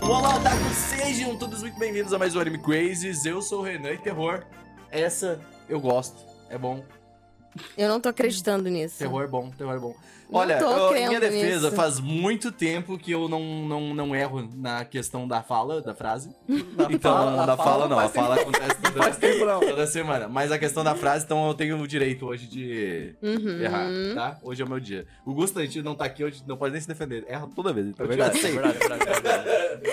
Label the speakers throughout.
Speaker 1: Olá, Otaku! Sejam todos muito bem-vindos a mais um Anime Crazes. Eu sou o Renan e Terror. Essa eu gosto. É bom.
Speaker 2: Eu não tô acreditando nisso.
Speaker 1: Terror é bom, terror é bom.
Speaker 2: Não
Speaker 1: Olha,
Speaker 2: tô
Speaker 1: eu- em
Speaker 2: crendo
Speaker 1: minha defesa,
Speaker 2: nisso.
Speaker 1: faz muito tempo que eu não, não, não erro na questão da fala, da frase.
Speaker 3: Da
Speaker 1: então,
Speaker 3: fala-
Speaker 1: da fala não, a
Speaker 3: faz tempo-
Speaker 1: fala acontece toda,
Speaker 3: faz tempo não.
Speaker 1: toda semana. Mas a questão da frase, então eu tenho o direito hoje de
Speaker 2: Uhum.
Speaker 1: errar, tá? Hoje é o meu dia. O Gusto, a gente não tá aqui hoje, não pode nem se defender. Erra toda vez, então
Speaker 3: É
Speaker 1: eu
Speaker 3: verdade,
Speaker 1: já
Speaker 3: é
Speaker 1: sei.
Speaker 3: verdade, é verdade, é verdade.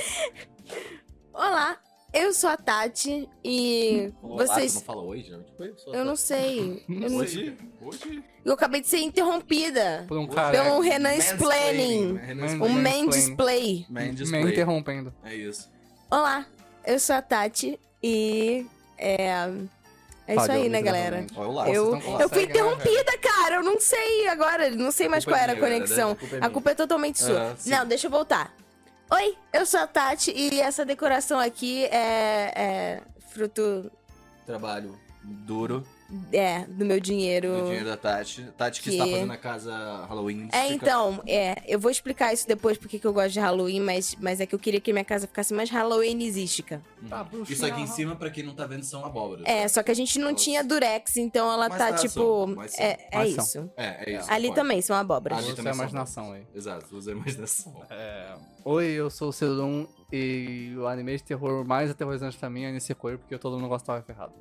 Speaker 2: Olá, eu sou a Tati e
Speaker 1: Falou,
Speaker 2: vocês.
Speaker 1: ah, tu não fala hoje, né? Tipo, só-
Speaker 2: Eu não sei. Eu, não-
Speaker 1: Hoje, hoje...
Speaker 2: eu acabei de ser interrompida
Speaker 4: Por um
Speaker 2: pelo
Speaker 4: cara.
Speaker 2: Renan
Speaker 1: Mansplaining,
Speaker 2: Splaining.
Speaker 1: né? Renan
Speaker 4: Man-
Speaker 2: Um
Speaker 1: Splaining.
Speaker 2: man
Speaker 4: mansplaining.
Speaker 2: display.
Speaker 1: Man
Speaker 4: me
Speaker 1: display.
Speaker 4: interrompendo.
Speaker 1: É isso.
Speaker 2: Olá, eu sou a Tati e. É. É isso
Speaker 4: Fábio,
Speaker 2: aí, né,
Speaker 4: literalmente.
Speaker 2: galera?
Speaker 1: Olha lá.
Speaker 4: Nossa,
Speaker 2: eu,
Speaker 4: vocês não
Speaker 2: eu fui
Speaker 4: conseguem, né,
Speaker 2: interrompida, cara. Eu não sei agora, não sei mais qual
Speaker 1: Culpa é
Speaker 2: era a
Speaker 1: minha, galera,
Speaker 2: conexão.
Speaker 1: né? Culpa é
Speaker 2: a
Speaker 1: minha.
Speaker 2: culpa é totalmente sua.
Speaker 1: Ah, sim.
Speaker 2: não, deixa eu voltar. Oi, eu sou a Tati e essa decoração aqui é, é fruto
Speaker 1: Trabalho duro
Speaker 2: é, do meu dinheiro.
Speaker 1: do dinheiro da Tati. Tati que,
Speaker 2: Que-
Speaker 1: está fazendo a casa Halloween.
Speaker 2: É,
Speaker 1: fica-
Speaker 2: então, é, eu vou explicar isso depois porque que eu gosto de Halloween, mas, mas é que eu queria que minha casa ficasse mais Halloweenística.
Speaker 4: Tá, bruxinha.
Speaker 1: Isso aqui em cima, pra quem não tá vendo, são abóboras.
Speaker 2: É, só que a gente não
Speaker 1: Nossa.
Speaker 2: tinha durex, então ela
Speaker 1: Mas
Speaker 2: tá
Speaker 1: tá,
Speaker 2: tipo.
Speaker 1: são, mas são.
Speaker 2: é é
Speaker 4: Mas são.
Speaker 2: isso.
Speaker 1: É, é isso.
Speaker 2: Ali
Speaker 1: pode.
Speaker 2: também são abóboras.
Speaker 1: Ali
Speaker 4: Usa
Speaker 1: também
Speaker 4: é a
Speaker 1: são
Speaker 4: imaginação aí.
Speaker 1: Exato, usa a imaginação.
Speaker 4: É, Oi, eu sou o Cedron e o anime de terror mais aterrorizante pra mim é nesse cor, porque todo mundo gostava ferrado.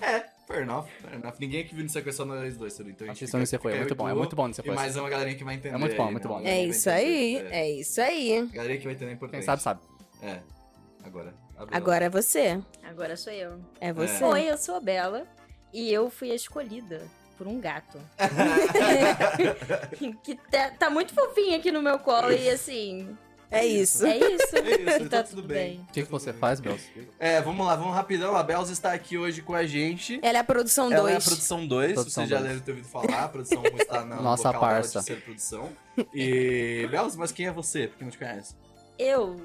Speaker 1: é, fair enough, fair enough. Ninguém aqui viu no Sequer só nós dois, Sandro. Então a gente
Speaker 4: Assistam nesse cor, é muito bom, é muito bom nesse
Speaker 1: E
Speaker 4: cor.
Speaker 1: mais é uma galerinha que vai entender.
Speaker 4: É muito bom,
Speaker 1: aí, né?
Speaker 4: muito bom.
Speaker 1: Uma
Speaker 2: É
Speaker 1: galerinha
Speaker 2: isso
Speaker 1: vai
Speaker 2: aí,
Speaker 1: entender,
Speaker 2: é isso aí.
Speaker 1: É. Galerinha que vai entender é importante.
Speaker 4: Quem sabe, sabe.
Speaker 1: É. Agora. abre
Speaker 2: Agora é você.
Speaker 5: Agora sou eu.
Speaker 2: É você.
Speaker 5: Oi, eu sou a Bela e eu fui a escolhida por um gato. que tá, tá muito fofinho aqui no meu colo e assim,
Speaker 2: É isso.
Speaker 5: é isso.
Speaker 1: É isso,
Speaker 5: E
Speaker 1: tá tudo bem.
Speaker 4: O que, que você faz, Bels?
Speaker 1: É, vamos lá, vamos rapidão. A Belz está aqui hoje com a gente.
Speaker 2: Ela é a produção
Speaker 1: Ela é a
Speaker 2: 2.
Speaker 1: produção 2,
Speaker 4: Produção
Speaker 1: você já
Speaker 4: dois.
Speaker 1: deve ter ouvido falar. A produção 1 está na no
Speaker 4: Nossa
Speaker 1: local dela de
Speaker 4: parça.
Speaker 1: ser produção. E, Belz, mas quem é você? Pra quem não te conhece.
Speaker 5: Eu.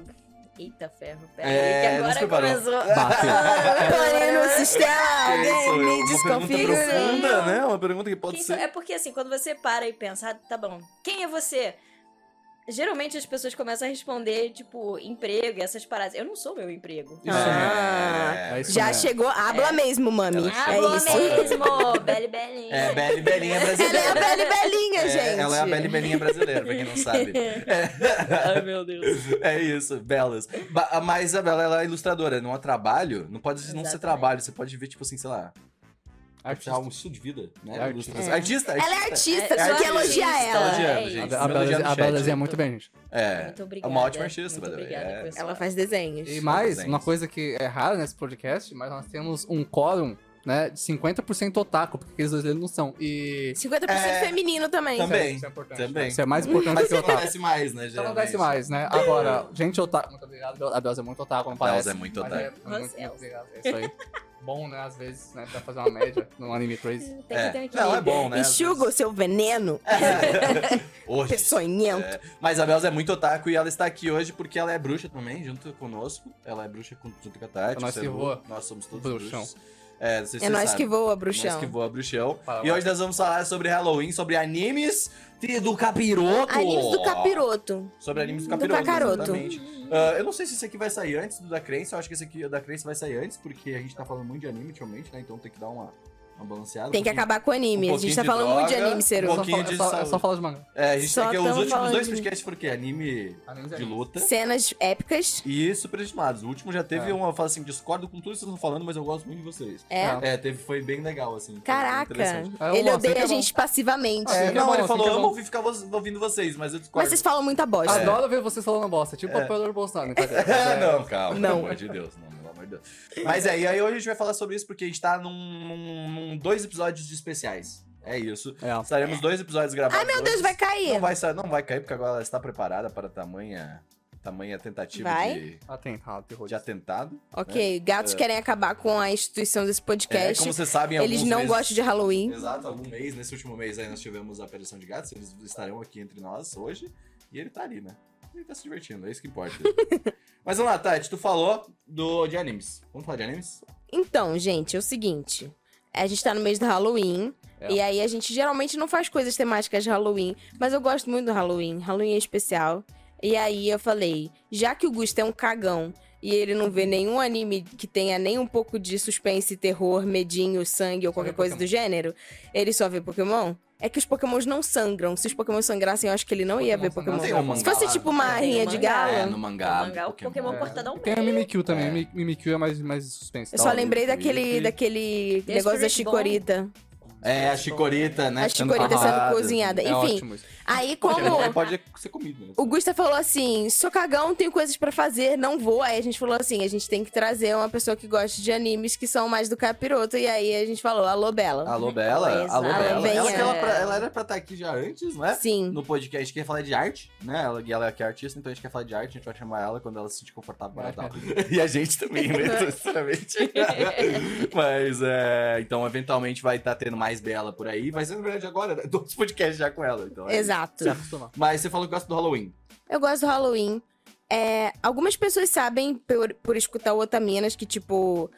Speaker 5: Eita ferro, peraí,
Speaker 1: É, não se
Speaker 5: que agora
Speaker 1: preparou.
Speaker 5: começou. assim.
Speaker 2: Pane no sistema,
Speaker 1: Isso,
Speaker 2: alguém me
Speaker 1: uma pergunta
Speaker 2: desconfigura.
Speaker 1: profunda, né? Uma pergunta que pode
Speaker 5: Quem sou-
Speaker 1: ser...
Speaker 5: É porque assim, quando você para e pensa, ah, tá bom, quem é você? Geralmente as pessoas começam a responder, tipo, emprego e essas paradas. Eu não sou meu emprego.
Speaker 4: Isso.
Speaker 2: Ah,
Speaker 4: É isso
Speaker 2: Já
Speaker 4: mesmo.
Speaker 2: chegou, habla mesmo, mami.
Speaker 1: Ela
Speaker 2: É
Speaker 5: Alô
Speaker 1: chegou.
Speaker 2: isso.
Speaker 5: Ah, mesmo, Beli Belinha.
Speaker 1: É, Beli Belinha
Speaker 2: Ela é a
Speaker 1: brasileira.
Speaker 2: Beli Belinha,
Speaker 1: É,
Speaker 2: gente.
Speaker 1: ela é a Beli Belinha brasileira, pra quem não sabe. É,
Speaker 5: Ai, meu Deus.
Speaker 1: é isso, belas. Ba- Mas a Bela, ela é ilustradora, não é trabalho. Não pode não ser
Speaker 5: Exatamente.
Speaker 1: trabalho, você pode ver, tipo assim, sei lá,
Speaker 4: Artista.
Speaker 1: um estilo de vida, né?
Speaker 4: É artista.
Speaker 1: Ilustração. Artista,
Speaker 2: Ela é artista,
Speaker 1: É
Speaker 2: só que
Speaker 1: artista.
Speaker 2: elogiar
Speaker 1: Elogia
Speaker 2: ela.
Speaker 1: ela,
Speaker 5: É
Speaker 1: gente.
Speaker 5: isso.
Speaker 4: Tá A- A
Speaker 1: Manda já no
Speaker 4: Bela- a
Speaker 1: chat.
Speaker 4: Bela desenha muito bem, gente.
Speaker 1: É.
Speaker 5: Muito obrigada.
Speaker 1: É uma ótima artista,
Speaker 5: Muito
Speaker 1: by the way.
Speaker 5: obrigada,
Speaker 1: É.
Speaker 5: pessoal.
Speaker 2: Ela faz desenhos.
Speaker 4: E mais,
Speaker 1: desenhos.
Speaker 4: uma coisa que é rara nesse podcast, mas nós temos um quórum, né, de 50% otaku, porque aqueles dois eles não são. E...
Speaker 2: 50%
Speaker 1: É,
Speaker 2: feminino também.
Speaker 1: também.
Speaker 4: Isso é importante.
Speaker 1: também.
Speaker 4: Isso é mais importante
Speaker 1: Mas
Speaker 4: que
Speaker 1: isso não
Speaker 4: otaku.
Speaker 1: acontece mais, né,
Speaker 4: Então não
Speaker 1: geralmente.
Speaker 4: acontece mais, né? Agora, gente otaku, muito obrigado. Bel- A Belz é muito otaku, não
Speaker 1: Belz
Speaker 4: parece.
Speaker 1: é muito
Speaker 4: mas
Speaker 1: otaku.
Speaker 4: É, muito,
Speaker 5: Nossa,
Speaker 4: muito obrigado. É isso aí. Bom, né, às vezes, né, pra fazer uma média no Anime Crazy.
Speaker 5: Tem que ter um
Speaker 1: É. Não, é
Speaker 5: equilíbrio.
Speaker 1: bom, né? É.
Speaker 2: Enxuga o seu veneno,
Speaker 1: Hoje.
Speaker 2: peçonhento.
Speaker 1: Mas a Belza é muito otaku e ela está aqui hoje porque ela é bruxa também, junto conosco. Ela é bruxa com- junto com a Tati.
Speaker 4: É nós
Speaker 1: você
Speaker 4: que
Speaker 1: é
Speaker 4: voa.
Speaker 1: bruxa, Nós somos todos
Speaker 4: Bruxão.
Speaker 1: bruxos. É, não sei se
Speaker 2: É
Speaker 1: vocês
Speaker 2: nós
Speaker 1: sabem. É
Speaker 2: que voa,
Speaker 1: Nós
Speaker 2: bruxão.
Speaker 1: que voa, bruxão.
Speaker 4: Fala,
Speaker 1: E
Speaker 4: Ah, vai.
Speaker 1: hoje nós vamos falar sobre Halloween, sobre animes e do capiroto.
Speaker 2: Ah, Animes do capiroto.
Speaker 1: Sobre animes do capiroto,
Speaker 2: cacaroto.
Speaker 1: exatamente. Ah, eu não sei se esse aqui vai sair antes do da crença. Eu acho que esse aqui da crença vai sair antes, porque a gente tá falando muito de anime ultimamente, né? Então tem que dar uma, uma balanceada.
Speaker 2: Tem que
Speaker 1: um pouquinho.
Speaker 2: acabar com anime.
Speaker 1: um
Speaker 2: a gente
Speaker 1: pouquinho
Speaker 2: tá
Speaker 1: de
Speaker 2: falando muito de
Speaker 1: droga,
Speaker 2: anime, Ceru.
Speaker 1: um pouquinho
Speaker 4: é
Speaker 1: de
Speaker 4: só, é
Speaker 1: saúde.
Speaker 4: só falar de manga.
Speaker 1: É, a gente
Speaker 2: Só
Speaker 1: é que os
Speaker 2: tão
Speaker 1: últimos
Speaker 2: falando
Speaker 1: dois
Speaker 2: de-
Speaker 1: podcasts foram o quê? Anime
Speaker 4: Animes
Speaker 1: de
Speaker 4: é
Speaker 1: luta.
Speaker 2: Cenas épicas.
Speaker 1: E super estimados. O último já teve
Speaker 4: É.
Speaker 1: uma fala assim, discordo com tudo que vocês estão falando, mas eu gosto muito de vocês.
Speaker 2: É.
Speaker 4: É.
Speaker 1: É, teve, foi bem legal, assim. foi bem
Speaker 2: Caraca.
Speaker 1: interessante. Ah,
Speaker 4: É,
Speaker 2: Ele
Speaker 4: uma,
Speaker 2: odeia
Speaker 4: fica
Speaker 2: a gente passivamente.
Speaker 4: É,
Speaker 1: então. É,
Speaker 4: Assim que
Speaker 1: não,
Speaker 4: é bom,
Speaker 1: ele
Speaker 4: assim
Speaker 1: falou,
Speaker 4: que é
Speaker 1: amo
Speaker 4: bom.
Speaker 1: ficar vo- ouvindo vocês, mas eu discordo.
Speaker 2: Mas vocês falam muita bosta.
Speaker 4: Adoro ver vocês falando bosta, tipo o apoiador do Bolsonaro. brincadeira.
Speaker 1: É, não, calma,
Speaker 2: Não.
Speaker 1: pelo amor de Deus, não, pelo amor de Deus. Mas é, e aí hoje a gente vai falar sobre isso porque a gente tá num, num- num- dois episódios de especiais. É isso.
Speaker 4: É.
Speaker 1: Estaremos dois episódios gravados.
Speaker 2: Ai, meu Deus,
Speaker 1: hoje.
Speaker 2: vai cair.
Speaker 1: Não vai, sa- não vai cair, porque agora ela está preparada para tamanha, tamanha tentativa
Speaker 2: Vai?
Speaker 1: de,
Speaker 4: tá Atentado, terror.
Speaker 1: de atentado.
Speaker 2: Ok, gatos querem acabar com a instituição desse
Speaker 1: É,
Speaker 2: podcast.
Speaker 1: como vocês sabem,
Speaker 2: Eles
Speaker 1: alguns
Speaker 2: não
Speaker 1: meses-
Speaker 2: gostam de Halloween.
Speaker 1: Exato, algum mês, nesse último mês aí nós tivemos a aparição de gatos, eles estarão aqui entre nós hoje, e ele tá ali, né? Ele tá se divertindo, é isso que importa. Mas vamos lá, Tati, tu falou do, de animes. Vamos falar de animes?
Speaker 2: Então, gente, é o seguinte. A gente tá no mês do Halloween.
Speaker 4: É.
Speaker 2: E aí a gente geralmente não faz coisas temáticas de Halloween. Mas eu gosto muito do Halloween. Halloween é especial. E aí eu falei, já que o Gusto é um cagão e ele não vê nenhum anime que tenha nem um pouco de suspense, terror, medinho, sangue ou qualquer
Speaker 4: vê
Speaker 2: coisa
Speaker 4: Pokémon.
Speaker 2: do gênero, ele só vê Pokémon. É que os Pokémons não sangram. Se os Pokémon sangrassem, eu acho que ele não ia ver Pokémon.
Speaker 4: Pokémon
Speaker 1: Não tem um mangá
Speaker 2: Se fosse
Speaker 1: lá,
Speaker 2: tipo
Speaker 1: né?
Speaker 2: uma
Speaker 5: Não tem
Speaker 2: rainha
Speaker 5: um
Speaker 2: de
Speaker 5: mangá.
Speaker 2: galo.
Speaker 1: É, no mangá.
Speaker 5: No mangá, o Pokémon cortadão
Speaker 4: Tem um o Mimikyu também.
Speaker 1: É.
Speaker 4: Mi- Mimikyu é mais, mais suspense. Tá.
Speaker 2: Eu
Speaker 4: tal.
Speaker 2: só lembrei
Speaker 1: Mimikyu.
Speaker 2: daquele, daquele
Speaker 5: The
Speaker 2: negócio da
Speaker 5: Spirit Bomb.
Speaker 2: chicorita.
Speaker 1: É, a chicorita, né?
Speaker 2: A
Speaker 1: sendo
Speaker 2: chicorita sendo
Speaker 1: amarrada.
Speaker 2: cozinhada.
Speaker 4: É
Speaker 2: Enfim,
Speaker 4: ótimo isso.
Speaker 2: aí
Speaker 1: Pode-
Speaker 2: como
Speaker 1: Pode ser comida. né?
Speaker 2: O Gusta falou assim: sou cagão, tenho coisas pra fazer, não vou. Aí a gente falou assim: a gente tem que trazer uma pessoa que gosta de animes que são mais do capiroto. E aí a gente falou: alô, Bela.
Speaker 1: Alô, Bela.
Speaker 5: Pois,
Speaker 1: Alô,
Speaker 5: alô,
Speaker 1: Bela.
Speaker 2: bem,
Speaker 1: Ela, que ela,
Speaker 5: é.
Speaker 1: pra- ela era pra estar aqui já antes, né?
Speaker 2: Sim.
Speaker 1: No podcast, quer falar de arte, né? Ela, e ela que é artista, então a gente quer falar de arte, a gente vai chamar ela quando ela se sentir confortável para tal. E a gente também, né? Então, Sinceramente. Mas, é, então, eventualmente vai estar tendo mais Bela por aí. Vai ser, na verdade, agora, né? dois podcasts já com ela. Então, é.
Speaker 2: Exato.
Speaker 4: Se acostumar.
Speaker 1: Mas você falou que gosta do Halloween.
Speaker 2: Eu gosto do Halloween. É, algumas pessoas sabem, por, por escutar o Otaminas, que tipo.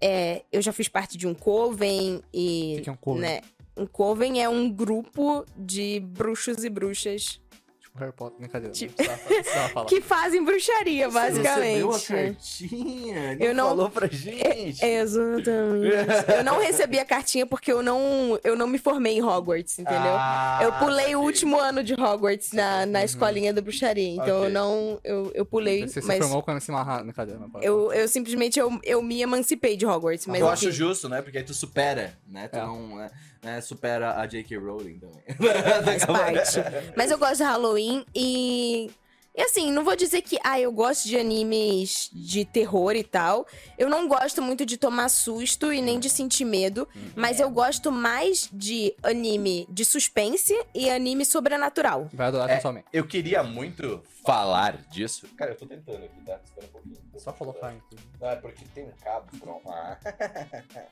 Speaker 2: é, eu já fiz parte de um coven
Speaker 4: O
Speaker 2: e.
Speaker 4: que que é um cover?
Speaker 2: né, um coven é um grupo de bruxos e bruxas
Speaker 4: Tipo Harry Potter, brincadeira.
Speaker 2: Tipo-
Speaker 4: Não precisava- não precisava falar.
Speaker 2: que fazem bruxaria,
Speaker 1: Você recebeu a
Speaker 2: basicamente.
Speaker 1: cartinha? Não
Speaker 2: Eu não- É,
Speaker 1: falou pra gente.
Speaker 2: Exatamente. eu não recebi a cartinha porque eu não, eu não me formei em Hogwarts, entendeu?
Speaker 1: Ah,
Speaker 2: eu pulei o
Speaker 1: saquei.
Speaker 2: último ano de Hogwarts na, na
Speaker 4: Uhum.
Speaker 2: escolinha da bruxaria. Então eu
Speaker 1: Ok.
Speaker 2: não. Eu, eu pulei,
Speaker 4: Você se
Speaker 2: mas.
Speaker 4: formou com esse marrado. Brincadeira. não, pode-
Speaker 2: Eu, eu simplesmente eu, eu me emancipei de Hogwarts. Mas
Speaker 1: eu
Speaker 2: enfim.
Speaker 1: acho justo, né? Porque aí tu supera, né? Tu
Speaker 4: É.
Speaker 1: não é, né, supera a J.K. Rowling também. né?
Speaker 2: faz parte. Mas eu gosto de Halloween e. E assim, não vou dizer que, ah, eu gosto de animes de terror e tal. Eu não gosto muito de tomar susto e nem de sentir medo. Mas eu gosto mais de anime de suspense e anime sobrenatural.
Speaker 4: Vai adorar
Speaker 1: É.
Speaker 4: pessoalmente.
Speaker 1: Eu queria muito falar disso. Cara, eu tô tentando aqui, tá? Espera um pouquinho.
Speaker 4: Só colocar aí.
Speaker 1: Não, é porque tem um cabo pra Ah, tá, uma...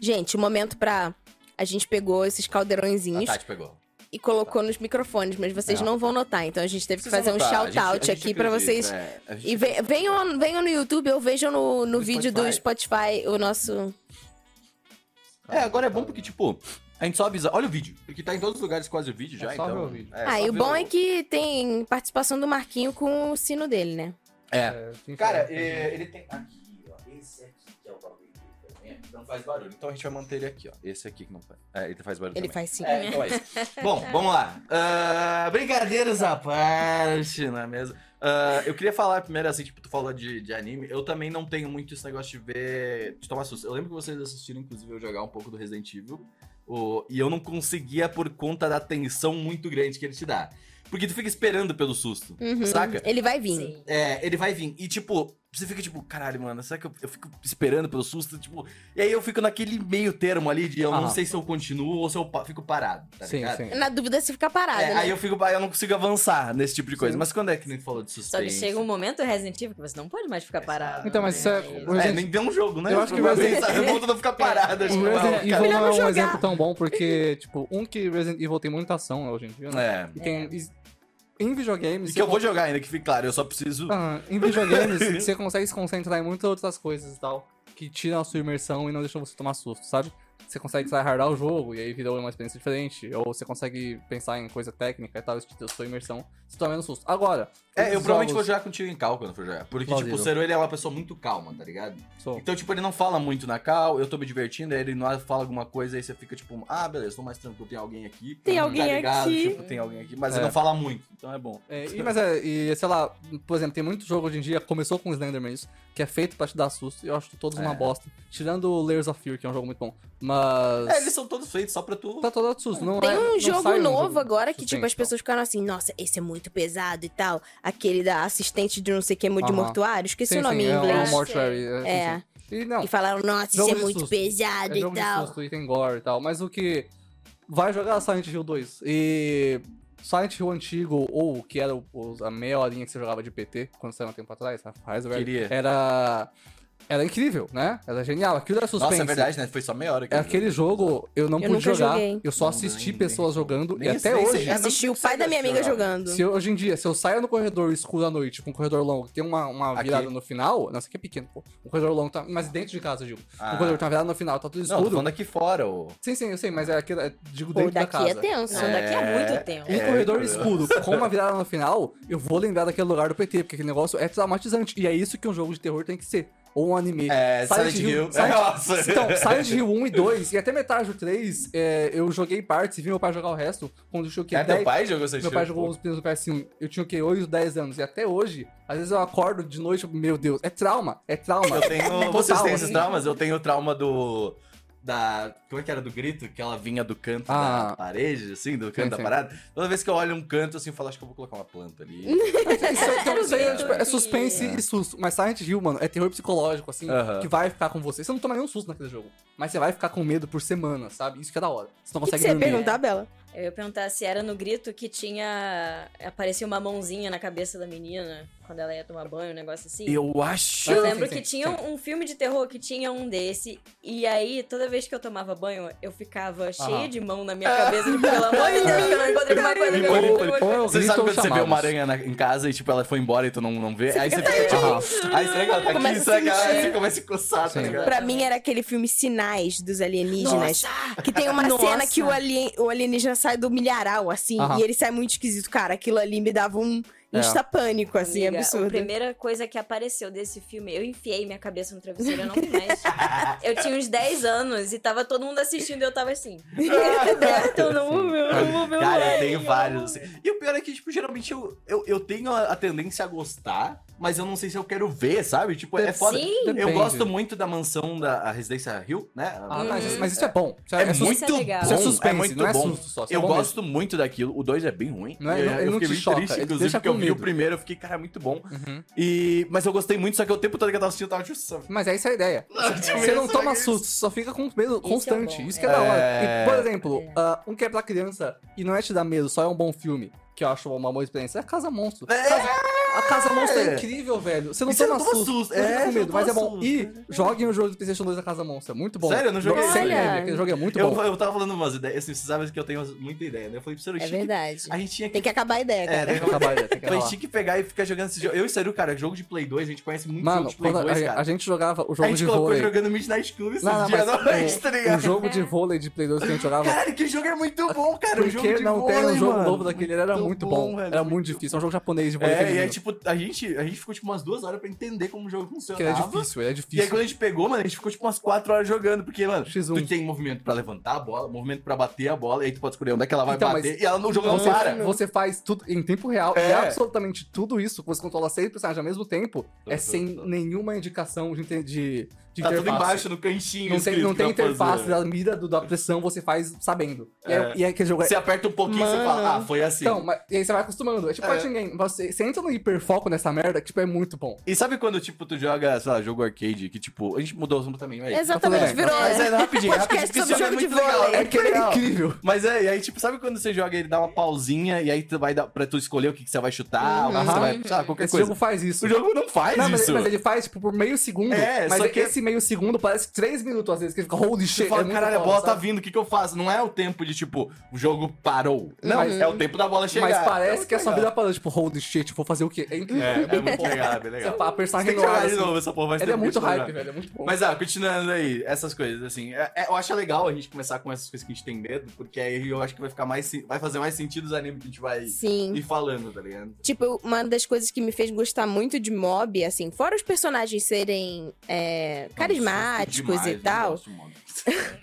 Speaker 2: Gente, um momento pra. A gente pegou esses
Speaker 1: A
Speaker 2: caldeirõezinhos
Speaker 1: Tati pegou.
Speaker 2: e colocou nos microfones, mas vocês
Speaker 4: É.
Speaker 2: não vão notar. Então a gente teve que
Speaker 1: Vocês vão
Speaker 2: fazer um
Speaker 1: notar, a gente- a
Speaker 2: shout-out
Speaker 1: gente
Speaker 2: aqui pra
Speaker 1: acredita,
Speaker 2: vocês.
Speaker 1: é, a gente
Speaker 2: E ve-
Speaker 1: acredita.
Speaker 2: venham, venham no YouTube ou vejam no, no
Speaker 1: No
Speaker 2: vídeo do Spotify o nosso.
Speaker 1: É, agora é bom porque, tipo, a gente só avisa. Olha o vídeo. Porque tá em todos os lugares quase o vídeo
Speaker 4: É
Speaker 1: já,
Speaker 4: só um.
Speaker 1: então.
Speaker 4: ver o vídeo.
Speaker 1: É,
Speaker 2: ah,
Speaker 1: só
Speaker 2: e o
Speaker 1: ver
Speaker 2: bom é que tem participação do Marquinho com o sino dele, né?
Speaker 1: É.
Speaker 4: É, enfim,
Speaker 1: Cara,
Speaker 4: é,
Speaker 1: é, ele tem. Aqui, ó. Esse aqui que é o bagulho dele também, que Não faz barulho. Então a gente vai manter ele aqui, ó. Esse aqui que não faz. É, ele faz barulho
Speaker 2: Ele
Speaker 1: também.
Speaker 2: faz assim, né? sim.
Speaker 1: É, então é isso. Bom, vamos lá. Ah, brincadeiras à parte, não é mesmo? Ah, eu queria falar primeiro, assim, tipo, tu falou de, de anime. Eu também não tenho muito esse negócio de ver. de tomar susto. Eu lembro que vocês assistiram, inclusive, eu jogar um pouco do Resident Evil. o- e eu não conseguia por conta da tensão muito grande que ele te dá. Porque tu fica esperando pelo susto,
Speaker 2: Uhum.
Speaker 1: saca?
Speaker 2: Ele vai vir.
Speaker 5: Sim.
Speaker 1: É, ele vai vir. E tipo, você fica tipo, caralho, mano, será que eu, eu fico esperando pelo susto? Tipo, e aí eu fico naquele meio termo ali de eu não
Speaker 4: Aham.
Speaker 1: sei se eu continuo ou se eu pa- fico parado, tá
Speaker 4: Sim,
Speaker 1: ligado?
Speaker 4: sim.
Speaker 2: Na dúvida se fica
Speaker 5: Ah,
Speaker 2: parado.
Speaker 1: É,
Speaker 2: né?
Speaker 1: aí eu fico, eu não consigo avançar nesse tipo de coisa.
Speaker 4: Sim.
Speaker 1: Mas quando é que nem tu falou de
Speaker 5: Só que
Speaker 1: suspense?
Speaker 5: chega um momento Resident Evil que você não pode mais ficar parado. né?
Speaker 4: Então, mas isso é-
Speaker 5: Mas-
Speaker 4: Resident-
Speaker 1: É, nem deu um jogo, né?
Speaker 4: Eu acho que
Speaker 1: vai
Speaker 4: Resident-
Speaker 1: sabe? O mundo não ficar parado. acho
Speaker 4: O
Speaker 1: que vai
Speaker 4: Resident
Speaker 1: ficar-
Speaker 4: Evil não é um
Speaker 2: Melhor não jogar.
Speaker 4: exemplo tão bom porque, tipo, um que Resident Evil tem muita ação né, hoje em dia, né?
Speaker 1: É.
Speaker 4: E tem. e- Em videogames.
Speaker 1: E que eu
Speaker 4: você
Speaker 1: vou jogar ainda, que fique claro, eu só preciso.
Speaker 4: Ah, em videogames, você consegue se concentrar em muitas outras coisas e tal, que tiram a sua imersão e não deixam você tomar susto, sabe? Você consegue tryhardar o jogo e aí virou uma experiência diferente, ou você consegue pensar em coisa técnica e tal, isso tira a sua imersão, se toma menos susto. Agora,
Speaker 1: É, eu
Speaker 4: outros
Speaker 1: provavelmente vou
Speaker 4: jogos-
Speaker 1: jogar contigo em cal quando for jogar. Porque, tipo,
Speaker 4: Plausível.
Speaker 1: o Seru, ele é uma pessoa muito calma, tá ligado?
Speaker 4: Sou.
Speaker 1: Então, tipo, ele não fala muito na cal, eu tô me divertindo, aí ele não fala alguma coisa, aí você fica tipo, ah, beleza, tô mais tranquilo, tem alguém aqui.
Speaker 2: Tem
Speaker 1: tá
Speaker 2: alguém
Speaker 1: ligado?
Speaker 2: aqui.
Speaker 1: Tipo, tem alguém aqui, mas
Speaker 4: É.
Speaker 1: ele não fala muito, então é bom.
Speaker 4: É, e, mas é, e, sei lá, por exemplo, tem muito jogo hoje em dia, começou com Slenderman isso, que é feito pra te dar susto, e eu acho todos uma
Speaker 1: É.
Speaker 4: bosta. Tirando o Layers of Fear, que é um jogo muito bom. Mas.
Speaker 1: É, eles são todos feitos só pra tu.
Speaker 4: Tá todo susto. Não
Speaker 2: Tem
Speaker 4: é-
Speaker 2: um
Speaker 4: não
Speaker 2: jogo
Speaker 4: sai um
Speaker 2: novo
Speaker 4: jogo
Speaker 2: agora que,
Speaker 4: suspense,
Speaker 2: tipo, as
Speaker 4: então.
Speaker 2: pessoas ficaram assim, nossa, esse é muito pesado e tal. Aquele da assistente de não sei o que, de
Speaker 4: Aham.
Speaker 2: mortuário, esqueci
Speaker 4: Sim,
Speaker 2: o nome
Speaker 4: sim,
Speaker 2: em
Speaker 4: é um
Speaker 2: inglês.
Speaker 4: mortuary, sim,
Speaker 2: É.
Speaker 4: sim. E não,
Speaker 2: E falaram, nossa,
Speaker 4: Jogo
Speaker 2: isso é
Speaker 4: de
Speaker 2: muito
Speaker 4: susto.
Speaker 2: pesado
Speaker 4: é
Speaker 2: e
Speaker 4: jogo de
Speaker 2: tal.
Speaker 4: susto, e tem gore e tal. Mas o que vai jogar é Silent Hill 2 e Silent Hill antigo, ou o que era o- os- a meia horinha que você jogava de PT, quando saiu um tempo atrás, a Heisenberg,
Speaker 1: Queria.
Speaker 4: era... Ela é incrível, né? Ela é genial. Aquilo é suspense.
Speaker 1: Nossa, é verdade, né? Foi só meia hora. que
Speaker 4: É
Speaker 1: eu-
Speaker 4: aquele jogo, eu não
Speaker 2: Eu
Speaker 4: pude
Speaker 2: nunca
Speaker 4: jogar.
Speaker 2: joguei.
Speaker 4: Eu só
Speaker 1: Não,
Speaker 4: assisti
Speaker 1: nem-
Speaker 4: pessoas
Speaker 1: nem-
Speaker 4: jogando.
Speaker 1: nem
Speaker 4: e até
Speaker 1: sei se-
Speaker 4: hoje,
Speaker 1: é, não
Speaker 2: Assisti o
Speaker 1: sei
Speaker 2: pai
Speaker 1: se
Speaker 2: da
Speaker 1: eu
Speaker 2: minha amiga
Speaker 1: jogava.
Speaker 2: jogando.
Speaker 4: se eu- hoje em dia, se eu saio no corredor escuro à noite, tipo um corredor longo, que tem uma, uma
Speaker 1: Aqui.
Speaker 4: virada no final. Nossa, aqui é pequeno, pô. Um corredor longo, tá, mas dentro de casa, eu digo.
Speaker 1: Ah.
Speaker 4: Um corredor tem uma virada no final, tá tudo
Speaker 1: Não, tô
Speaker 4: escuro.
Speaker 1: falando aqui fora, ô.
Speaker 4: Sim, sim, eu sei, mas é aquilo, é, digo
Speaker 2: Pô,
Speaker 4: dentro da
Speaker 2: daqui
Speaker 4: casa.
Speaker 2: é tenso.
Speaker 5: Não, daqui é muito tempo.
Speaker 4: Um
Speaker 1: É,
Speaker 4: corredor
Speaker 1: cara.
Speaker 4: escuro com uma virada no final, eu vou lembrar daquele lugar do PT, porque aquele negócio é traumatizante. E é isso que um jogo de terror tem que ser. Ou um anime.
Speaker 1: É, Silent Hill.
Speaker 4: Silent,
Speaker 1: Nossa. É,
Speaker 4: Então, Silent Hill 1 e 2, e até metade do 3, é, eu joguei partes e vi meu pai jogar o resto. Quando eu tinha o quê?
Speaker 1: É, teu
Speaker 4: 10
Speaker 1: pai jogou Silent
Speaker 4: Meu
Speaker 1: Hill?
Speaker 4: pai jogou os primeiros do PS1. Eu tinha o quê? 8, 10 anos. E até hoje, às vezes eu acordo de noite, tipo, meu Deus, é trauma, é trauma.
Speaker 1: Eu tenho. Vocês
Speaker 4: Total,
Speaker 1: têm esses
Speaker 4: assim.
Speaker 1: traumas? Eu tenho o trauma do. Da. Como é que era? Do grito? Que ela vinha do canto da
Speaker 4: Ah.
Speaker 1: parede, assim, do canto da
Speaker 4: sim.
Speaker 1: parada. Toda vez que eu olho um canto, assim, eu falo, acho que eu vou colocar uma planta ali.
Speaker 4: Isso é- então, isso aí é, tipo, é
Speaker 5: Sim.
Speaker 4: suspense e susto. Mas Silent Hill, mano, é terror psicológico, assim,
Speaker 1: Aham.
Speaker 4: que vai ficar com você. Você não toma nenhum susto naquele jogo. Mas você vai ficar com medo por semana, sabe? Isso que é da hora. Você não
Speaker 2: O que, que
Speaker 4: consegue
Speaker 2: você ia
Speaker 4: dormir.
Speaker 2: perguntar, Bela?
Speaker 5: Eu ia perguntar se era no grito que tinha. Aparecia uma mãozinha na cabeça da menina quando ela ia tomar banho, um negócio assim.
Speaker 1: Eu acho.
Speaker 5: Eu
Speaker 4: Ah,
Speaker 5: lembro
Speaker 4: sim,
Speaker 5: que
Speaker 4: sim,
Speaker 5: tinha
Speaker 4: sim.
Speaker 5: um filme de terror que tinha um desse. E aí, toda vez que eu tomava banho, eu ficava cheia de mão na minha cabeça, tipo, pelo amor de Deus, que eu não encontrei uma coisa que eu
Speaker 1: Limpo,
Speaker 5: não
Speaker 1: limpo,
Speaker 5: encontrei uma
Speaker 4: limpo.
Speaker 1: Você
Speaker 4: Grito
Speaker 1: sabe
Speaker 4: ou
Speaker 1: quando você vê
Speaker 4: chamadas?
Speaker 1: uma aranha na- em casa e, tipo, ela foi embora e tu não, não vê? Aí você fica, tipo,
Speaker 4: Aham.
Speaker 1: Aí será que ela tá aqui?
Speaker 2: Começa a
Speaker 1: Será que ela
Speaker 2: sentir.
Speaker 1: Aí você começa a coçar, tá
Speaker 4: Sim.
Speaker 1: ligado?
Speaker 2: Pra mim era aquele filme Sinais dos Alienígenas.
Speaker 5: Nossa!
Speaker 2: Que tem uma
Speaker 5: Nossa.
Speaker 2: cena que o, alien, o alienígena sai do milharal, assim,
Speaker 4: Aham.
Speaker 2: e ele sai muito esquisito. Cara, aquilo ali me dava um
Speaker 4: É.
Speaker 2: insta-pânico, assim,
Speaker 5: Amiga, A
Speaker 2: absurdo.
Speaker 5: primeira coisa que apareceu desse filme, eu enfiei minha cabeça no travesseiro, eu não vi mais. eu tinha uns 10 anos e tava todo mundo assistindo e eu tava assim. eu não vou ver, eu não vou ver o
Speaker 1: Cara, eu
Speaker 5: Alien,
Speaker 1: tenho
Speaker 5: não
Speaker 1: vários.
Speaker 5: vou ver.
Speaker 1: assim. E o pior é que, tipo, geralmente eu, eu, eu tenho a, a tendência a gostar, mas eu não sei se eu quero ver, sabe? Tipo, é foda.
Speaker 5: Sim.
Speaker 1: Eu
Speaker 4: Depende.
Speaker 1: gosto muito da mansão da a Residência Hill, né?
Speaker 4: Ah, mas, isso-
Speaker 5: Uhum.
Speaker 4: mas isso é bom. Isso
Speaker 1: É,
Speaker 4: é, sus-
Speaker 1: muito
Speaker 5: Isso é legal.
Speaker 1: bom.
Speaker 4: Isso é suspense,
Speaker 1: muito
Speaker 4: não é
Speaker 1: bom.
Speaker 4: susto só, isso é
Speaker 1: eu
Speaker 4: bom
Speaker 1: gosto muito daquilo. O 2 é bem ruim.
Speaker 4: Não é-
Speaker 1: eu,
Speaker 4: não-
Speaker 1: eu
Speaker 4: ele não
Speaker 1: fiquei
Speaker 4: te
Speaker 1: muito
Speaker 4: choca,
Speaker 1: triste,
Speaker 4: ele
Speaker 1: inclusive,
Speaker 4: deixa
Speaker 1: porque eu
Speaker 4: com
Speaker 1: vi o
Speaker 4: medo.
Speaker 1: primeiro, eu fiquei, cara, é muito bom.
Speaker 4: Uhum.
Speaker 1: E... Mas eu gostei muito, só que o tempo todo que eu tava assistindo, eu tava tipo... "Nossa,
Speaker 4: Mas essa é a ideia.
Speaker 1: tipo,
Speaker 4: Você não
Speaker 1: isso,
Speaker 4: toma
Speaker 1: isso".
Speaker 4: susto, só fica com medo
Speaker 5: é
Speaker 4: constante.
Speaker 5: bom,
Speaker 4: Isso que é,
Speaker 1: é.
Speaker 4: da hora.
Speaker 1: É.
Speaker 4: E, por exemplo,
Speaker 5: É.
Speaker 4: ah, um que é pra criança e não é te dar medo, só é um bom filme, que eu acho uma boa experiência, é a Casa Monstro.
Speaker 1: É.
Speaker 4: Casa- a Casa Monstro é incrível, velho. Você não
Speaker 1: E você
Speaker 4: toma
Speaker 1: não toma
Speaker 4: susto,
Speaker 1: susto,
Speaker 4: não fica
Speaker 1: é,
Speaker 4: com
Speaker 1: você
Speaker 4: medo,
Speaker 1: não
Speaker 4: mas é
Speaker 1: toma
Speaker 4: bom. E joguem o jogo do PlayStation 2 da Casa Monstro, é muito bom.
Speaker 1: Sério? Eu não joguei
Speaker 4: Sem
Speaker 2: esse.
Speaker 4: meme, aquele jogo é muito
Speaker 1: eu,
Speaker 4: bom.
Speaker 1: eu tava falando umas ideias, assim, você sabe que eu tenho muita ideia, né? Eu falei pro senhor,
Speaker 2: É verdade.
Speaker 1: a gente tinha que...
Speaker 2: Tem que acabar a ideia,
Speaker 1: É, tem
Speaker 2: cara.
Speaker 1: que acabar.
Speaker 4: Trabalho, tem que
Speaker 1: Falei,
Speaker 4: acabar.
Speaker 1: tinha que pegar e ficar jogando esse jogo. Eu e o Sério, cara, jogo de Play 2, a gente conhece muito
Speaker 4: Mano,
Speaker 1: jogo de Play
Speaker 4: quando a,
Speaker 1: 2,
Speaker 4: a
Speaker 1: cara.
Speaker 4: gente jogava o
Speaker 1: A
Speaker 4: jogo
Speaker 1: gente
Speaker 4: de
Speaker 1: colocou
Speaker 4: vôlei.
Speaker 1: jogando Midnight Club esses
Speaker 4: Não, não,
Speaker 1: dias
Speaker 4: mas é,
Speaker 1: à noite, tá
Speaker 4: o, o
Speaker 1: ligado?
Speaker 4: jogo de vôlei de Play 2 que a gente jogava
Speaker 1: Cara, que jogo é muito bom, cara. o
Speaker 4: Porque
Speaker 1: jogo de
Speaker 4: não
Speaker 1: vôlei,
Speaker 4: tem um jogo
Speaker 1: mano.
Speaker 4: novo daquele, ele era muito bom.
Speaker 1: velho,
Speaker 4: era muito difícil. É um jogo japonês de vôlei.
Speaker 1: É, e
Speaker 4: feminino,
Speaker 1: aí, tipo, a gente, a gente ficou, tipo, umas duas horas pra entender como o jogo
Speaker 4: que ele é
Speaker 1: funcionava.
Speaker 4: difícil, ele é
Speaker 1: E aí,
Speaker 4: difícil.
Speaker 1: quando a gente pegou, mano, a gente ficou, tipo, umas quatro horas jogando. Porque, mano,
Speaker 4: X1.
Speaker 1: tu tem movimento pra levantar a bola, movimento pra bater a bola, e aí tu pode escolher onde é que ela vai
Speaker 4: Então, mas-
Speaker 1: bater, e ela no jogo não
Speaker 4: você,
Speaker 1: para.
Speaker 4: você faz tudo em tempo real
Speaker 1: É.
Speaker 4: e absolutamente tudo isso, você controla seis personagens ao mesmo tempo, é
Speaker 1: Tudo,
Speaker 4: sem
Speaker 1: tudo.
Speaker 4: nenhuma indicação de, inte- de, de
Speaker 1: Tá tudo
Speaker 4: interface.
Speaker 1: embaixo, no cantinho.
Speaker 4: Não tem,
Speaker 1: escrito
Speaker 4: não tem
Speaker 1: pra fazer.
Speaker 4: interface da mira do- da pressão, você faz sabendo. E aí,
Speaker 1: É.
Speaker 4: e aí aquele jogo é.
Speaker 1: Você aperta um pouquinho e você
Speaker 2: Mano.
Speaker 1: fala, ah, foi assim.
Speaker 4: Então, mas, e aí você vai acostumando. É tipo
Speaker 1: É.
Speaker 4: fighting game. Você, você entra no hiperfoco nessa merda, que tipo, é muito bom.
Speaker 1: E sabe quando, tipo, tu joga, sei lá, jogo arcade, que, tipo, a gente mudou o assunto também, mas...
Speaker 4: Tá
Speaker 2: Exatamente,
Speaker 4: tudo
Speaker 2: virou. né?
Speaker 1: Mas é rapidinho, é rapidinho,
Speaker 2: Podcast
Speaker 1: porque esse jogo
Speaker 2: sobre
Speaker 1: é
Speaker 2: jogo de
Speaker 1: muito legal.
Speaker 2: vôlei.
Speaker 1: É que é legal.
Speaker 4: incrível.
Speaker 1: Mas é, e aí, tipo, sabe quando você joga, ele dá uma pausinha e aí tu vai dar pra tu escolher o que, que você vai chutar, ou
Speaker 4: Uhum.
Speaker 1: você vai, sabe, qualquer
Speaker 4: Esse
Speaker 1: coisa.
Speaker 4: jogo faz isso.
Speaker 1: O jogo não faz
Speaker 4: Não, mas,
Speaker 1: isso.
Speaker 4: mas ele faz, tipo, por meio segundo.
Speaker 1: É,
Speaker 4: mas
Speaker 1: só que-
Speaker 4: esse meio segundo parece três minutos, às vezes, que ele fica, holy
Speaker 1: Você
Speaker 4: shit.
Speaker 1: fala,
Speaker 4: é muito
Speaker 1: caralho, a
Speaker 4: foda,
Speaker 1: bola tá
Speaker 4: sabe?
Speaker 1: vindo, o que, que eu faço? Não é o tempo de, tipo, o jogo parou. Não,
Speaker 4: Mas-
Speaker 1: é o tempo da bola chegar.
Speaker 4: Mas parece que é só
Speaker 1: só
Speaker 4: vida parando, tipo, holy shit, vou fazer o quê? É incrível.
Speaker 1: É, é muito legal, é bem
Speaker 4: Você
Speaker 1: legal.
Speaker 4: pá, a
Speaker 1: Você
Speaker 4: personagem
Speaker 1: tem que
Speaker 4: no ar,
Speaker 1: jogar de
Speaker 4: assim.
Speaker 1: novo essa porra, mas
Speaker 4: Ele é
Speaker 1: tem que
Speaker 4: muito
Speaker 1: jogar.
Speaker 4: hype, velho, é muito bom.
Speaker 1: Mas, ah, continuando aí, essas coisas, assim, é- é- eu acho legal a gente começar com essas coisas que a gente tem medo, porque aí eu acho que vai ficar mais, sen- vai fazer mais sentido os animes que a gente vai
Speaker 2: Sim.
Speaker 1: ir falando, tá ligado?
Speaker 2: Tipo, uma das coisas que me fez gostar muito de Mob, assim, fora os personagens serem é, carismáticos
Speaker 1: tipo, Demais, né?
Speaker 2: e tal,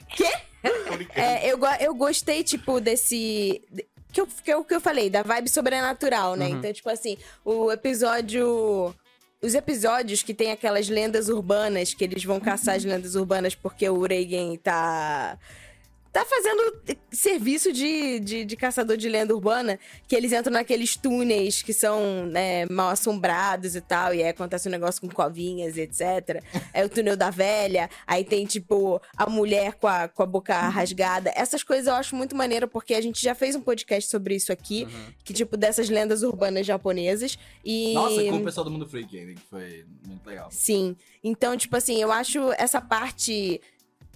Speaker 1: Quê?
Speaker 2: Quê? é, eu, go- eu gostei, tipo, desse. de- Que eu, que, eu, que eu falei, da vibe sobrenatural, né?
Speaker 4: Uhum.
Speaker 2: Então, tipo assim, o episódio. Os episódios que tem aquelas lendas urbanas, que eles vão caçar as lendas urbanas porque o Reigen tá. tá fazendo serviço de, de, de caçador de lenda urbana, que eles entram naqueles túneis que são né, mal assombrados e tal, e aí acontece um negócio com covinhas e etc. É o túnel da velha, aí tem, tipo, a mulher com a, com a boca rasgada. Essas coisas eu acho muito maneiro, porque a gente já fez um podcast sobre isso aqui,
Speaker 4: Uhum.
Speaker 2: que, tipo, dessas lendas urbanas japonesas. E...
Speaker 1: Nossa, com o pessoal do Mundo Freak ainda, que foi muito legal.
Speaker 2: Sim. Então, tipo assim, eu acho essa parte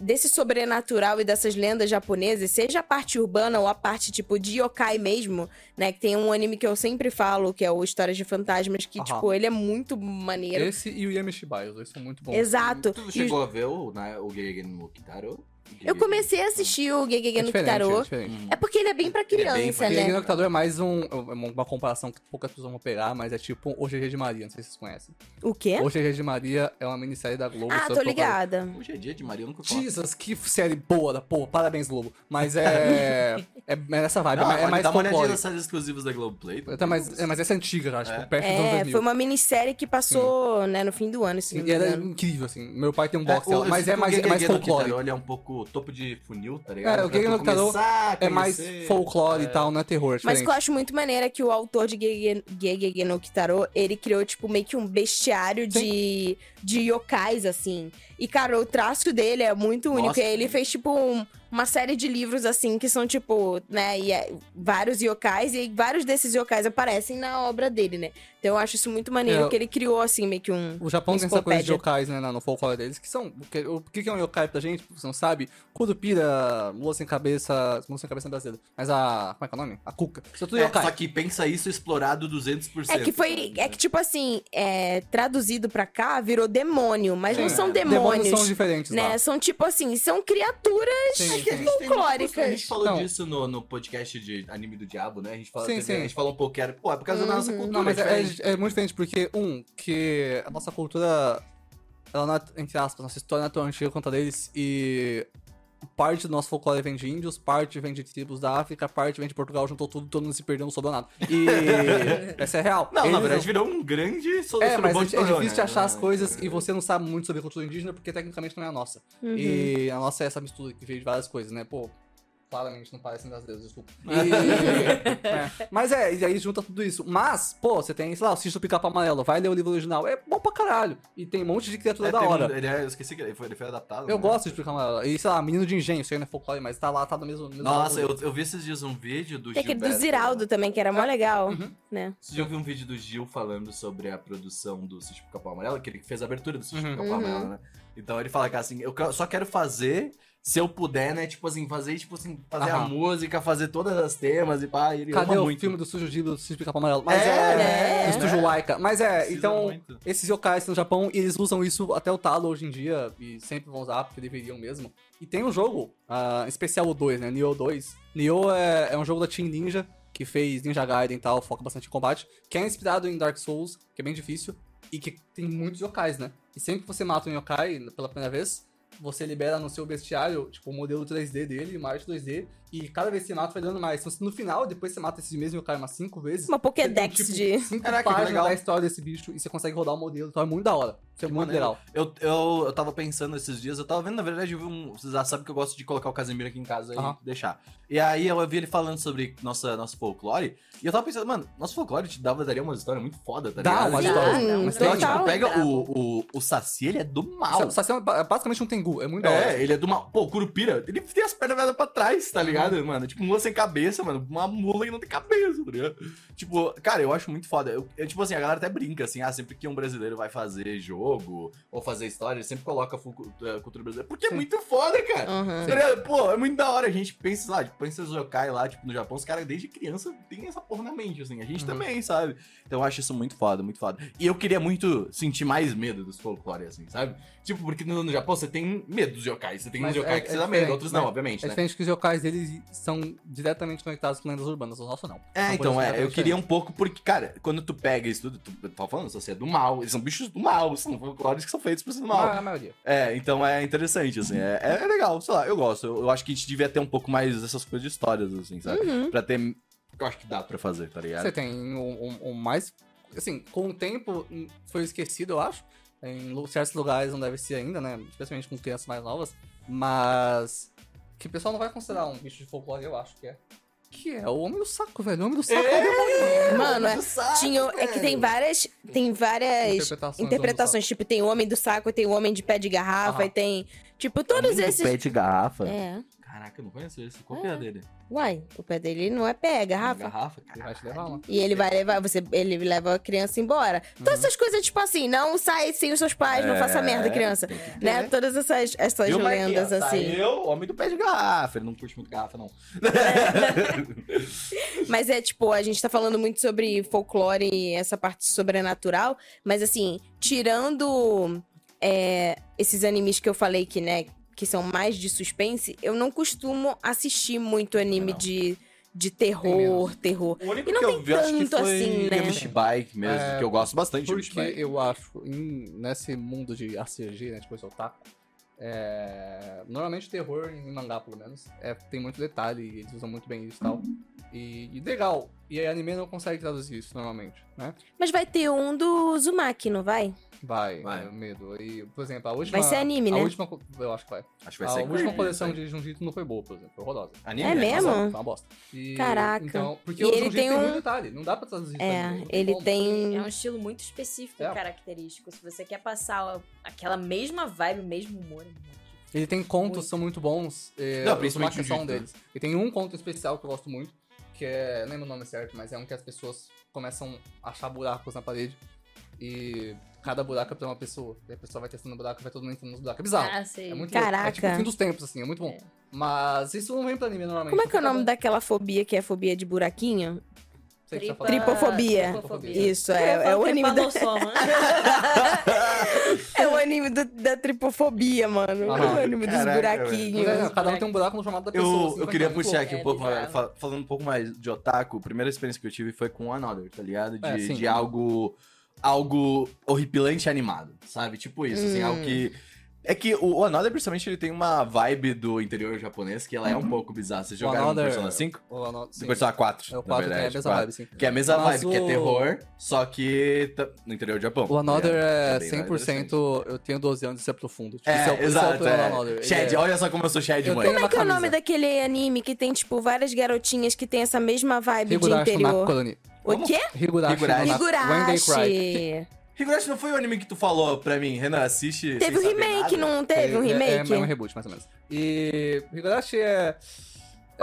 Speaker 2: desse sobrenatural e dessas lendas japonesas, seja a parte urbana ou a parte tipo de yokai mesmo, né, que tem um anime que eu sempre falo, que é o Histórias de Fantasmas, que
Speaker 4: Aham.
Speaker 2: tipo, ele é muito maneiro.
Speaker 4: Esse e o Yamishibai, os dois são muito bons.
Speaker 2: Exato.
Speaker 1: Tu
Speaker 2: E
Speaker 1: chegou a ver o, né, o Gegen no Kitaro?
Speaker 2: Eu comecei a assistir o Gegege
Speaker 4: é
Speaker 2: no
Speaker 4: diferente, é
Speaker 2: Kitaro.
Speaker 4: diferente.
Speaker 2: É porque ele é bem pra
Speaker 1: Ele é bem
Speaker 2: criança,
Speaker 1: pra
Speaker 4: Porque
Speaker 2: né?
Speaker 4: no computador é mais um, uma comparação que poucas pessoas vão pegar, mas é tipo o GG de Maria, não sei se vocês conhecem.
Speaker 2: O quê?
Speaker 4: O GG de Maria é uma minissérie da Globo.
Speaker 2: Ah,
Speaker 4: sobre
Speaker 2: tô
Speaker 4: propaganda.
Speaker 2: ligada.
Speaker 1: Hoje é dia de Maria, eu nunca falo.
Speaker 4: Jesus, que série boa da porra. Parabéns, Globo. Mas é. é, é nessa vibe,
Speaker 1: Não,
Speaker 4: é,
Speaker 1: pode
Speaker 4: mais
Speaker 1: dar uma olhadinha
Speaker 4: folclore.
Speaker 1: nas séries exclusivas da Globoplay.
Speaker 4: Tá, mas, é, mas essa é antiga já, tipo, perto dos anos
Speaker 2: É,
Speaker 4: 2000.
Speaker 2: foi uma minissérie que passou, né, no fim do ano, se não
Speaker 4: E
Speaker 2: me
Speaker 4: era
Speaker 2: engano.
Speaker 4: incrível, assim. Meu pai tem um
Speaker 1: É,
Speaker 4: box dela,
Speaker 1: o-
Speaker 4: mas é
Speaker 1: o
Speaker 4: mais, é
Speaker 1: Gegege
Speaker 4: mais
Speaker 1: no Kitaro,
Speaker 4: folclore.
Speaker 1: Ele é um pouco topo de funil, tá
Speaker 4: É,
Speaker 1: ligado?
Speaker 4: o Gegege
Speaker 1: Pra
Speaker 4: no
Speaker 1: tu
Speaker 4: Kitaro
Speaker 1: começar a
Speaker 4: É mais
Speaker 1: conhecer.
Speaker 4: folclore e tal, não é terror. é
Speaker 2: Mas o
Speaker 4: diferente.
Speaker 2: que eu acho muito maneiro é que o autor de Gege- Gegege no Kitaro, ele criou, tipo, meio que um bestiário de, de yokais, assim. E, cara, o traço dele é muito
Speaker 1: Nossa,
Speaker 2: único. E
Speaker 1: que
Speaker 2: ele fez, tipo, um- uma série de livros, assim, que são, tipo, né, e é- vários yokais. E vários desses yokais aparecem na obra dele, né? Então eu acho isso muito maneiro,
Speaker 4: É.
Speaker 2: que ele criou, assim, meio que um...
Speaker 4: O Japão tem essa coisa de
Speaker 2: Enciclopédia.
Speaker 4: yokais, né, na- no folclore deles, que são... O que, o que que é um yokai pra gente, você não sabe? Curupira, lua sem cabeça... Lua sem cabeça brasileira. Mas a... Como é que é o nome? A cuca. Isso é tudo
Speaker 1: É,
Speaker 4: yokai.
Speaker 1: só que pensa isso explorado 200%.
Speaker 2: É que foi.
Speaker 1: sabe?
Speaker 2: É que, tipo assim, é, traduzido pra cá virou demônio, mas não
Speaker 1: É.
Speaker 2: são
Speaker 4: Demônios
Speaker 2: demônios.
Speaker 4: são diferentes
Speaker 2: né?
Speaker 4: lá.
Speaker 2: São tipo assim, são criaturas
Speaker 4: Sim,
Speaker 1: É que a gente, tem muita
Speaker 2: folclóricas.
Speaker 1: questão, a gente falou
Speaker 4: Não.
Speaker 1: disso no, no podcast de Anime do Diabo, né? A gente fala,
Speaker 4: Sim,
Speaker 1: teve-
Speaker 4: sim.
Speaker 1: A gente fala um pouco que era, pô, é por causa da
Speaker 2: Uhum.
Speaker 1: nossa cultura.
Speaker 4: Não, mas é,
Speaker 1: diferente.
Speaker 4: é- é muito diferente, porque, um, que a nossa cultura, ela não é, entre aspas, nossa história não é tão antiga quanto a deles, e parte do nosso folclore vem de índios, parte vem de tribos da África, parte vem de Portugal, juntou tudo, todo mundo se perdeu, não sobrou nada. E essa é real.
Speaker 1: Não, na
Speaker 4: Eles
Speaker 1: verdade virou um grande solução.
Speaker 4: É, mas é, é
Speaker 1: né?
Speaker 4: difícil de achar as
Speaker 1: É,
Speaker 4: coisas e você não sabe muito sobre a cultura indígena porque tecnicamente não é a nossa. E a nossa é essa mistura que veio de várias coisas, né? Pô, claramente não parecem brasileiros, desculpa. E- é. Mas é, e aí junta tudo isso. Mas, pô, você tem, sei lá, o Cisto Picapa Amarelo, vai ler o livro original, é bom pra caralho. E tem um monte de criatura
Speaker 1: É,
Speaker 4: da
Speaker 1: tem um-
Speaker 4: hora.
Speaker 1: ele é- eu esqueci que ele foi, ele foi adaptado.
Speaker 4: Eu
Speaker 1: né?
Speaker 4: gosto de Pica Amarelo. E sei lá, Menino de Engenho, isso aí não é folclore, mas tá lá, tá no mesmo. mesmo
Speaker 1: Nossa,
Speaker 4: bagulho.
Speaker 1: eu, eu vi esses dias um vídeo do
Speaker 2: Tem aquele do
Speaker 1: Gilberto.
Speaker 2: Ziraldo também, que era mó legal,
Speaker 4: Uhum.
Speaker 2: né?
Speaker 1: Vocês já viram um vídeo do Gil falando sobre a produção do Sítio Capão Amarelo, que ele que fez a abertura do Sítio
Speaker 4: Uhum.
Speaker 1: Capão Amarelo,
Speaker 2: Uhum.
Speaker 1: né? Então ele fala que assim, eu ca- só quero fazer se eu puder, né? Tipo assim, fazer, tipo assim, fazer a
Speaker 4: Aham.
Speaker 1: música, fazer todas as temas e pá, ele
Speaker 4: Cadê
Speaker 1: ama
Speaker 4: o
Speaker 1: muito.
Speaker 4: filme do Sujo Ghibli do Cisto Picapa Amarelo? Mas
Speaker 1: É,
Speaker 4: é.
Speaker 2: né?
Speaker 4: do Estúdio Laika. Mas é,
Speaker 1: Precisa
Speaker 4: então.
Speaker 1: muito.
Speaker 4: esses yokais no Japão, e eles usam isso até o talo hoje em dia, e sempre vão usar, porque deveriam mesmo. E tem um jogo, ah, especial o 2, né? Nioh 2. Nioh é, é um jogo da Team Ninja, que fez Ninja Gaiden e tal, foca bastante em combate, que é inspirado em Dark Souls, que é bem difícil, e que tem muitos yokais, né? E sempre que você mata um yokai pela primeira vez, você libera no seu bestiário, tipo, o modelo 3D dele, uma arte 2D, e cada vez que você mata, vai dando mais. Então, se no final, depois você mata esse mesmo yokai umas 5 vezes,
Speaker 2: Uma
Speaker 4: você tem,
Speaker 2: Pokédex
Speaker 4: tipo,
Speaker 2: um de.
Speaker 4: cinco
Speaker 1: Caraca, que
Speaker 4: páginas
Speaker 1: legal.
Speaker 4: da história desse bicho e você consegue rodar o modelo, então é muito da hora. Isso é
Speaker 1: Que
Speaker 4: muito
Speaker 1: maneiro.
Speaker 4: legal.
Speaker 1: Eu, eu, eu tava pensando esses dias, eu tava vendo, na verdade, eu vi um. Vocês já sabem que eu gosto de colocar o Casemiro aqui em casa
Speaker 4: Aham.
Speaker 1: e deixar. E aí eu vi ele falando sobre nossa, nosso folclore. E eu tava pensando, mano, nosso folclore te dava, daria uma história muito foda, tá
Speaker 4: Dá
Speaker 1: ligado?
Speaker 4: uma
Speaker 2: Sim,
Speaker 4: história.
Speaker 1: Mas
Speaker 4: Mas
Speaker 1: então,
Speaker 4: tem-
Speaker 2: total.
Speaker 1: tipo, pega
Speaker 5: Brabo.
Speaker 1: o, o, o Saci, ele é do mal.
Speaker 4: Sabe, Saci é ba- basicamente um Tengu, é muito da hora.
Speaker 1: É, ele é do mal. Pô, o Curupira, ele tem as pernas viradas pra trás, tá ligado, mano? Tipo, mula sem cabeça, mano. Uma mula que não tem cabeça, tá ligado? Tipo, cara, eu acho muito foda. Eu, eu, tipo assim, a galera até brinca, assim, ah, sempre que um brasileiro vai fazer jogo ou fazer história, ele sempre coloca fu- eh, cultura brasileira. Porque é
Speaker 4: Sim.
Speaker 1: muito foda, cara.
Speaker 2: Uhum.
Speaker 1: Tá ligado? Pô, é muito da hora. A gente pensa lá, tipo, pensa os yokai lá, tipo, no Japão, os caras desde criança tem essa porra na mente, assim. A gente
Speaker 4: Uhum.
Speaker 1: também, sabe? Então eu acho isso muito foda, muito foda. E eu queria muito sentir mais medo dos folclore, assim, sabe? Tipo, porque no, no Japão você tem medo dos yokai. Você tem
Speaker 4: Mas
Speaker 1: uns yokai
Speaker 4: é-
Speaker 1: que
Speaker 4: é
Speaker 1: você dá medo,
Speaker 4: diferente,
Speaker 1: outros não,
Speaker 4: né?
Speaker 1: obviamente,
Speaker 4: É
Speaker 1: né?
Speaker 4: diferente que os yokais deles são diretamente conectados com lendas urbanas, os nossos não.
Speaker 1: É,
Speaker 4: São
Speaker 1: então,
Speaker 4: coisas
Speaker 1: é, eu
Speaker 4: completamente
Speaker 1: queria um pouco, porque, cara, quando tu pega isso tudo, tu tu tá falando, você é do mal, eles são bichos do mal, são folclores que são feitos pra ser do
Speaker 4: diferentes.
Speaker 1: mal.
Speaker 4: Ma- A maioria.
Speaker 1: É, então é interessante, assim, é, é legal, sei lá, eu gosto. Eu, eu acho que a gente devia ter um pouco mais dessas coisas de histórias, assim, sabe?
Speaker 2: Uhum.
Speaker 1: Pra ter. Eu acho que dá pra fazer, tá ligado?
Speaker 4: Você tem o um, mais. Assim, com o tempo hum, foi esquecido, eu acho. Em lu- certos lugares não deve ser ainda, né? Especialmente com crianças mais novas. Mas. que o pessoal não vai considerar um bicho de folclore, eu acho que é. Que é o Homem do Saco, velho. O Homem do Saco é, uma
Speaker 2: Mano, é,
Speaker 1: Do saco,
Speaker 2: tinha, é que tem
Speaker 1: velho.
Speaker 2: várias. Tem várias
Speaker 4: interpretação. do Homem do
Speaker 2: É, interpretações. Tipo, tem o homem do saco, tem o homem de pé de garrafa,
Speaker 4: Aham.
Speaker 2: e tem. Tipo, todos
Speaker 3: Homem do
Speaker 2: esses.
Speaker 3: Pé de garrafa.
Speaker 2: É.
Speaker 1: Caraca, eu não conheço esse. Qual que é a dele?
Speaker 2: Uai, o pé dele não é pé, é garrafa.
Speaker 1: Garrafa?
Speaker 4: Saco. Ele vai te
Speaker 1: Caralho.
Speaker 4: levar lá.
Speaker 2: E ele vai levar, você, ele leva a criança embora. Todas essas coisas, tipo assim, não sai sem os seus pais, não
Speaker 1: É.
Speaker 2: faça merda, criança.
Speaker 1: Tem que ter,
Speaker 2: Né? Todas essas, essas
Speaker 1: Viu, Marquinhos?
Speaker 2: lendas,
Speaker 1: Tá
Speaker 2: assim.
Speaker 1: Eu, homem do pé de garrafa. Ele não curte muito garrafa, não.
Speaker 2: É. Mas é tipo, a gente tá falando muito sobre folclore e essa parte sobrenatural, mas assim, tirando é, esses animes que eu falei que, né, que são mais de suspense, eu não costumo assistir muito anime
Speaker 1: Não.
Speaker 2: de, de
Speaker 4: Tem
Speaker 2: terror,
Speaker 4: menos.
Speaker 2: terror.
Speaker 1: O único
Speaker 2: E não
Speaker 1: que eu
Speaker 2: tem
Speaker 1: vi, eu acho que
Speaker 2: tanto
Speaker 1: foi
Speaker 2: assim, né?
Speaker 1: o Shibike mesmo,
Speaker 4: É,
Speaker 1: que eu gosto bastante do
Speaker 4: Porque
Speaker 1: Shibike.
Speaker 4: eu acho, em- nesse mundo de ACG, né, tipo esse otaku, é, normalmente terror em mangá, pelo menos, é, tem muito detalhe e eles usam muito bem isso e tal. E, e legal, e aí anime não consegue traduzir isso normalmente, né?
Speaker 2: Mas vai ter um do Zumaki, não vai?
Speaker 4: Vai,
Speaker 1: Vai.
Speaker 4: é, medo. E, por exemplo, a última...
Speaker 2: Vai ser anime,
Speaker 4: a
Speaker 2: né?
Speaker 4: Última, co- eu acho que vai.
Speaker 1: Acho que vai
Speaker 4: a
Speaker 1: ser
Speaker 4: última
Speaker 1: Kirby,
Speaker 4: coleção
Speaker 1: né?
Speaker 4: de Junjito não foi boa, por exemplo, foi horrorosa.
Speaker 1: Anime,
Speaker 2: É
Speaker 1: né?
Speaker 2: mesmo?
Speaker 4: Nossa, Foi uma bosta. E-
Speaker 2: Caraca.
Speaker 4: Então, porque
Speaker 2: E
Speaker 4: o
Speaker 2: ele
Speaker 4: Junjito
Speaker 2: tem
Speaker 4: tem
Speaker 2: um-
Speaker 4: muito detalhe, não dá pra traduzir isso pra
Speaker 2: É,
Speaker 4: ninguém, não tem
Speaker 2: ele
Speaker 4: como.
Speaker 2: tem.
Speaker 5: É um estilo muito específico
Speaker 4: É.
Speaker 5: e característico. Se você quer passar aquela mesma vibe, o mesmo humor. é muito difícil.
Speaker 4: Ele tem contos
Speaker 5: Muito.
Speaker 4: que são muito bons. É,
Speaker 1: Não, principalmente
Speaker 4: o Smack é só um
Speaker 1: Jujutsu.
Speaker 4: deles. E tem um conto especial que eu gosto muito, que é. Não lembro o nome certo, mas é um que as pessoas começam a achar buracos na parede. E cada buraco é pra uma pessoa. E a pessoa vai testando o buraco, vai todo mundo entrando nos buracos. É bizarro.
Speaker 5: Ah, sei.
Speaker 4: é muito louco.
Speaker 2: Caraca.
Speaker 4: É tipo o fim dos tempos, assim, é muito bom.
Speaker 5: É.
Speaker 4: Mas isso não vem pra anime normalmente.
Speaker 2: Como é que é o
Speaker 4: Cada- um
Speaker 2: nome daquela fobia que é a fobia de buraquinho?
Speaker 4: sei que você tá falando.
Speaker 2: Tripofobia.
Speaker 5: "Ah, Tripofobia.
Speaker 2: Isso, é, é o anime da, é o anime do- da tripofobia, mano.
Speaker 4: Ah,
Speaker 2: o anime dos
Speaker 1: caraca,
Speaker 4: Mas, é,
Speaker 2: buraquinhos.
Speaker 4: cada um tem um buraco no chamado da pessoa.
Speaker 1: Eu,
Speaker 4: assim,
Speaker 1: eu
Speaker 4: vai
Speaker 1: queria
Speaker 4: falando, pô,
Speaker 1: puxar aqui um
Speaker 5: É
Speaker 1: pouco,
Speaker 5: bizarro.
Speaker 1: fa- falando um pouco mais de otaku, a primeira experiência que eu tive foi com Another, tá ligado? De,
Speaker 4: É, sim.
Speaker 1: de algo algo horripilante animado, sabe? Tipo isso, assim, algo que... É que o o Another, principalmente, ele tem uma vibe do interior japonês que ela é um pouco bizarra. Vocês
Speaker 4: Uhum. O
Speaker 1: jogaram
Speaker 4: Another-
Speaker 1: no Persona 5?
Speaker 4: Ou não, sim.
Speaker 1: No Persona 4,
Speaker 4: É o
Speaker 1: na
Speaker 4: 4 que é a
Speaker 1: verdade.
Speaker 4: mesma
Speaker 1: 4.
Speaker 4: vibe, sim.
Speaker 1: Que é a mesma
Speaker 4: Mas
Speaker 1: vibe, que é
Speaker 4: o-
Speaker 1: terror, só que tá no interior do Japão. Tá
Speaker 4: O Another é
Speaker 1: bem mais
Speaker 4: 100%. Eu tenho 12 anos de ser profundo. Tipo, esse
Speaker 1: É,
Speaker 4: o- esse o
Speaker 1: exato.
Speaker 4: autor do
Speaker 1: É.
Speaker 4: Another. Ele
Speaker 1: Chad,
Speaker 4: é-
Speaker 1: olha só como eu sou Chad,
Speaker 4: Eu
Speaker 1: mãe.
Speaker 4: tenho
Speaker 2: Como é que é o
Speaker 4: camisa.
Speaker 2: nome daquele anime que tem, tipo, várias garotinhas que tem essa mesma vibe de
Speaker 4: Higurashi no
Speaker 2: interior?
Speaker 4: Colony.
Speaker 2: O quê?
Speaker 4: Higurashi.
Speaker 1: Higurashi.
Speaker 4: no Naku- When They Cry.
Speaker 2: Higurashi.
Speaker 1: Higurashi não foi o anime que tu falou pra mim, Renan, assiste.
Speaker 2: Teve um
Speaker 1: sem saber
Speaker 2: remake,
Speaker 1: nada?
Speaker 2: não teve um
Speaker 4: É- É,
Speaker 2: remake?
Speaker 4: é um reboot, mais ou menos. E Higurashi é... é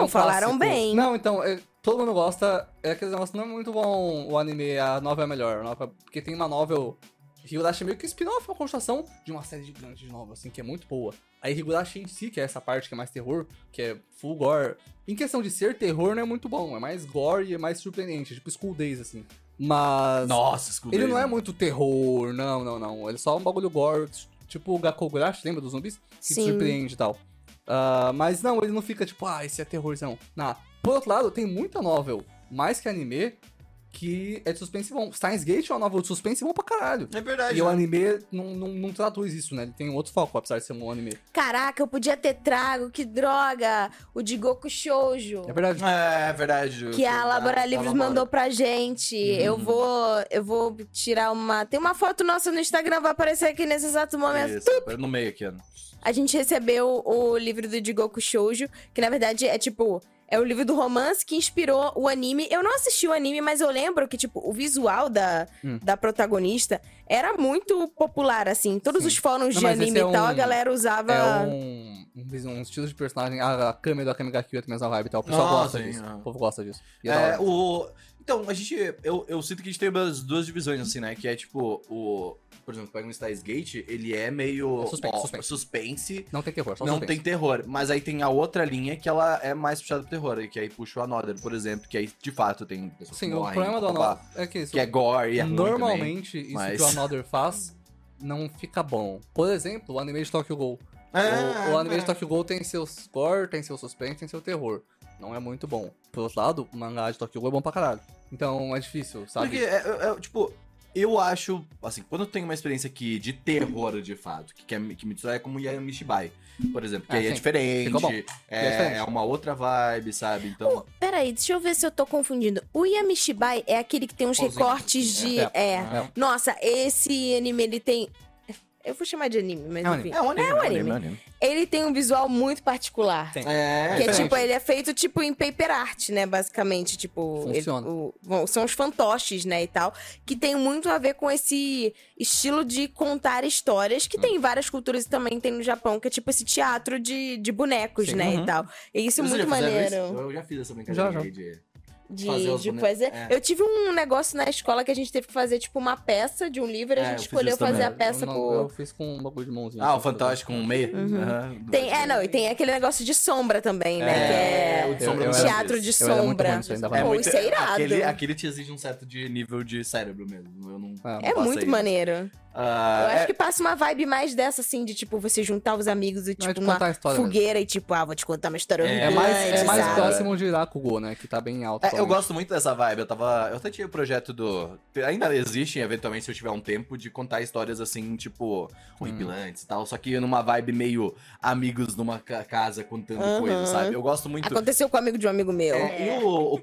Speaker 2: Não, falaram bem.
Speaker 4: Não, então, é- todo mundo gosta. É aquele negócio, não é muito bom o anime, a novel é melhor. a novel- porque tem uma novel... Higurashi é meio que spin-off, uma continuação de uma série gigante de novel, assim, que é muito boa. Aí Higurashi em si, que é essa parte que é mais terror, que é full gore. Em questão de ser terror, não é muito bom. É mais gore e é mais surpreendente. Tipo School Days, assim. Mas...
Speaker 1: Nossa, Scooby.
Speaker 4: Ele não é muito terror, não, não, não. Ele é só um bagulho gore, tipo o Gakogurashi, lembra dos zumbis? Que te
Speaker 2: Sim.
Speaker 4: surpreende e tal. Ah, mas não, ele não fica tipo, ah, esse é terrorzão. Não. Por outro lado, tem muita novel, mais que anime, que é de suspense bom. Steins Gate é uma novel de suspense bom pra caralho.
Speaker 1: É verdade.
Speaker 4: E o
Speaker 1: né?
Speaker 4: anime não, não, não traduz isso, né? Ele tem um outro foco, apesar de ser um anime.
Speaker 2: Caraca, eu podia ter trago, que droga! O de Goku Shoujo.
Speaker 4: É verdade.
Speaker 1: É, tá é verdade.
Speaker 2: Que a Labora Livros
Speaker 1: Labora.
Speaker 2: mandou pra gente. Eu vou. Eu vou tirar uma. Tem uma foto nossa no Instagram, vai aparecer aqui nesse exato momento.
Speaker 1: Isso, no meio aqui, ó.
Speaker 2: A gente recebeu o livro do Jigoku Shoujo, que na verdade é tipo. É o livro do romance que inspirou o anime. Eu não assisti o anime, mas eu lembro que, tipo, o visual da,
Speaker 4: Hum.
Speaker 2: da protagonista era muito popular, assim. Todos
Speaker 4: Sim.
Speaker 2: os fóruns
Speaker 4: Não,
Speaker 2: de
Speaker 4: mas esse
Speaker 2: anime
Speaker 4: é
Speaker 2: e tal,
Speaker 4: um-
Speaker 2: a galera usava.
Speaker 4: É um, um, um estilo de personagem. A, a câmera da Kamiga Kill é também essa vibe e tal. O pessoal
Speaker 1: Ah,
Speaker 4: gosta
Speaker 1: sim,
Speaker 4: disso.
Speaker 1: ah.
Speaker 4: O povo gosta disso. E da hora.
Speaker 1: É, o... Então, a gente. Eu, eu sinto que a gente tem as duas divisões, assim, né? Que é tipo, o. Por exemplo, pega um Steins Gate, ele é meio.
Speaker 4: É suspense,
Speaker 1: ó,
Speaker 4: suspense.
Speaker 1: suspense,
Speaker 4: Não tem terror, só
Speaker 1: Não
Speaker 4: suspense.
Speaker 1: tem terror. Mas aí tem a outra linha que ela é mais puxada pro terror, que aí puxa o Another, por exemplo, que aí de fato tem. pessoas
Speaker 4: Sim,
Speaker 1: que
Speaker 4: o
Speaker 1: morrem,
Speaker 4: problema do
Speaker 1: papapá,
Speaker 4: Another é que isso.
Speaker 1: Que é gore e é ruim também.
Speaker 4: normalmente, isso
Speaker 1: mas-
Speaker 4: que o Another faz não fica bom. Por exemplo, o anime de Tokyo Ghoul.
Speaker 1: É,
Speaker 4: o, o anime de Tokyo Ghoul tem seus gore, tem seu suspense, tem seu terror. Não é muito bom. Por outro lado, o mangá de Tokyo Ghoul é bom pra caralho. Então é difícil, sabe?
Speaker 1: Porque, é, é- é, tipo, eu acho, assim, quando eu tenho uma experiência que de terror de fato, que, que, é- que me distrai é como Yamishibai, por exemplo, que
Speaker 4: Ah,
Speaker 1: aí é
Speaker 4: sim.
Speaker 1: diferente,
Speaker 4: Ficou bom.
Speaker 1: é,
Speaker 4: É diferente.
Speaker 1: é uma outra vibe, sabe? Então,
Speaker 2: Peraí, deixa eu ver se eu tô confundindo. O Yamishibai é aquele que tem uns
Speaker 1: Pauzinho,
Speaker 2: recortes
Speaker 1: assim,
Speaker 2: de. É.
Speaker 4: É.
Speaker 2: Nossa, esse anime ele tem. Eu vou chamar de anime, mas
Speaker 4: É um
Speaker 2: enfim.
Speaker 4: anime.
Speaker 1: É um anime.
Speaker 2: É um anime. Ele tem um visual muito particular.
Speaker 4: Tem.
Speaker 1: É,
Speaker 2: Que é
Speaker 1: diferente.
Speaker 2: tipo, ele é feito tipo em paper art, né? Basicamente, tipo. ele-
Speaker 4: Funciona.
Speaker 2: o- bom, são os fantoches, né? E tal. Que tem muito a ver com esse estilo de contar histórias, que tem em várias culturas e também tem no Japão, que é tipo esse teatro de, de bonecos,
Speaker 4: Sim,
Speaker 2: né?
Speaker 4: uhum.
Speaker 2: E tal. E isso é
Speaker 1: Vocês
Speaker 2: muito
Speaker 1: já fizeram isso?
Speaker 2: maneiro.
Speaker 1: Eu já fiz essa brincadeira
Speaker 4: Já, já.
Speaker 1: aí de.
Speaker 2: De
Speaker 1: Fazer
Speaker 2: fazer.
Speaker 1: os
Speaker 2: De
Speaker 1: bonecos,
Speaker 2: fazer.
Speaker 1: é.
Speaker 2: Eu tive um negócio na escola que a gente teve que fazer, tipo, uma peça de um livro e
Speaker 1: É,
Speaker 2: a
Speaker 1: eu
Speaker 2: gente
Speaker 1: fiz
Speaker 2: escolheu
Speaker 1: isso
Speaker 2: fazer
Speaker 1: também.
Speaker 2: a peça
Speaker 4: eu, não-
Speaker 2: com.
Speaker 4: eu fiz com um bagulho de mãozinha.
Speaker 1: Ah, o
Speaker 4: assim,
Speaker 1: Fantástico, um meia. Aham.
Speaker 2: Tem, é, não, e tem aquele negócio de sombra também, né? que é...
Speaker 1: o de sombra
Speaker 4: Eu- eu
Speaker 1: não
Speaker 4: era-
Speaker 2: Teatro de
Speaker 4: eu era muito
Speaker 2: sombra.
Speaker 4: ruim nisso, ainda
Speaker 1: É
Speaker 4: vai
Speaker 2: Pô,
Speaker 4: muito-
Speaker 1: muito-
Speaker 2: isso é irado.
Speaker 1: Aquele, aquele te exige um certo de nível de cérebro mesmo. Eu não.
Speaker 4: É.
Speaker 1: não
Speaker 2: É
Speaker 1: passei.
Speaker 2: muito maneiro.
Speaker 1: Ah,
Speaker 2: Eu
Speaker 1: é-
Speaker 2: acho que passa uma vibe mais dessa, assim, de tipo, você juntar os amigos e,
Speaker 4: Não, é
Speaker 2: tipo,
Speaker 4: de
Speaker 2: uma
Speaker 4: contar a história mesmo.
Speaker 2: fogueira e, tipo, ah, vou te contar uma história
Speaker 1: É,
Speaker 4: É mais, é
Speaker 2: horripilante,
Speaker 4: mais
Speaker 2: sabe?
Speaker 4: próximo de Irakugo, né? Que tá bem alto.
Speaker 1: É, eu
Speaker 4: atualmente.
Speaker 1: gosto muito dessa vibe. Eu tava. Eu até tinha o projeto do. Ainda existem, eventualmente, se eu tiver um tempo, de contar histórias assim, tipo,
Speaker 4: Hum.
Speaker 1: horripilantes e tal. Só que numa vibe meio amigos numa ca- casa contando
Speaker 2: Aham.
Speaker 1: coisas, sabe? Eu gosto muito.
Speaker 2: Aconteceu com um amigo de um amigo meu.
Speaker 1: É, E o, o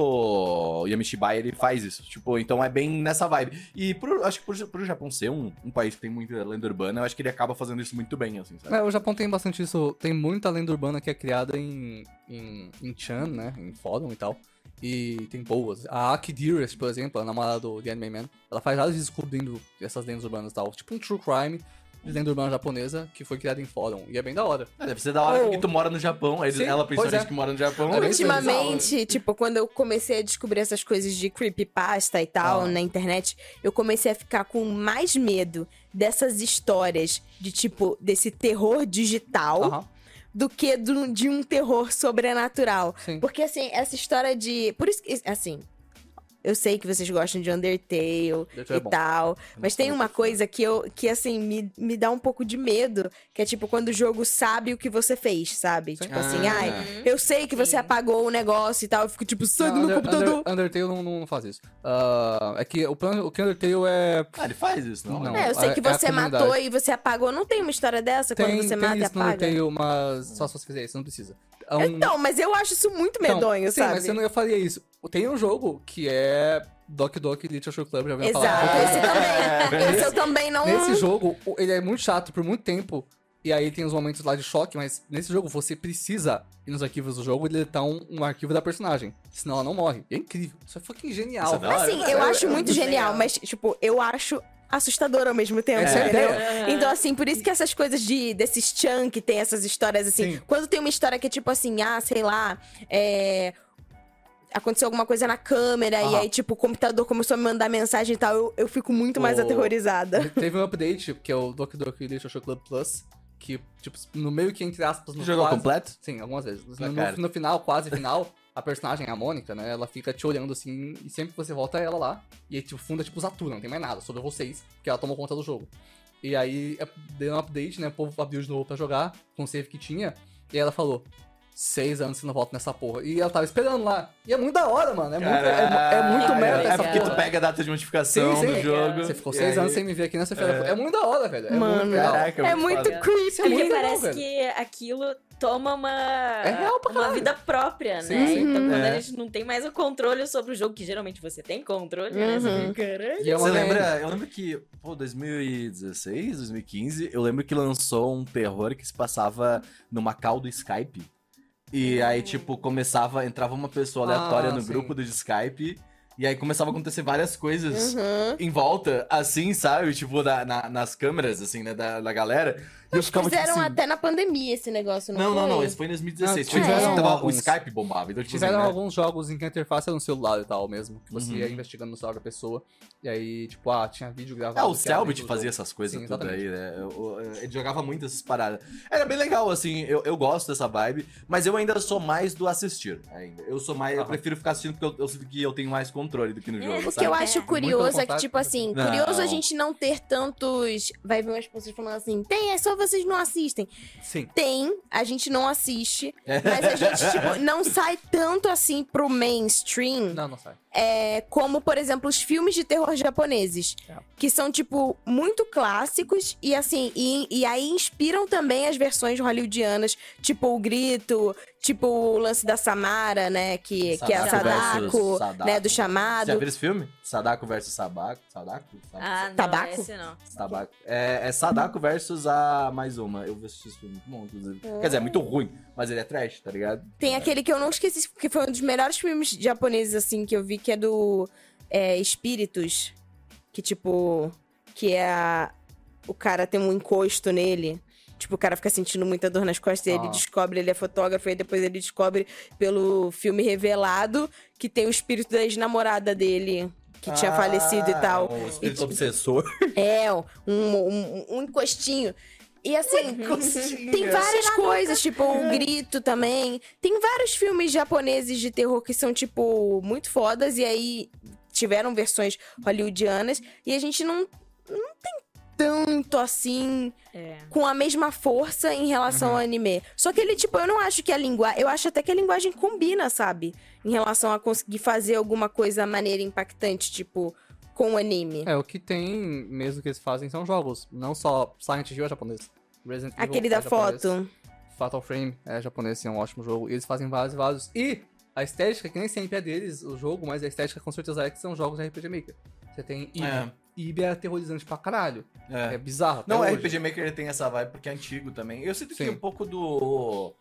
Speaker 1: próprio Yamishibai, ele faz isso. Tipo, então é bem nessa vibe. E pro- acho que pro, pro Japão ser um, um país que tem muita lenda urbana, eu acho que ele acaba fazendo isso muito bem, assim, sabe?
Speaker 4: É, o Japão tem bastante isso. Tem muita lenda urbana que é criada em, em, em Chan, né? Em fórum e tal. E tem boas. A Aki Dearest, por exemplo, a namorada do The Anime Man, ela faz vários descobrindo essas lendas urbanas e tal. Tipo um true crime de lenda urbana japonesa que foi criada em fórum. E é bem da hora.
Speaker 1: Ah, Deve ser da hora
Speaker 2: Oh.
Speaker 1: que tu mora no Japão. Aí
Speaker 4: É. Sim,
Speaker 1: ela,
Speaker 4: pois
Speaker 1: principalmente
Speaker 4: é.
Speaker 1: que mora no Japão.
Speaker 4: É bem isso
Speaker 1: né?
Speaker 4: aí.
Speaker 2: Ultimamente, tipo, quando eu comecei a descobrir essas coisas de creepypasta e tal
Speaker 4: Ah.
Speaker 2: na internet, eu comecei a ficar com mais medo dessas histórias de, tipo, desse terror digital
Speaker 4: Aham,
Speaker 2: do que do- de um terror sobrenatural.
Speaker 4: sim.
Speaker 2: Porque, assim, essa história de. Por isso que, assim. Eu sei que vocês gostam de Undertale
Speaker 4: Undertale é
Speaker 2: e
Speaker 4: bom.
Speaker 2: tal. Mas tem uma
Speaker 4: Undertale.
Speaker 2: coisa que eu que assim me, me dá um pouco de medo, que é tipo quando o jogo sabe o que você fez, sabe?
Speaker 4: Sim.
Speaker 2: Tipo assim,
Speaker 1: Ah.
Speaker 2: ai, eu sei que você
Speaker 5: Sim.
Speaker 2: apagou o negócio e tal, eu fico tipo, sai do
Speaker 4: Não,
Speaker 2: meu
Speaker 4: Under-
Speaker 2: computador.
Speaker 4: Under- Undertale não, não faz isso. Ah, é que o plano. O que Undertale é.
Speaker 1: Ah, ele faz isso, não?
Speaker 4: Não.
Speaker 1: né?
Speaker 2: É, eu sei que
Speaker 4: é- é a
Speaker 2: você matou
Speaker 4: comunidade.
Speaker 2: e você apagou. Não tem uma história dessa
Speaker 4: Tem,
Speaker 2: quando você
Speaker 4: tem
Speaker 2: mata e
Speaker 4: isso no
Speaker 2: apaga?
Speaker 4: Undertale, mas só se você fizer isso, não precisa. É um-
Speaker 2: Então, mas eu acho isso muito
Speaker 4: Então,
Speaker 2: medonho,
Speaker 4: sim,
Speaker 2: sabe?
Speaker 4: mas você não ia faria isso. Tem um jogo que é Doc Doc Literature Club, já ouviu
Speaker 2: Exato,
Speaker 4: falar?
Speaker 2: Ah, esse também.
Speaker 1: É.
Speaker 2: Esse eu também não.
Speaker 4: Nesse jogo, o- ele é muito chato por muito tempo. E aí tem os momentos lá de choque, mas nesse jogo você precisa ir nos arquivos do jogo e deletar um, um arquivo da personagem. Senão ela não morre. E é incrível. Isso é fucking genial.
Speaker 1: Isso é da hora.
Speaker 2: Assim, eu
Speaker 4: É,
Speaker 2: acho
Speaker 4: é
Speaker 2: muito
Speaker 4: muito
Speaker 2: genial,
Speaker 5: legal.
Speaker 2: mas, tipo, eu acho assustador ao mesmo tempo,
Speaker 4: Essa é a
Speaker 2: entendeu?
Speaker 4: ideia.
Speaker 2: Então, assim, por isso que essas coisas de, desses chan que tem essas histórias, assim.
Speaker 4: Sim.
Speaker 2: Quando tem uma história que é tipo assim, ah, sei lá, é. Aconteceu alguma coisa na câmera e
Speaker 4: Aham.
Speaker 2: aí, tipo, o computador começou a me mandar mensagem e tal, eu, eu fico muito mais
Speaker 4: O-
Speaker 2: aterrorizada.
Speaker 4: Teve um update, que é o Doc Doc Literature Club Plus, que, tipo, no meio que entre aspas, no
Speaker 1: Tu jogou
Speaker 4: quase-
Speaker 1: completo?
Speaker 4: Sim, algumas vezes.
Speaker 1: Ah,
Speaker 4: No,
Speaker 1: cara.
Speaker 4: no final, quase final, a personagem, a Mônica, né? Ela fica te olhando assim, e sempre que você volta ela lá. E aí, tipo, funda tipo Zatura, não tem mais nada, só de vocês, porque ela tomou conta do jogo. E aí, é- deu um update, né? O povo abriu de novo pra jogar, com o save que tinha. E aí ela falou: Seis anos que não volto nessa porra. E ela tava esperando lá. E é muito da hora, mano. É muito, é, é muito
Speaker 1: Caralho.
Speaker 4: merda
Speaker 5: meta
Speaker 1: É
Speaker 4: essa
Speaker 1: porque tu
Speaker 4: porra.
Speaker 1: pega a data de notificação
Speaker 4: Sim, sim.
Speaker 1: do
Speaker 2: É.
Speaker 1: jogo.
Speaker 4: Você ficou
Speaker 1: e
Speaker 4: seis
Speaker 1: aí-
Speaker 4: anos sem me ver aqui nessa feira. É, muito da hora, velho. É
Speaker 2: Mano.
Speaker 4: muito legal.
Speaker 1: Caraca,
Speaker 2: É muito
Speaker 1: foda.
Speaker 2: creepy.
Speaker 4: É
Speaker 5: Porque
Speaker 4: muito legal,
Speaker 5: parece
Speaker 4: velho.
Speaker 5: que aquilo toma uma,
Speaker 4: real pra
Speaker 5: uma
Speaker 4: caralho.
Speaker 5: vida própria,
Speaker 4: Sim,
Speaker 5: né?
Speaker 4: sim.
Speaker 5: Então, quando
Speaker 1: É.
Speaker 5: a gente não tem mais o controle sobre o jogo, que geralmente você tem controle, né? Você
Speaker 2: Uhum.
Speaker 5: fica, "Caralho".
Speaker 4: E é uma
Speaker 1: Você
Speaker 4: merda.
Speaker 1: lembra? Eu lembro que, pô, 2016, 2015, eu lembro que lançou um terror que se passava numa call do Skype. E aí, tipo, começava, entrava uma pessoa aleatória
Speaker 4: Ah,
Speaker 1: no
Speaker 4: sim.
Speaker 1: grupo do Skype. E aí começava a acontecer várias coisas
Speaker 2: Uhum.
Speaker 1: em volta, assim, sabe? Tipo, na- na- nas câmeras, assim, né? Da, da galera. E eu ficava tipo
Speaker 2: Fizeram
Speaker 1: assim.
Speaker 2: até na pandemia esse negócio, não
Speaker 1: Não, não,
Speaker 2: foi?
Speaker 1: não, esse foi em 2016.
Speaker 4: Ah,
Speaker 1: Foi
Speaker 2: tiveram
Speaker 1: quando tava- o
Speaker 4: alguns.
Speaker 1: Skype bombava. Então, tipo, assim,
Speaker 4: Tiveram
Speaker 1: né?
Speaker 4: alguns jogos em que a interface era no celular e tal mesmo. Que você
Speaker 1: Uhum.
Speaker 4: ia investigando no celular da pessoa. E aí, tipo, ah, tinha vídeo gravado.
Speaker 1: Ah, o
Speaker 4: que era
Speaker 1: Selbit
Speaker 4: dentro do
Speaker 1: fazia
Speaker 4: jogo.
Speaker 1: essas coisas
Speaker 4: Sim,
Speaker 1: tudo
Speaker 4: exatamente.
Speaker 1: aí, né? Eu- eu- Ele jogava muito essas paradas. Era bem legal, assim, eu, eu gosto dessa vibe, mas eu ainda sou mais do assistir ainda. Eu sou mais. Eu
Speaker 4: Aham.
Speaker 1: prefiro ficar assistindo porque eu, eu sinto que eu tenho mais controle do que no
Speaker 5: É,
Speaker 1: jogo.
Speaker 2: O que
Speaker 1: sabe?
Speaker 2: eu
Speaker 5: sabe?
Speaker 2: acho
Speaker 5: É.
Speaker 2: curioso
Speaker 4: Muito
Speaker 2: é que, tipo
Speaker 4: contato.
Speaker 2: assim,
Speaker 1: Não.
Speaker 2: curioso a gente não ter tantos. Vai ver umas pessoas falando assim: tem, é só vocês não assistem.
Speaker 4: Sim.
Speaker 2: Tem, a gente não assiste, mas a gente, tipo, não sai tanto assim pro mainstream
Speaker 4: Não, não sai.
Speaker 2: é, como, por exemplo, os filmes de terror japoneses,
Speaker 4: É.
Speaker 2: que são, tipo, muito clássicos e, assim, e, e aí inspiram também as versões hollywoodianas, tipo O Grito, tipo O Lance da Samara, né, que, que é a
Speaker 1: Sadako versus
Speaker 2: Sadako,
Speaker 1: Sadako.
Speaker 2: né,
Speaker 1: Você
Speaker 2: do
Speaker 1: já
Speaker 2: chamado.
Speaker 1: viu esse filme? Sadako versus Sabaco. Sadako? Sabaco?
Speaker 5: Ah, não,
Speaker 2: Tabaco?
Speaker 5: esse não.
Speaker 1: Sadako. É, é Sadako versus a mais uma. Eu assisti esse filme muito bom, inclusive. Quer dizer, é muito ruim, mas ele é trash, tá ligado?
Speaker 2: Tem aquele que eu não esqueci, que foi um dos melhores filmes japoneses, assim, que eu vi, que é do é, Espíritos, que, tipo, que é a... o cara tem um encosto nele. Tipo, o cara fica sentindo muita dor nas costas e ele
Speaker 4: Ah.
Speaker 2: descobre, ele é fotógrafo, e depois ele descobre pelo filme revelado que tem o espírito da ex-namorada dele, que tinha
Speaker 1: Ah,
Speaker 2: falecido e tal.
Speaker 1: Um
Speaker 2: E,
Speaker 1: espírito
Speaker 2: tipo,
Speaker 1: obsessor.
Speaker 2: é, um, um, um encostinho. E assim, tem várias coisas, tipo o Grito também. Tem vários filmes japoneses de terror que são, tipo, muito fodas. E aí tiveram versões hollywoodianas. E a gente não, não tem tanto assim,
Speaker 5: É.
Speaker 2: com a mesma força em relação ao anime. Só que ele, tipo, eu não acho que a linguagem. Eu acho até que a linguagem combina, sabe? Em relação a conseguir fazer alguma coisa maneira impactante, tipo, com o anime.
Speaker 4: É, o que tem mesmo que eles fazem são jogos. Não só Silent Hill é japonês. Resident Evil
Speaker 2: Aquele
Speaker 4: é
Speaker 2: da
Speaker 4: japonês.
Speaker 2: foto.
Speaker 4: Fatal Frame é japonês, sim, é um ótimo jogo. E eles fazem vários e vários. E a estética, que nem sempre é deles, o jogo, mas a estética com certeza é que são jogos de RPG Maker. Você tem Ibi.
Speaker 1: É.
Speaker 4: Ibi é aterrorizante pra caralho. É,
Speaker 1: É.
Speaker 4: bizarro. até
Speaker 1: Não, o
Speaker 4: hoje.
Speaker 1: RPG Maker ele tem essa vibe porque é antigo também. Eu sinto que
Speaker 4: Sim.
Speaker 1: um pouco do.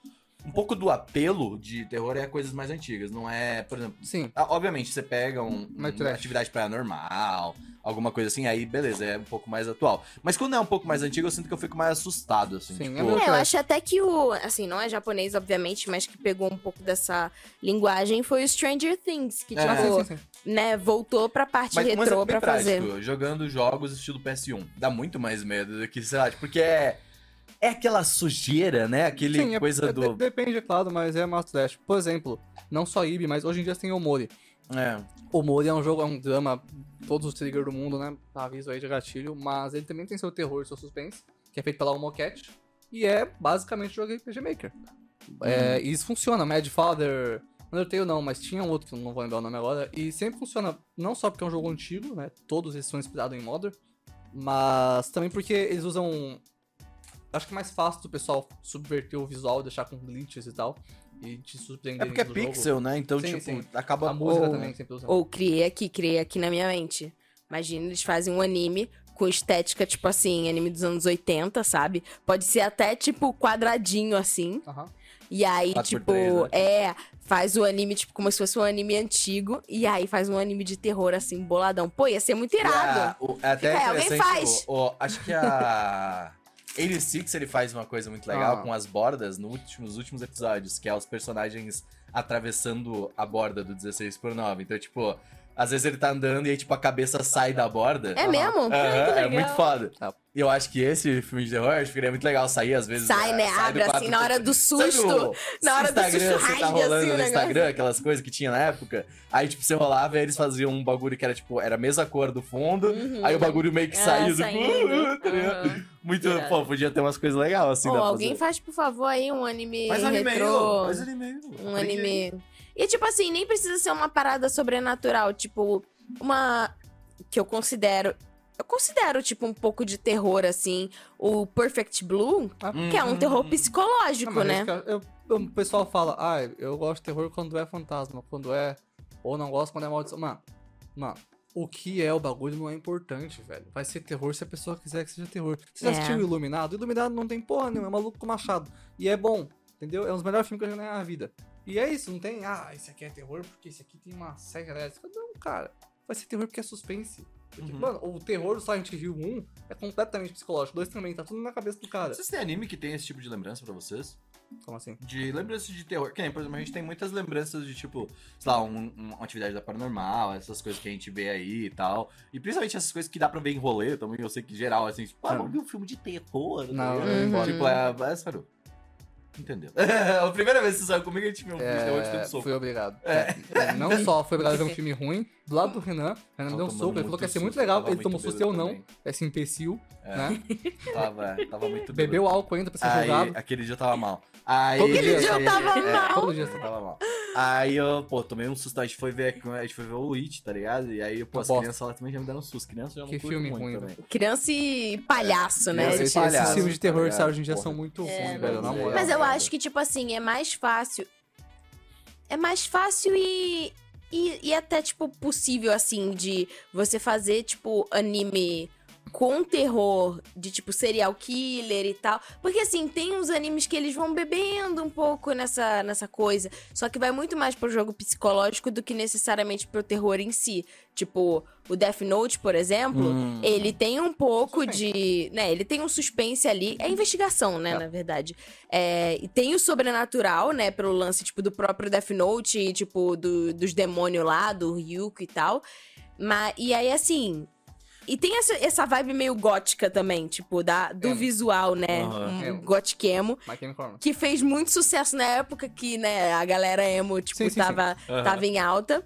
Speaker 1: Um pouco do apelo de terror é coisas mais antigas. Não é, por exemplo.
Speaker 4: Sim.
Speaker 1: ah, Obviamente, você pega um,
Speaker 4: Mais
Speaker 1: uma
Speaker 4: é trash.
Speaker 1: atividade paranormal, alguma coisa assim, aí beleza, é um pouco mais atual. Mas quando é um pouco mais antigo, eu sinto que eu fico mais assustado, assim.
Speaker 4: Sim,
Speaker 1: tipo,
Speaker 4: é meu-
Speaker 2: É, eu
Speaker 4: Trash.
Speaker 2: acho até que o. Assim, não é japonês, obviamente, mas que pegou um pouco dessa linguagem foi o Stranger Things, que,
Speaker 1: É.
Speaker 4: Ah,
Speaker 2: tipo,
Speaker 4: sim, sim, sim.
Speaker 2: né, voltou pra parte
Speaker 1: Mas, mas é
Speaker 2: retrô
Speaker 1: bem
Speaker 2: pra
Speaker 1: prático,
Speaker 2: fazer.
Speaker 1: jogando jogos estilo PS1. Dá muito mais medo do que, sei lá, porque é. É aquela sujeira, né? Aquele
Speaker 4: Sim, é-
Speaker 1: coisa
Speaker 4: é-
Speaker 1: do.
Speaker 4: de- Depende, é claro, mas é mais trash. Por exemplo, não só Ibi, mas hoje em dia tem Omori.
Speaker 1: É.
Speaker 4: Omori é um jogo, é um drama, todos os triggers do mundo, né? Aviso aí de gatilho, mas ele também tem seu terror, seu suspense, que é feito pela Moquette, e é basicamente jogo RPG Maker.
Speaker 1: Hum.
Speaker 4: É, e isso funciona, Mad Father, Undertale não, mas tinha um outro que eu não vou lembrar o nome agora, e sempre funciona, não só porque é um jogo antigo, né? Todos eles são inspirados em Modern, mas também porque eles usam. um, Acho que é mais fácil do pessoal subverter o visual, deixar com glitches e tal, e te surpreender
Speaker 1: É porque é
Speaker 4: do jogo.
Speaker 1: pixel, né? Então,
Speaker 4: Sim,
Speaker 1: tipo,
Speaker 4: sim.
Speaker 1: acaba
Speaker 4: A música
Speaker 1: Ou-
Speaker 4: também sempre usa.
Speaker 2: Ou criei aqui, criei aqui na minha mente. Imagina, eles fazem um anime com estética, tipo assim, anime dos anos 80, sabe? Pode ser até, tipo, quadradinho, assim.
Speaker 4: Aham.
Speaker 2: E aí,
Speaker 1: 4x3,
Speaker 2: tipo,
Speaker 1: né?
Speaker 2: é, faz o anime, tipo, como se fosse um anime antigo. E aí faz um anime de terror, assim, boladão. Pô, ia ser muito irado.
Speaker 1: É, o- é até
Speaker 2: É, alguém
Speaker 1: interessante,
Speaker 2: faz.
Speaker 1: o- o- acho que a... Six ele faz uma coisa muito legal
Speaker 4: Ah.
Speaker 1: com as bordas no último- nos últimos episódios, que é os personagens atravessando a borda do 16 por 9. Então, tipo, às vezes ele tá andando e aí, tipo, a cabeça sai da borda.
Speaker 2: É mesmo?
Speaker 1: Aham, é
Speaker 5: legal.
Speaker 1: muito foda.
Speaker 4: Tá.
Speaker 1: E eu acho que esse filme de terror, acho que ele é muito legal sair às vezes.
Speaker 2: Sai,
Speaker 1: é,
Speaker 2: né?
Speaker 1: do
Speaker 2: Abre, assim,
Speaker 1: quadro-
Speaker 2: na hora do
Speaker 1: Sabe
Speaker 2: susto.
Speaker 1: o-
Speaker 2: Na hora do
Speaker 1: Instagram,
Speaker 2: susto,
Speaker 1: você tá
Speaker 2: rasga,
Speaker 1: rolando
Speaker 2: assim, o
Speaker 1: no
Speaker 2: negócio.
Speaker 1: Instagram, aquelas coisas que tinha na época. Aí, tipo, você rolava e eles faziam um bagulho que era, tipo, era a mesma cor do fundo.
Speaker 5: Uhum.
Speaker 1: Aí o bagulho meio que
Speaker 5: Ah,
Speaker 1: saiu. assim,
Speaker 5: saindo.
Speaker 1: tá ligado?
Speaker 5: Aham.
Speaker 1: Muito,
Speaker 5: Irado.
Speaker 1: pô, podia ter umas coisas legais, assim,
Speaker 2: Ô,
Speaker 1: dá pra
Speaker 2: alguém
Speaker 1: fazer.
Speaker 2: faz, por favor, aí um anime
Speaker 1: Faz anime aí,
Speaker 2: retrô.
Speaker 1: ô, faz anime aí, ô.
Speaker 2: um
Speaker 1: Aprende aí.
Speaker 2: anime. E tipo assim, nem precisa ser uma parada sobrenatural, tipo, uma que eu considero eu considero, tipo, um pouco de terror, assim, o Perfect Blue,
Speaker 4: Ah.
Speaker 1: Hum.
Speaker 2: que é um terror
Speaker 1: Uhum.
Speaker 4: Não,
Speaker 2: psicológico,
Speaker 1: Ah,
Speaker 4: mas é
Speaker 2: né?
Speaker 4: isso que eu- eu- o pessoal fala, ah, eu gosto de terror quando é fantasma, quando é. Ou não gosto quando é maldição. Mano, mano, o que é o bagulho não é importante, velho. Vai ser terror se a pessoa quiser que seja terror. Você já
Speaker 2: É.
Speaker 4: assistiu Iluminado? Iluminado não tem porra nenhuma, é maluco com machado. E é bom, entendeu? É um dos melhores filmes que eu já ganhei na vida. E é isso, não tem, ah, esse aqui é terror porque esse aqui tem uma série elétrica. Não, cara. Vai ser terror porque é suspense. Porque,
Speaker 1: Uhum.
Speaker 4: Mano, o terror do Silent Hill 1 é completamente psicológico. O 2 também, tá tudo na cabeça do cara.
Speaker 1: Vocês têm anime que tem esse tipo de lembrança pra vocês?
Speaker 4: Como assim?
Speaker 1: De lembranças de terror. Que nem, por exemplo, a gente tem muitas lembranças de, tipo, sei lá, um- um- uma atividade da paranormal, essas coisas que a gente vê aí e tal. E principalmente essas coisas que dá pra ver em rolê também. Eu sei que geral, assim, tipo, ah,
Speaker 4: Não.
Speaker 1: vamos ver um filme de terror. tá
Speaker 4: Não, uhum.
Speaker 1: ligado?
Speaker 2: não importa.
Speaker 1: Tipo, é. é sério. Entendeu? a primeira vez que você saiu comigo, a gente viu um filme de terror de
Speaker 4: É,
Speaker 1: tanto soco.
Speaker 4: Fui obrigado. É, Não só foi obrigado a ver um filme ruim, do lado do Renan, o Renan
Speaker 1: Tava
Speaker 4: deu um
Speaker 1: tomando
Speaker 4: soco, ele falou
Speaker 1: muito
Speaker 4: que ia ser
Speaker 1: susto,
Speaker 4: muito legal,
Speaker 1: tava
Speaker 4: ele
Speaker 1: muito
Speaker 4: tomou susto ou
Speaker 1: bêbado
Speaker 4: não,
Speaker 1: também.
Speaker 4: esse imbecil,
Speaker 1: É.
Speaker 4: né?
Speaker 1: Tava, tava muito
Speaker 4: Bebeu álcool ainda pra ser
Speaker 1: Aí,
Speaker 4: julgado.
Speaker 1: aquele dia eu tava mal. Aí,
Speaker 4: Todo dia Aquele
Speaker 2: dia eu tava
Speaker 1: é,
Speaker 2: mal.
Speaker 4: Todo dia você
Speaker 1: Eu
Speaker 4: tava.
Speaker 1: tava mal. Aí eu, pô, tomei um susto. A gente foi ver, a gente foi ver o It, tá ligado? E aí, pô, as
Speaker 4: Bosta.
Speaker 1: crianças lá também já me deram um susto. Crianças já não
Speaker 4: Que
Speaker 1: curtem
Speaker 4: filme
Speaker 1: muito
Speaker 4: ruim, né?
Speaker 1: também.
Speaker 2: Criança e palhaço, né?
Speaker 1: Criança e
Speaker 4: Esses
Speaker 2: Tipo,
Speaker 1: palhaço.
Speaker 4: esses filmes de terror
Speaker 1: tá
Speaker 4: que saem hoje em dia
Speaker 1: ligado?
Speaker 4: são muito ruins,
Speaker 5: É,
Speaker 4: velho. Na
Speaker 1: mas-
Speaker 4: moral.
Speaker 2: Mas eu
Speaker 1: cara.
Speaker 2: acho que, tipo assim, é mais fácil. É mais fácil e. E, e até, tipo, possível, assim, de você fazer, tipo, anime com terror, de tipo serial killer e tal. Porque, assim, tem uns animes que eles vão bebendo um pouco nessa, nessa coisa. Só que vai muito mais pro jogo psicológico do que necessariamente pro terror em si. Tipo, o Death Note, por exemplo,
Speaker 4: Hum.
Speaker 2: ele tem um pouco
Speaker 4: Suspense.
Speaker 2: de. né, Ele tem um suspense ali. É investigação, né,
Speaker 4: Tá.
Speaker 2: na verdade. É, e tem o sobrenatural, né? Pelo lance, tipo, do próprio Death Note, e, tipo, do- dos demônios lá, do Ryuko e tal. Mas, e aí, assim. E tem essa, essa vibe meio gótica também, tipo, da, do
Speaker 4: Emo.
Speaker 2: visual, né?
Speaker 1: Aham.
Speaker 2: Um
Speaker 4: Emo.
Speaker 2: gothic emo,
Speaker 4: My Chemical Romance.
Speaker 2: Que fez muito sucesso na época que, né, a galera emo, tipo,
Speaker 4: Sim, sim, sim.
Speaker 2: tava,
Speaker 1: Aham.
Speaker 2: tava em alta.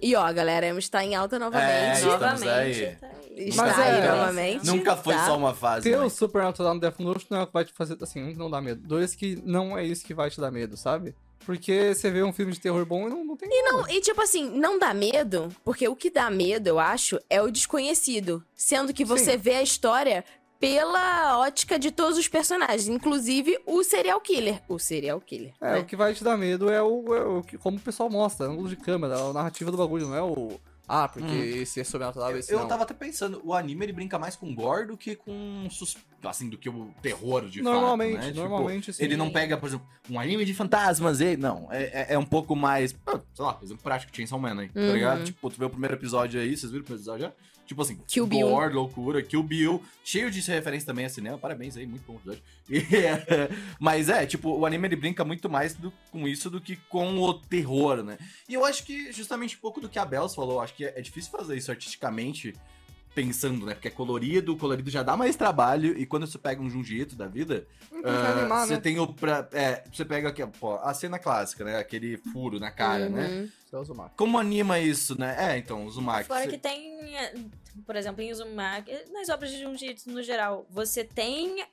Speaker 2: E ó, a galera emo está em alta
Speaker 1: É,
Speaker 2: novamente.
Speaker 1: estamos aí.
Speaker 5: Novamente. tá aí.
Speaker 2: Está
Speaker 4: Mas
Speaker 2: aí
Speaker 4: é-
Speaker 2: novamente.
Speaker 1: Nunca foi
Speaker 2: tá?
Speaker 1: só uma fase.
Speaker 4: Ter
Speaker 1: né?
Speaker 4: o Supernatural no Death Note não é o que vai te fazer, assim, um que não dá medo. Dois, que não é isso que vai te dar medo, sabe? Porque você vê um filme de terror bom e não, não tem nada.
Speaker 2: Não, e tipo assim, não dá medo, porque o que dá medo, eu acho, é o desconhecido. Sendo que você
Speaker 4: Sim.
Speaker 2: vê a história pela ótica de todos os personagens, inclusive o serial killer. O serial killer.
Speaker 4: É,
Speaker 2: né?
Speaker 4: o que vai te dar medo é o, é o que, como o pessoal mostra, ângulo de câmera, a narrativa do bagulho, não é o... Ah, porque
Speaker 1: Hum.
Speaker 4: esse é sobrenatural, esse
Speaker 1: Eu
Speaker 4: não.
Speaker 1: tava até pensando, o anime ele brinca mais com gore do que com sus- assim, do que o terror de
Speaker 4: Normalmente,
Speaker 1: fato, né? Tipo,
Speaker 4: normalmente
Speaker 2: assim,
Speaker 4: sim.
Speaker 1: Ele
Speaker 2: é
Speaker 1: não pega, por exemplo, um anime de fantasmas, ele, não, é, é- é um pouco mais, ah, sei lá, por exemplo, prático, Chainsaw Man, hein, tá
Speaker 2: Uhum.
Speaker 1: ligado? Tipo, tu vê o primeiro episódio aí, vocês viram o primeiro episódio já? Tipo assim,
Speaker 2: Kill Bill.
Speaker 1: gore, loucura, Kill Bill, cheio de referência também a cinema, parabéns aí, muito bom episódio. E, é, mas é, tipo, o anime ele brinca muito mais do- com isso do que com o terror, né? E eu acho que justamente um pouco do que a Bells falou, acho que é, é difícil fazer isso artisticamente pensando, né? Porque é colorido, o colorido já dá mais trabalho, e quando você pega um Jungito da vida,
Speaker 4: Não tem que
Speaker 1: ah,
Speaker 4: animar,
Speaker 1: você
Speaker 4: né?
Speaker 1: tem o. Pra, é, você pega aqui, pô, a cena clássica, né? Aquele furo na cara, né?
Speaker 2: Uhum.
Speaker 4: Você usa o Mac.
Speaker 1: Como anima isso, né? É, então, o Zumaki.
Speaker 5: Fora
Speaker 1: você-
Speaker 5: que tem, eh, por exemplo, em Uzumaki, nas obras de Jujutsu no geral, você tem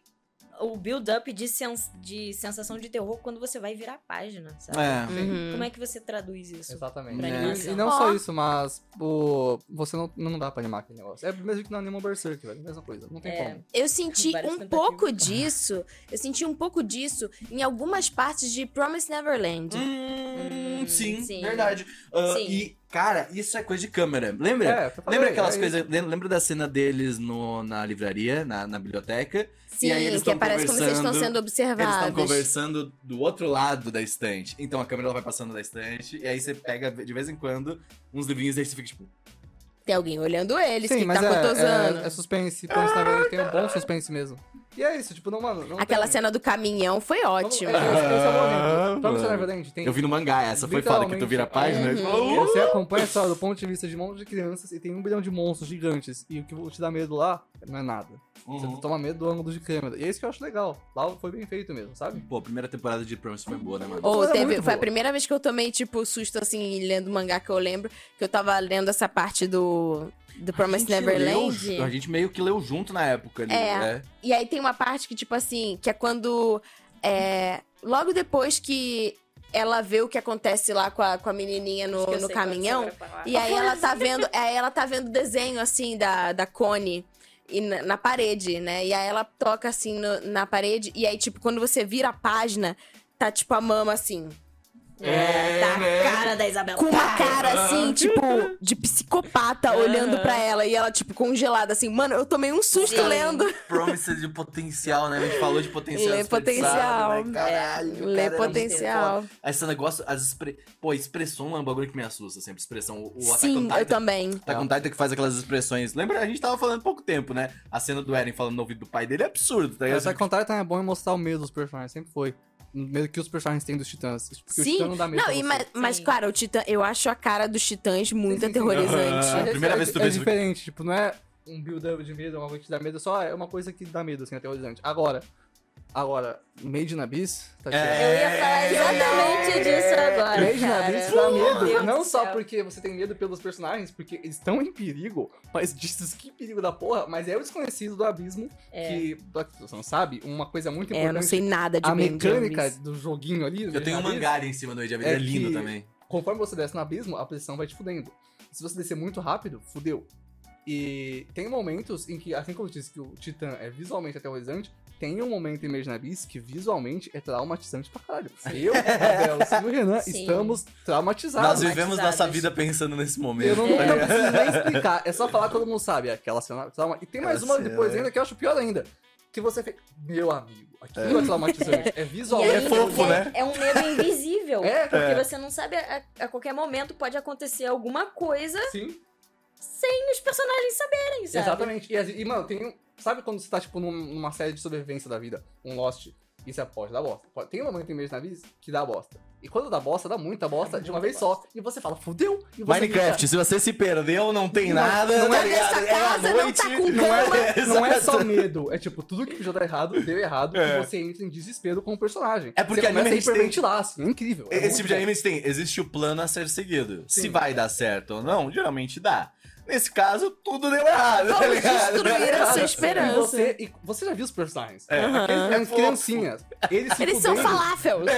Speaker 5: o build-up de, sens de sensação de terror quando você vai virar a página,
Speaker 4: tá.
Speaker 5: sabe?
Speaker 1: É.
Speaker 2: Uhum.
Speaker 5: Como é que você traduz isso?
Speaker 4: Exatamente.
Speaker 5: Pra
Speaker 4: E-
Speaker 5: animação.
Speaker 4: Né? E não só
Speaker 2: Ó.
Speaker 4: isso, mas o... você não, não dá pra animar aquele negócio. É mesmo que não anima o Berserk, velho. Mesma coisa. Não tem
Speaker 5: É.
Speaker 4: como.
Speaker 2: Eu senti
Speaker 5: Várias
Speaker 2: um
Speaker 5: tentativas.
Speaker 2: pouco disso. Eu senti um pouco disso em algumas partes de Promise Neverland.
Speaker 4: Uhum.
Speaker 1: Hum, sim,
Speaker 5: sim.
Speaker 1: verdade. Ah,
Speaker 5: Sim.
Speaker 1: E, cara, isso é coisa de câmera. Lembra?
Speaker 4: É, eu falei,
Speaker 1: Lembra aquelas
Speaker 4: é
Speaker 1: coisas. lem- Lembra da cena deles no, na livraria, na, na biblioteca?
Speaker 2: Sim,
Speaker 1: E aí eles
Speaker 2: que
Speaker 1: tão
Speaker 2: parece como se eles estão
Speaker 1: conversando,
Speaker 2: sendo
Speaker 1: Eles estão
Speaker 2: observados.
Speaker 1: conversando do outro lado da estante. Então a câmera ela vai passando da estante, e aí você pega de vez em quando uns livrinhos, e aí você fica tipo.
Speaker 2: Tem alguém olhando eles,
Speaker 4: Sim,
Speaker 2: que
Speaker 4: mas
Speaker 2: tá cotosando.
Speaker 4: é, é, é suspense. Pelo menos na verdade tem um bom suspense mesmo. E é isso, tipo, não, mano. Não
Speaker 2: Aquela
Speaker 4: tem...
Speaker 2: cena do caminhão foi
Speaker 4: Vamos-
Speaker 2: ótima.
Speaker 4: É, é, esse é o
Speaker 1: Ah,
Speaker 4: momento. Promise
Speaker 1: mano.
Speaker 4: Neverland tem.
Speaker 1: Eu vi no mangá, essa foi foda, que tu vira a página né? Tipo, e
Speaker 4: Literalmente,
Speaker 1: fala.
Speaker 4: é. Você acompanha só do ponto de vista de um monte de crianças e tem um bilhão de monstros gigantes. E o que te dá medo lá não é nada. Você
Speaker 1: Uhum.
Speaker 4: toma medo do ângulo de câmera. E é isso que eu acho legal. Lá foi bem feito mesmo, sabe?
Speaker 1: Pô, a primeira temporada de Promise foi boa, né, mano?
Speaker 2: Ou
Speaker 4: Era
Speaker 2: teve,
Speaker 4: muito
Speaker 2: foi a
Speaker 4: boa.
Speaker 2: primeira vez que eu tomei, tipo, susto, assim, lendo mangá que eu lembro, que eu tava lendo essa parte do, do Promise
Speaker 1: A gente
Speaker 2: Neverland.
Speaker 1: leu- a gente meio que leu junto na época ali,
Speaker 2: É.
Speaker 1: né?
Speaker 2: E aí tem uma parte que, tipo assim, que é quando. é, logo depois que ela vê o que acontece lá com a, com a menininha no,
Speaker 5: Acho que eu
Speaker 2: no
Speaker 5: sei quando
Speaker 4: né?
Speaker 2: caminhão,
Speaker 5: você vai falar.
Speaker 2: E aí ela tá vendo, aí ela tá vendo o desenho assim da, da Connie e na, na parede, né? E aí ela toca assim no- na parede e aí tipo quando você vira a página, tá tipo a mama assim,
Speaker 1: É,
Speaker 5: tá
Speaker 1: né?
Speaker 5: a cara da Isabela.
Speaker 2: com uma cara assim, tipo de psicopata olhando
Speaker 5: Aham.
Speaker 2: pra ela e ela tipo congelada assim. Mano, eu tomei um susto
Speaker 5: Sim. É
Speaker 2: lendo.
Speaker 1: Promises de potencial, né? A gente falou de potencial.
Speaker 2: Lê
Speaker 1: desperdiçado,
Speaker 2: É, potencial.
Speaker 1: Né? Caralho, cara,
Speaker 2: Lê
Speaker 1: era muito
Speaker 2: É potencial.
Speaker 1: foda. Esse negócio, as expre... Pô, expressão é um bagulho que me assusta sempre. Expressão, o, o Attack on
Speaker 2: Sim,
Speaker 1: Titan.
Speaker 2: eu também.
Speaker 1: Attack on Titan que faz aquelas expressões. Lembra? A gente tava falando há pouco tempo, né? A cena do Eren falando no ouvido do pai dele é absurdo, tá ligado?
Speaker 4: Mas ao contrário também é bom em mostrar o medo dos personagens, sempre foi. O medo que os personagens têm dos titãs. Porque o
Speaker 2: Sim.
Speaker 4: titã não dá medo.
Speaker 2: Não,
Speaker 4: pra
Speaker 2: e
Speaker 4: é você.
Speaker 2: mas, mas
Speaker 5: Sim.
Speaker 2: claro, o titã, eu acho a cara dos titãs muito
Speaker 4: Sim, sim, sim.
Speaker 1: A
Speaker 2: aterrorizante.
Speaker 1: primeira vez que tu
Speaker 4: é,
Speaker 1: vê
Speaker 4: é
Speaker 1: isso-
Speaker 4: diferente, tipo, é não é um build-up de medo, uma coisa que te dá medo, só é uma coisa que dá medo, assim, aterrorizante. Agora, Agora, Made in Abyss, tá
Speaker 1: É.
Speaker 5: Eu ia falar exatamente disso agora.
Speaker 4: Made in
Speaker 5: cara.
Speaker 4: Abyss dá
Speaker 5: Meu
Speaker 4: medo.
Speaker 5: Deus
Speaker 4: Não
Speaker 5: do
Speaker 4: só
Speaker 5: céu.
Speaker 4: porque você tem medo pelos personagens, porque eles estão em perigo, mas dizes que perigo da porra, mas é o desconhecido do abismo
Speaker 5: É.
Speaker 4: que, pra que você não sabe, uma coisa muito
Speaker 2: É, eu não
Speaker 4: importante.
Speaker 2: sei nada de
Speaker 4: a
Speaker 2: Made in
Speaker 4: mecânica
Speaker 2: Abyss.
Speaker 4: do joguinho ali. do
Speaker 1: Eu tenho um
Speaker 4: Abyss,
Speaker 1: mangá ali em cima do Age of
Speaker 4: É
Speaker 1: Abyss, é lindo
Speaker 4: que-
Speaker 1: também.
Speaker 4: Conforme você desce no abismo, a pressão vai te fudendo. Se você descer muito rápido, fudeu. E tem momentos em que, assim como eu disse que o Titã é visualmente aterrorizante, tem um momento em Made in Abyss que visualmente é traumatizante pra caralho. Eu, o Abel e o Renan
Speaker 5: Sim.
Speaker 4: estamos
Speaker 1: Nós é
Speaker 4: traumatizados.
Speaker 1: vivemos nossa vida pensando nesse
Speaker 4: Eu
Speaker 1: momento. tá
Speaker 4: não,
Speaker 5: É.
Speaker 4: não preciso nem explicar, é só falar que todo mundo sabe. Aquela cena trauma. E tem mais
Speaker 1: Aquela
Speaker 4: uma depois
Speaker 1: cena.
Speaker 4: ainda que eu acho pior ainda. Que você fica. Meu amigo, aquilo é, traumatizante. É
Speaker 5: E
Speaker 4: visualmente.
Speaker 5: aí,
Speaker 1: É fofo,
Speaker 5: é-
Speaker 1: né?
Speaker 5: É um medo invisível.
Speaker 4: É,
Speaker 5: Porque você não sabe, a, a qualquer momento pode acontecer alguma coisa
Speaker 4: sim.
Speaker 5: sem os personagens saberem, sabe?
Speaker 4: Exatamente. E, as- e, mano, tem um. Sabe quando você tá, tipo, num- numa série de sobrevivência da vida, um Lost, e você pode dar bosta. Pode- Tem um momento em Made in Abyss que dá bosta. E quando dá bosta, dá muita bosta de uma vez só. E você fala, fudeu! E você
Speaker 1: Minecraft, se você se perdeu, não tem
Speaker 4: Não,
Speaker 1: nada,
Speaker 4: não
Speaker 1: tá
Speaker 4: é
Speaker 1: ligado?
Speaker 2: nessa
Speaker 1: É à
Speaker 2: casa, não tá com
Speaker 1: noite,
Speaker 4: fica- Não é só
Speaker 1: exato.
Speaker 4: medo, é tipo, tudo que já tá errado, deu errado,
Speaker 1: É.
Speaker 4: e você entra em desespero com o personagem.
Speaker 1: É porque
Speaker 4: você
Speaker 1: anime a
Speaker 4: começa
Speaker 1: gente tem-
Speaker 4: a hiperventilar, assim, é incrível. é
Speaker 1: Esse
Speaker 4: muito
Speaker 1: tipo de
Speaker 4: bom.
Speaker 1: anime tem, existe o plano a ser seguido. Se
Speaker 4: Sim.
Speaker 1: vai dar certo ou não, geralmente dá. Nesse caso, tudo deu errado, tá
Speaker 2: Vamos
Speaker 1: ligado?
Speaker 2: destruir a sua esperança.
Speaker 4: E você, e você já viu os personagens?
Speaker 1: É,
Speaker 2: Aham.
Speaker 1: aquele
Speaker 4: Eles eram
Speaker 1: fofo.
Speaker 4: criancinhas. Eles se
Speaker 2: Eles são
Speaker 4: fudendo.
Speaker 2: falafel.
Speaker 4: Eles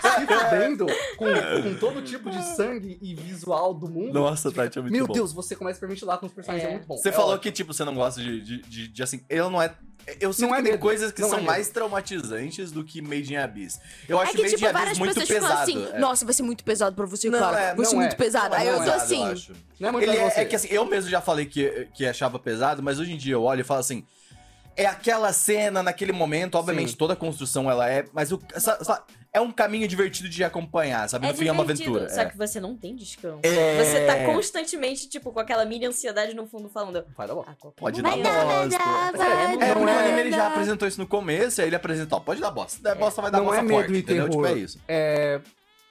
Speaker 4: se fudendo com, com todo tipo de sangue e visual do mundo.
Speaker 1: Nossa,
Speaker 4: Fica-
Speaker 1: Tati, é muito
Speaker 4: Meu
Speaker 1: bom.
Speaker 4: Deus, você começa a permitilar com os personagens, é,
Speaker 5: É.
Speaker 4: muito bom.
Speaker 1: Você
Speaker 4: É
Speaker 1: falou
Speaker 4: ótimo.
Speaker 1: que, tipo, você não gosta de, de, de- de, assim. Eu não é. Eu sinto
Speaker 4: Não é
Speaker 1: que tem
Speaker 4: medo.
Speaker 1: coisas que
Speaker 4: Não
Speaker 1: são
Speaker 4: é medo.
Speaker 1: mais traumatizantes do que Made in Abyss. Eu
Speaker 2: É
Speaker 1: acho
Speaker 2: que,
Speaker 1: Made
Speaker 2: tipo,
Speaker 1: in Abyss
Speaker 2: várias
Speaker 1: muito
Speaker 2: pessoas
Speaker 1: pesado.
Speaker 2: ficam assim,
Speaker 1: é.
Speaker 2: nossa, vai ser muito pesado pra você,
Speaker 1: Não,
Speaker 2: claro.
Speaker 1: é,
Speaker 2: vai ser
Speaker 4: não
Speaker 2: muito
Speaker 4: é.
Speaker 2: pesado.
Speaker 4: Não,
Speaker 2: Aí eu
Speaker 4: não
Speaker 2: tô
Speaker 4: é,
Speaker 1: Eu
Speaker 2: assim,
Speaker 1: acho.
Speaker 4: Não é muito
Speaker 1: Ele
Speaker 4: pra
Speaker 1: é,
Speaker 4: você.
Speaker 1: é que assim, eu mesmo já falei que, que achava pesado, mas hoje em dia eu olho e falo assim. É aquela cena naquele momento, obviamente
Speaker 4: Sim.
Speaker 1: toda a construção ela é, mas o, essa- essa- é um caminho divertido de acompanhar, sabe?
Speaker 5: É
Speaker 1: No fim é uma
Speaker 5: divertido,
Speaker 1: aventura.
Speaker 5: Só
Speaker 1: é.
Speaker 5: que você não tem descanso.
Speaker 1: É.
Speaker 5: Você tá constantemente, tipo, com aquela mini ansiedade no fundo falando.
Speaker 4: Vai dar bom.
Speaker 5: "Ah, qualquer
Speaker 1: Pode
Speaker 5: momento-
Speaker 1: dar bosta. É,
Speaker 2: vai dar
Speaker 1: porque o anime ele já
Speaker 2: merda."
Speaker 1: apresentou isso no começo, aí ele apresentou, ó, pode dar bosta. Da bosta vai dar
Speaker 4: Não
Speaker 1: bosta
Speaker 4: é medo
Speaker 1: forte,
Speaker 4: e
Speaker 1: entendeu?
Speaker 4: terror.
Speaker 1: Tipo, é isso.
Speaker 4: É,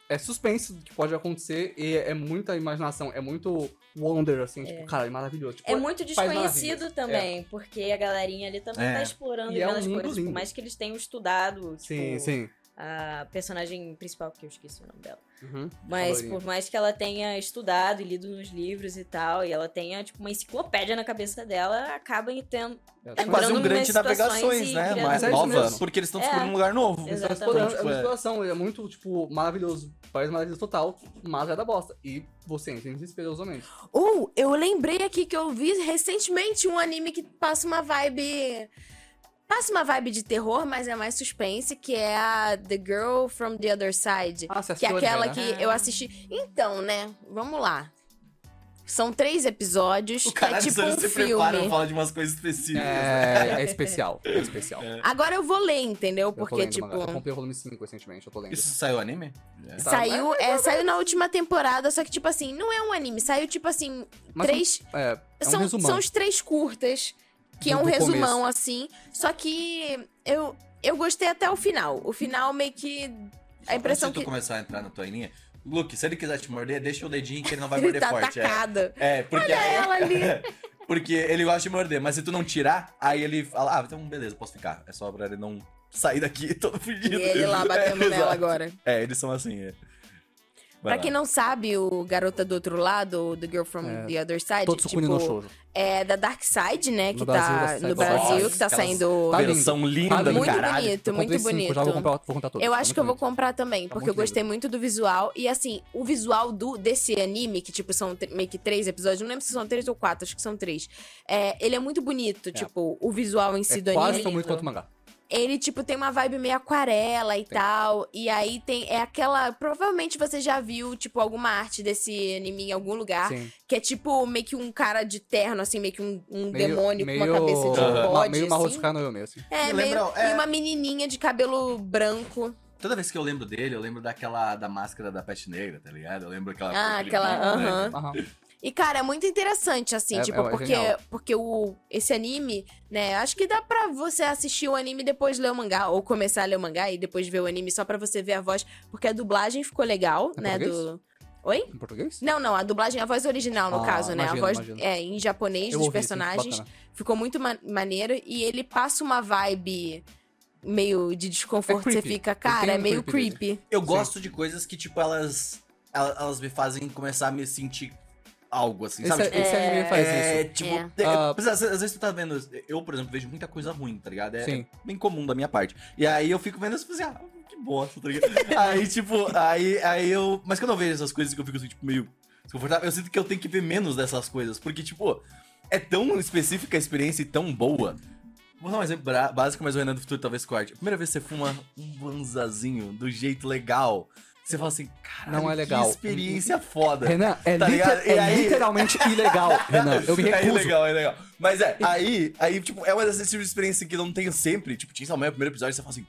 Speaker 4: é suspense do que pode acontecer e é muita imaginação, é muito wonder, assim, tipo, cara, é maravilhoso. Tipo,
Speaker 5: É muito
Speaker 4: faz maravilhas.
Speaker 5: desconhecido também, porque a galerinha ali também
Speaker 1: É.
Speaker 5: tá explorando
Speaker 4: E é um
Speaker 5: aquelas
Speaker 4: mundo
Speaker 5: coisas,
Speaker 4: lindo.
Speaker 5: por mais que eles tenham estudado, tipo,
Speaker 4: Sim, sim.
Speaker 5: a personagem principal, que eu esqueci o nome dela.
Speaker 4: Uhum.
Speaker 5: Mas
Speaker 4: Loirinha.
Speaker 5: por mais que ela tenha estudado e lido nos livros e tal, e ela tenha, tipo, uma enciclopédia na cabeça dela, acaba em tendo.
Speaker 1: É quase
Speaker 5: Entrando
Speaker 1: um grande
Speaker 5: numas situações
Speaker 1: navegações,
Speaker 5: e
Speaker 1: né?
Speaker 5: criando-
Speaker 1: Mas
Speaker 4: Mas é isso
Speaker 1: nova,
Speaker 4: mesmo.
Speaker 1: porque eles estão
Speaker 5: É.
Speaker 1: descobrindo um lugar novo.
Speaker 5: Exato.
Speaker 4: Tá
Speaker 5: Exatamente.
Speaker 4: explorando, é
Speaker 1: Tipo,
Speaker 4: uma
Speaker 1: é.
Speaker 4: exploração, ele é muito, tipo, maravilhoso. Parece maravilhoso total, mas é da bosta. E você entra em desesperosamente.
Speaker 2: Ou Uh, eu lembrei aqui que eu vi recentemente um anime que passa uma vibe. Passa uma vibe de terror, mas é mais suspense, que é a The Girl from the Other Side.
Speaker 4: Ah, você
Speaker 2: Que é
Speaker 4: assistiu
Speaker 2: aquela
Speaker 4: anime, né?
Speaker 2: que eu assisti. Então, né? Vamos lá. São três episódios,
Speaker 1: O
Speaker 2: que é
Speaker 1: cara
Speaker 2: tipo um
Speaker 1: se prepara e
Speaker 2: filme.
Speaker 1: fala de umas coisas específicas.
Speaker 4: É, é especial, é especial.
Speaker 2: Agora eu vou ler, entendeu?
Speaker 4: Eu tô
Speaker 2: Porque,
Speaker 4: lendo,
Speaker 2: tipo.
Speaker 4: mano. Eu comprei o volume 5 recentemente, eu tô lendo.
Speaker 1: Isso saiu anime? É.
Speaker 4: Tá,
Speaker 2: Saiu, é, saiu na última temporada, só que, tipo assim, não é um anime. Saiu, tipo assim,
Speaker 4: Mas
Speaker 2: três.
Speaker 4: É, é um
Speaker 2: são,
Speaker 4: resumão.
Speaker 2: são os três curtas, que é
Speaker 4: Do-
Speaker 2: um
Speaker 4: do
Speaker 2: resumão, assim. Só que eu, eu gostei até o final. O final meio que. A impressão
Speaker 1: Antes de tu
Speaker 2: que
Speaker 1: começar a entrar na tua linha, Luke, se ele quiser te morder, deixa o dedinho que ele não vai
Speaker 2: ele
Speaker 1: morder
Speaker 2: tá
Speaker 1: forte. é.
Speaker 2: atacada.
Speaker 1: É, porque.
Speaker 2: Ela ali.
Speaker 1: Porque ele gosta de morder, mas se tu não tirar, aí ele fala, ah, então beleza, posso ficar. É só pra ele não sair daqui todo
Speaker 2: E
Speaker 1: fugido.
Speaker 2: ele lá batendo
Speaker 1: É,
Speaker 2: nela
Speaker 1: exato.
Speaker 2: agora.
Speaker 1: É, eles são assim, é.
Speaker 2: Pra quem não sabe, o Garota do Outro Lado, ou The Girl from
Speaker 4: É,
Speaker 2: the Other Side,
Speaker 4: Todos
Speaker 2: tipo,
Speaker 4: tipo, no Shoujo.
Speaker 2: é da Dark Side, né?
Speaker 4: No
Speaker 2: Que
Speaker 4: Brasil,
Speaker 2: tá
Speaker 4: da Side
Speaker 2: no
Speaker 4: Nossa,
Speaker 2: Brasil, que tá
Speaker 1: aquelas-
Speaker 2: saindo.
Speaker 4: Tá lindo.
Speaker 1: Versão linda
Speaker 4: Tá
Speaker 1: do
Speaker 4: lindo.
Speaker 2: Muito
Speaker 1: caralho.
Speaker 2: bonito,
Speaker 4: Eu comprei
Speaker 2: muito
Speaker 4: tipo, cinco,
Speaker 2: bonito.
Speaker 4: Já vou comprar, vou comprar todos.
Speaker 2: Eu
Speaker 4: tá
Speaker 2: acho
Speaker 4: muito
Speaker 2: que eu vou
Speaker 4: bonito.
Speaker 2: comprar também,
Speaker 4: Tá
Speaker 2: porque eu
Speaker 4: muito
Speaker 2: gostei muito do visual. E assim, o visual do desse anime, que tipo, são tr- meio que três episódios, não lembro se são três ou quatro, acho que são três. É, ele é muito bonito, tipo, o visual em si do
Speaker 4: É quase
Speaker 2: anime.
Speaker 4: tão bonito
Speaker 5: lindo.
Speaker 4: quanto o mangá.
Speaker 2: Ele, tipo, tem uma vibe meio aquarela e tal. E aí tem. É aquela. Provavelmente você já viu, tipo, alguma arte desse anime em algum lugar.
Speaker 4: Sim.
Speaker 2: Que é tipo meio que um cara de terno, assim, meio que um, um demônio
Speaker 4: meio,
Speaker 2: com uma cabeça de
Speaker 1: Aham.
Speaker 4: ma-
Speaker 2: bode.
Speaker 4: Meio Mahou
Speaker 2: assim.
Speaker 4: Kanoyo mesmo.
Speaker 2: É,
Speaker 1: Me
Speaker 2: meio,
Speaker 1: lembra- é.
Speaker 2: e uma menininha de cabelo branco.
Speaker 1: Toda vez que eu lembro dele, eu lembro daquela da máscara da peste negra, tá ligado? Eu lembro aquela.
Speaker 2: Ah,
Speaker 1: aquele
Speaker 2: aquela,
Speaker 1: clipe, né?
Speaker 2: aham.
Speaker 4: Aham.
Speaker 2: E, cara, é muito interessante, assim,
Speaker 4: É-
Speaker 2: tipo,
Speaker 4: é- é
Speaker 2: porque,
Speaker 4: genial.
Speaker 2: porque o, esse anime, né, acho que dá pra você assistir o anime e depois ler o mangá, ou começar a ler o mangá e depois ver o anime só pra você ver a voz, porque a dublagem ficou legal,
Speaker 4: É
Speaker 2: né, do... Oi?
Speaker 4: Em português?
Speaker 2: Não, não, a dublagem, a voz original, no
Speaker 4: Ah,
Speaker 2: caso, né,
Speaker 4: imagino,
Speaker 2: a voz
Speaker 4: imagino.
Speaker 2: é em japonês dos
Speaker 4: Eu ouvi, sim,
Speaker 2: personagens,
Speaker 4: bacana.
Speaker 2: ficou muito ma- maneiro, e ele passa uma vibe meio de desconforto,
Speaker 4: É
Speaker 2: você
Speaker 4: creepy.
Speaker 2: fica,
Speaker 4: Ele tem
Speaker 2: cara, é
Speaker 4: um
Speaker 2: meio
Speaker 4: creepy
Speaker 2: creepy.
Speaker 4: dele.
Speaker 1: Eu
Speaker 4: Sim.
Speaker 1: gosto de coisas que, tipo, elas, elas, elas me fazem começar a me sentir algo, assim,
Speaker 4: Esse,
Speaker 1: sabe? Tipo,
Speaker 4: esse anime faz
Speaker 1: é,
Speaker 4: isso.
Speaker 1: tipo,
Speaker 2: É.
Speaker 1: te-
Speaker 4: Ah.
Speaker 1: mas às, às vezes tu tá vendo. Eu, por exemplo, vejo muita coisa ruim, tá ligado? É
Speaker 4: Sim.
Speaker 1: bem comum da minha parte. E aí eu fico vendo isso e fico assim, ah, que bosta, tá ligado? aí, tipo, aí, aí eu. Mas quando eu vejo essas coisas que eu fico assim, tipo, meio desconfortável, eu sinto que eu tenho que ver menos dessas coisas. Porque, tipo, é tão específica a experiência e tão boa. Vou dar um exemplo bra- básico, mas o Renan do Futuro talvez corte. A primeira vez que você fuma um banzazinho do jeito legal, você fala assim, cara,
Speaker 4: Não é legal."
Speaker 1: que experiência foda.
Speaker 4: Renan, é,
Speaker 1: Tá
Speaker 4: liter-
Speaker 1: ligado? E
Speaker 4: é
Speaker 1: aí-
Speaker 4: literalmente ilegal, Renan. Eu me
Speaker 1: É
Speaker 4: recuso.
Speaker 1: legal, é legal. Mas é, aí, aí, tipo, é uma dessas tipos de experiência que eu não tenho sempre. Tipo, tinha Man, o primeiro episódio, você fala assim.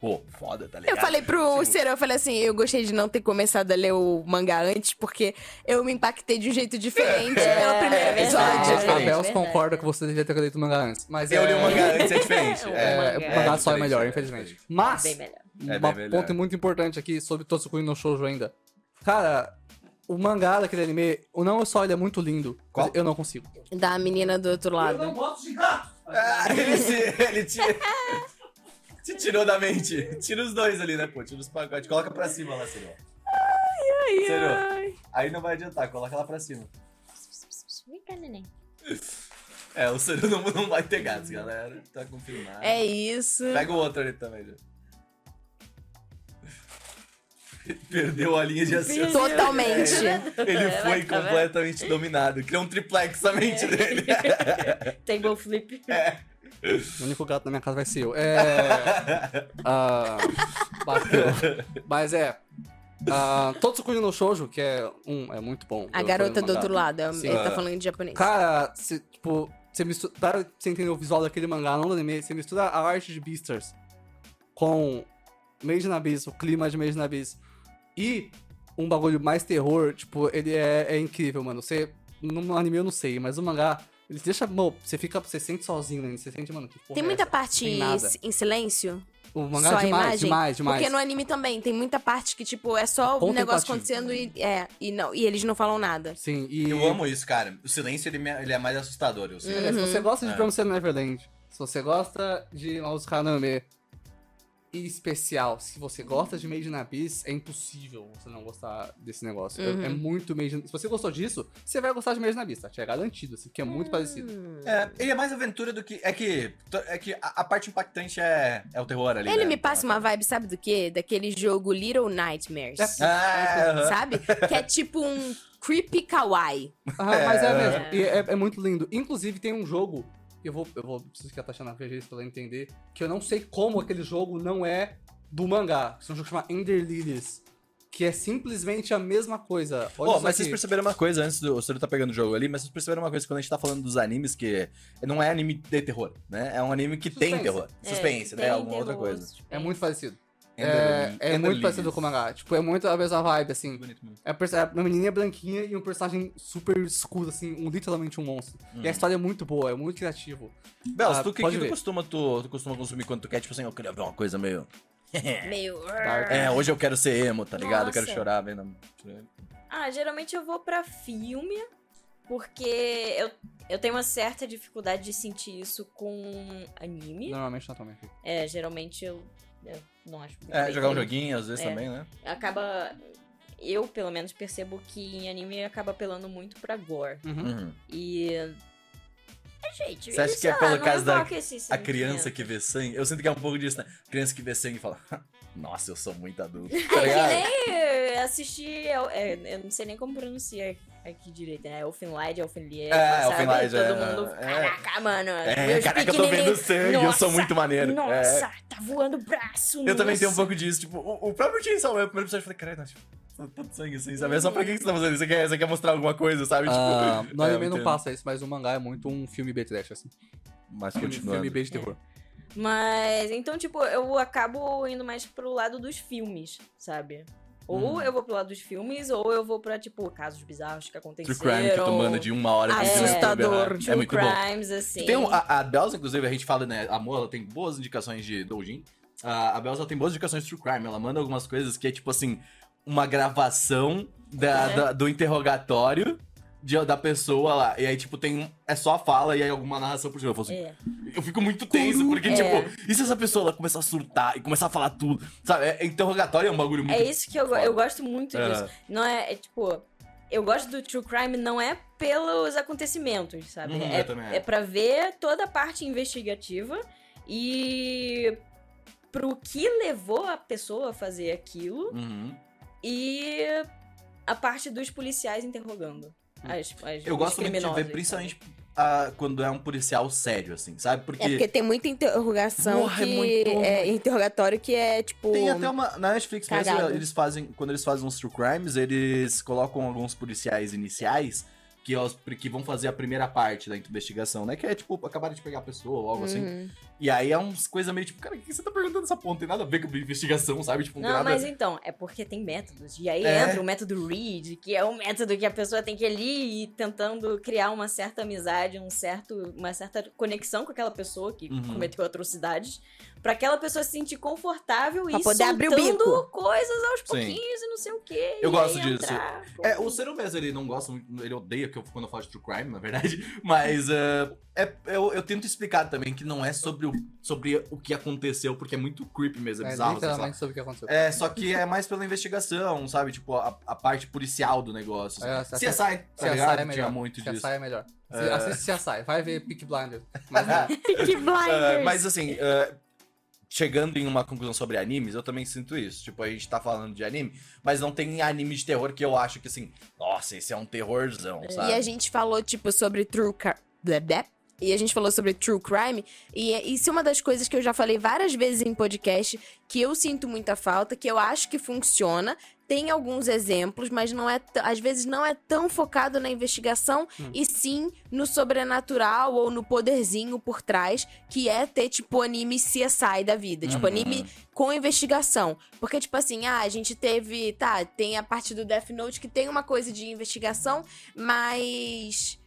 Speaker 1: Pô, foda, tá
Speaker 2: Eu
Speaker 1: ligado?
Speaker 2: falei pro
Speaker 1: Tipo,
Speaker 2: Serão, eu falei assim, eu gostei de não ter começado a ler o mangá antes, porque eu me impactei de um jeito diferente pelo primeiro
Speaker 5: é verdade.
Speaker 2: episódio.
Speaker 4: a
Speaker 1: diferente.
Speaker 4: Bels
Speaker 5: Verdade.
Speaker 4: concorda que Ah, você devia ter lido o mangá antes. Mas
Speaker 1: Eu
Speaker 4: é...
Speaker 1: li o mangá antes, é diferente.
Speaker 4: É,
Speaker 1: É,
Speaker 4: o mangá só é
Speaker 1: diferente,
Speaker 4: melhor,
Speaker 1: é
Speaker 4: infelizmente.
Speaker 1: diferente.
Speaker 4: Mas,
Speaker 5: Bem melhor.
Speaker 1: É
Speaker 4: uma
Speaker 1: bem melhor.
Speaker 4: ponto muito importante aqui sobre Totsukui no Shoujo ainda. Cara, o mangá daquele anime, o não só ele é muito lindo,
Speaker 1: Qual?
Speaker 4: mas eu não consigo.
Speaker 2: Da menina do outro lado.
Speaker 4: gosto de gato!
Speaker 1: Ah, ele se, ele te, te tirou da mente. Tira os dois ali, né, pô? Tira os pacotes. Coloca pra cima lá, Ciro. Ciro, aí não vai adiantar, coloca lá pra cima.
Speaker 5: Vem cá, neném.
Speaker 1: É, o Ciro não, não vai ter gatos, galera. Tá confirmado.
Speaker 2: É isso.
Speaker 1: Pega o outro ali também, já. Perdeu a linha de acesso.
Speaker 2: Totalmente. É,
Speaker 1: Ele
Speaker 5: Ela
Speaker 1: foi
Speaker 5: tá vendo?
Speaker 1: completamente dominado. Criou um triplex a mente dele.
Speaker 5: Table
Speaker 1: É.
Speaker 5: flip.
Speaker 4: O único gato na minha casa vai ser eu. É. ah, bateu. Mas é. ah, Totsukuni no Shoujo, que é um, é muito bom.
Speaker 2: A
Speaker 4: Eu tô
Speaker 2: garota do
Speaker 4: no mangá.
Speaker 2: outro lado. é-
Speaker 4: Sim.
Speaker 2: Ele tá
Speaker 1: Ah.
Speaker 2: falando de japonês.
Speaker 4: Cara, cê, tipo, você mistura. Pra você entender o visual daquele mangá, não do anime, você mistura a arte de Beastars com Made in Abyss, o clima de Made in Abyss e um bagulho mais terror, tipo, ele é, é incrível, mano. Você. No anime eu não sei, mas o mangá, ele deixa. Mano, você fica. Você sente sozinho, né? Você sente, mano, que porra
Speaker 2: Tem
Speaker 4: é
Speaker 2: muita
Speaker 4: essa?
Speaker 2: parte
Speaker 4: Tem nada.
Speaker 2: em silêncio?
Speaker 4: O mangá é
Speaker 2: só a
Speaker 4: demais,
Speaker 2: imagem?
Speaker 4: demais, demais.
Speaker 2: Porque é- no anime também tem muita parte que, tipo, é só o negócio
Speaker 4: Contemplativo.
Speaker 2: acontecendo e, é, e, não, e eles não falam nada.
Speaker 4: Sim, e.
Speaker 1: Eu amo isso, cara. O silêncio ele, me- ele é mais assustador. Eu sei.
Speaker 4: É,
Speaker 2: Uhum.
Speaker 4: Se você gosta de
Speaker 1: É.
Speaker 4: Promised Neverland, se você gosta de Mouse Haname, e especial, se você gosta de Made in Abyss, é impossível você não gostar desse negócio. É-
Speaker 2: Uhum.
Speaker 4: É, muito Made in... Se você gostou disso, você vai gostar de Made in Abyss, tá? É garantido, assim, que é muito parecido.
Speaker 1: É, ele é mais aventura do que. É que, é que a, a parte impactante é, é o terror ali.
Speaker 2: Ele
Speaker 1: né?
Speaker 2: me passa uma vibe, sabe do quê? Daquele jogo Little Nightmares.
Speaker 4: É.
Speaker 1: Ah, aham.
Speaker 2: Sabe? Que é tipo um creepy kawaii.
Speaker 4: Ah, mas é
Speaker 1: É.
Speaker 4: mesmo. E é, é muito lindo. Inclusive, tem um jogo. Eu vou. Eu vou preciso que a Tatiana veja isso pra ela entender. Que eu não sei como aquele jogo não é do mangá. Isso é um jogo que chama Ender Lilies. Que é simplesmente a mesma coisa. Olha
Speaker 1: Ó,
Speaker 4: isso
Speaker 1: mas vocês
Speaker 4: aqui.
Speaker 1: perceberam uma coisa antes do. O Soro tá pegando o jogo ali, mas vocês perceberam uma coisa quando a gente tá falando dos animes que não é anime de terror, né? É um anime que tem
Speaker 4: Suspense.
Speaker 1: terror.
Speaker 2: É,
Speaker 1: Suspense, né?
Speaker 5: É, tem
Speaker 1: Alguma outra
Speaker 5: terror,
Speaker 1: coisa.
Speaker 5: suspense.
Speaker 4: É muito parecido.
Speaker 1: Ender-
Speaker 4: É, é
Speaker 1: Ender
Speaker 4: muito
Speaker 1: Lilies.
Speaker 4: parecido com o mangá. Tipo, é muito a mesma vibe, assim.
Speaker 1: Bonito mesmo.
Speaker 4: É a perso- é uma menininha branquinha e um personagem super escuro, assim, um, literalmente um monstro.
Speaker 1: Hum.
Speaker 4: E a história é muito boa, é muito criativo.
Speaker 1: Belas,
Speaker 4: Ah,
Speaker 1: tu que,
Speaker 4: pode
Speaker 1: que tu
Speaker 4: ver.
Speaker 1: costuma, tu, tu costuma consumir quando tu quer, tipo assim, eu queria ver uma coisa meio.
Speaker 5: Meio.
Speaker 4: Tá,
Speaker 1: É, hoje eu quero ser emo, tá ligado? Eu quero
Speaker 5: Nossa.
Speaker 1: chorar vendo.
Speaker 5: Ah, geralmente eu vou pra filme, porque eu, eu tenho uma certa dificuldade de sentir isso com anime.
Speaker 4: Normalmente não também.
Speaker 5: É, geralmente eu, eu não acho. muito
Speaker 1: É,
Speaker 5: bem.
Speaker 1: jogar um joguinho às vezes
Speaker 5: É.
Speaker 1: também, né?
Speaker 5: Acaba. Eu, pelo menos, percebo que em anime acaba apelando muito pra gore.
Speaker 4: Uhum.
Speaker 1: Uhum.
Speaker 5: E. É, gente.
Speaker 1: Você acha
Speaker 5: sei
Speaker 1: que é
Speaker 5: lá,
Speaker 1: pelo
Speaker 5: não
Speaker 1: caso da-
Speaker 5: evoca esse
Speaker 1: A criança
Speaker 5: sentimento.
Speaker 1: que vê sangue. Eu sinto que é um pouco disso, né? Criança que vê sangue e fala, nossa, eu sou muito adulto. Tá
Speaker 5: É
Speaker 1: ligado?
Speaker 5: que nem eh, assistir. ao- é, eu não sei nem como pronuncia aqui direito, né? Elfenlied,
Speaker 1: É,
Speaker 5: Elfenlied. sabe?
Speaker 1: Elfenlied,
Speaker 5: Todo
Speaker 1: é,
Speaker 5: mundo.
Speaker 1: é.
Speaker 5: Caraca, mano.
Speaker 1: É,
Speaker 5: meus
Speaker 1: caraca, eu tô vendo
Speaker 5: pequenininhos,
Speaker 1: sangue, eu sou
Speaker 5: nossa,
Speaker 1: muito maneiro. É.
Speaker 5: Nossa, tá voando o braço.
Speaker 1: Eu também tenho um pouco disso. Tipo, o, o próprio Chainsaw Man, o primeiro episódio, eu falei, caralho, nossa, tá tanto sangue assim, sabe? É Só pra que que você tá fazendo isso? Você quer, você quer mostrar alguma coisa, sabe?
Speaker 4: Ah, no
Speaker 1: é, eu
Speaker 4: anime não
Speaker 1: entendo.
Speaker 4: passa isso, mas o mangá é muito um filme B trash, assim.
Speaker 1: Mas
Speaker 4: Filme-
Speaker 1: continuando.
Speaker 4: Filme B de
Speaker 2: É.
Speaker 4: terror.
Speaker 5: Mas, então, tipo, eu acabo indo mais pro lado dos filmes, sabe? Ou
Speaker 1: Hum.
Speaker 5: eu vou pro lado dos filmes, ou eu vou pra, tipo, casos bizarros que
Speaker 1: True
Speaker 5: aconteceram.
Speaker 1: Crime que tu manda de uma hora. que você vai
Speaker 2: Assustador.
Speaker 1: poder ver.
Speaker 5: True
Speaker 1: É muito bom.
Speaker 5: crimes, assim.
Speaker 1: Tem um- a, a Belza, inclusive, a gente fala, né? A Moa, ela tem boas indicações de Doujin. A, a Belza tem boas indicações de True Crime. Ela manda algumas coisas que é tipo assim: uma gravação da-
Speaker 5: É.
Speaker 1: da- do interrogatório de- da pessoa lá. E aí, tipo, tem. um- É só a fala e aí alguma narração por cima. Eu, falo assim,
Speaker 5: É.
Speaker 1: eu fico muito tenso, porque,
Speaker 5: É.
Speaker 1: tipo, e se essa pessoa ela começar a surtar e começar a falar tudo? Sabe? É, é interrogatório é um bagulho muito.
Speaker 5: É isso que eu, go-
Speaker 1: foda.
Speaker 5: eu gosto muito
Speaker 1: É.
Speaker 5: disso. Não é, é, tipo. Eu gosto do true crime não é pelos acontecimentos, sabe?
Speaker 1: Uhum, eu também
Speaker 5: é,
Speaker 1: acho.
Speaker 5: é pra ver toda a parte investigativa e pro que levou a pessoa a fazer aquilo
Speaker 1: Uhum.
Speaker 5: e a parte dos policiais interrogando. As, as,
Speaker 1: Hum. Eu gosto
Speaker 5: os
Speaker 1: muito de
Speaker 5: criminosos,
Speaker 1: ver,
Speaker 5: sabe?
Speaker 1: principalmente ah, quando é um policial sério, assim, sabe? Porque.
Speaker 2: É porque tem muita interrogação
Speaker 1: Porra, é
Speaker 2: que
Speaker 1: muito bom.
Speaker 2: é interrogatório que é tipo
Speaker 1: Tem até uma. Na Netflix mesmo,
Speaker 2: Cagada.
Speaker 1: eles fazem. Quando eles fazem uns true crimes, eles colocam alguns policiais iniciais que, é os- que vão fazer a primeira parte da investigação, né? Que é tipo, acabaram de pegar a pessoa ou algo assim.
Speaker 2: Uhum.
Speaker 1: E aí é uns coisa meio tipo, cara, o que você tá perguntando essa ponta? Tem nada a ver com a investigação, sabe? Tipo,
Speaker 5: Não,
Speaker 1: nada.
Speaker 5: mas então, é porque tem métodos. E aí
Speaker 1: É.
Speaker 5: entra o método read, que é um método que a pessoa tem que ali ir tentando criar uma certa amizade, um certo, uma certa conexão com aquela pessoa que
Speaker 1: Uhum.
Speaker 5: cometeu atrocidades, pra aquela pessoa se sentir confortável
Speaker 2: Pra
Speaker 5: e
Speaker 2: poder abrir o
Speaker 5: soltando
Speaker 2: bico.
Speaker 5: coisas aos
Speaker 1: Sim.
Speaker 5: pouquinhos e não sei o quê.
Speaker 1: Eu
Speaker 5: e
Speaker 1: gosto
Speaker 5: aí
Speaker 1: disso.
Speaker 5: entrar com-
Speaker 1: É, o ser humano, ele não gosta muito, ele odeia que eu, quando eu falo de true crime, na verdade, mas ah, é, eu, eu tento explicar também que não é sobre o, sobre o que aconteceu, porque é muito creepy mesmo, é, bizarro. sei lá.
Speaker 4: literalmente sobre o que aconteceu.
Speaker 1: É, só que é mais pela investigação, sabe? Tipo, a, a parte policial do negócio.
Speaker 4: É,
Speaker 1: assim.
Speaker 4: se a-
Speaker 1: CSI, tá
Speaker 4: CSI
Speaker 1: ligado?
Speaker 4: é
Speaker 1: Tinha
Speaker 4: melhor.
Speaker 1: muito
Speaker 4: CSI
Speaker 1: disso.
Speaker 4: é melhor.
Speaker 1: É.
Speaker 4: Assiste CSI, vai ver Peak Blinder. Mas não.
Speaker 2: Peaky
Speaker 1: Ah,
Speaker 2: Blinders.
Speaker 1: mas assim, ah, chegando em uma conclusão sobre animes, eu também sinto isso. Tipo, a gente tá falando de anime, mas não tem anime de terror que eu acho que assim, nossa, esse é um terrorzão, sabe?
Speaker 2: E a gente falou, tipo, sobre true crime. E a gente falou sobre true crime. E é- isso é uma das coisas que eu já falei várias vezes em podcast, que eu sinto muita falta, que eu acho que funciona. Tem alguns exemplos, mas não é t- às vezes não é tão focado na investigação
Speaker 4: Hum.
Speaker 2: e sim no sobrenatural ou no poderzinho por trás, que é ter, tipo, anime CSI da vida. Tipo, anime com investigação. Porque, tipo assim, ah, a gente teve. Tá, tem a parte do Death Note que tem uma coisa de investigação, mas.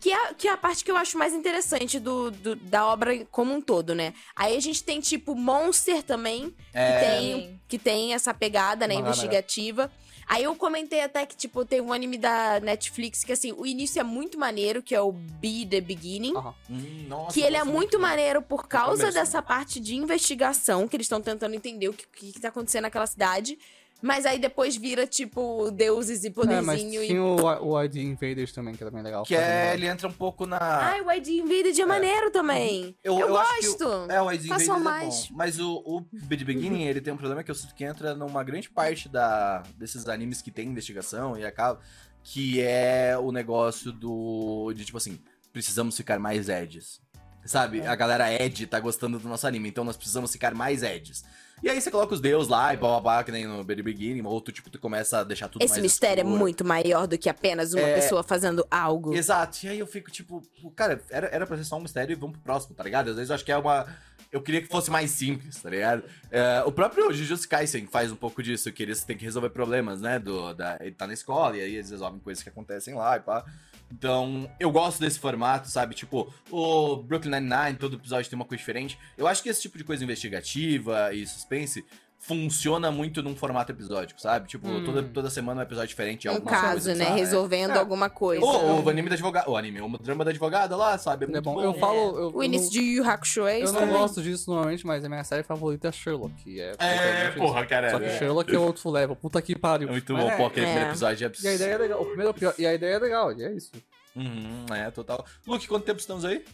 Speaker 2: Que é, que é a parte que eu acho mais interessante do, do- da obra como um todo, né? Aí a gente tem, tipo, Monster também,
Speaker 1: É,
Speaker 2: que, tem, que tem essa pegada, né,
Speaker 4: Uma galera.
Speaker 2: investigativa. Aí eu comentei até que, tipo, tem um anime da Netflix que, assim, o início é muito maneiro, que é o Be The Beginning.
Speaker 1: hum, nossa,
Speaker 2: Que ele é
Speaker 1: nossa,
Speaker 2: muito maneiro por causa
Speaker 1: começo, né?
Speaker 2: dessa parte de investigação, que eles estão tentando entender o que, que, que tá acontecendo naquela cidade. Mas aí depois vira, tipo, deuses e
Speaker 4: É, mas
Speaker 2: poderzinho e.
Speaker 4: tinha o, o ID Invaders também, que é também legal.
Speaker 1: Que é, ele entra um pouco na.
Speaker 2: Ai, o ID Invaded é, maneiro também. Eu,
Speaker 1: Acho que o-
Speaker 2: gosto.
Speaker 1: É, o Ace
Speaker 2: Façam
Speaker 1: Invaders
Speaker 2: mais.
Speaker 1: é bom. Mas o, o Big Beginning, ele tem um problema que eu sinto que entra numa grande parte da, desses animes que tem investigação e acaba. Que é o negócio do. de tipo assim, precisamos ficar mais edges.
Speaker 2: É.
Speaker 1: Sabe? A galera Ed tá gostando do nosso anime, então nós precisamos ficar mais edges. E aí você coloca os deus lá e bababá, que nem no Big Beginning, ou tu, tipo, tu começa a deixar tudo
Speaker 2: Esse
Speaker 1: mais
Speaker 2: mistério é
Speaker 1: escuro.
Speaker 2: muito maior do que apenas uma
Speaker 1: É.
Speaker 2: pessoa fazendo algo.
Speaker 1: Exato. E aí eu fico tipo, pô, cara, era, era pra ser só um mistério e vamos pro próximo, tá ligado? Às vezes eu acho que é uma. Eu queria que fosse mais simples, tá ligado? É, o próprio Jujutsu Kaisen faz um pouco disso, que eles têm que resolver problemas, né? Do, da, ele tá na escola e aí eles resolvem coisas que acontecem lá e pá. Então, eu gosto desse formato, sabe? Tipo, o Brooklyn Nine-Nine, todo episódio tem uma coisa diferente. Eu acho que esse tipo de coisa investigativa e suspense funciona muito num formato episódico, sabe? Tipo,
Speaker 4: Hum.
Speaker 1: toda, toda semana é um episódio diferente. é
Speaker 2: um
Speaker 1: alguma
Speaker 2: caso,
Speaker 1: coisa,
Speaker 2: né?
Speaker 1: sabe? É.
Speaker 2: Resolvendo
Speaker 4: É.
Speaker 2: alguma coisa.
Speaker 1: Ou o anime da advogada. O anime, o drama da advogada lá, sabe? É
Speaker 4: É
Speaker 1: muito bom.
Speaker 4: bom. Eu falo. Eu,
Speaker 2: O início de Yu Yu Hakusho é
Speaker 4: eu
Speaker 2: isso
Speaker 4: não, eu não
Speaker 2: também.
Speaker 4: gosto disso normalmente, mas a minha série favorita é Sherlock. que é,
Speaker 1: É,
Speaker 4: basicamente
Speaker 1: porra,
Speaker 4: isso. Só que
Speaker 1: cara. É
Speaker 4: Sherlock é outro level. Puta que pariu.
Speaker 1: muito
Speaker 4: Mas
Speaker 1: bom,
Speaker 4: é,
Speaker 1: pô, aquele
Speaker 2: é.
Speaker 1: primeiro episódio é absurdo.
Speaker 4: E a ideia é legal. O primeiro é o pior. E a ideia é legal, e é isso.
Speaker 1: Uhum, é, total. Luke, quanto tempo estamos aí?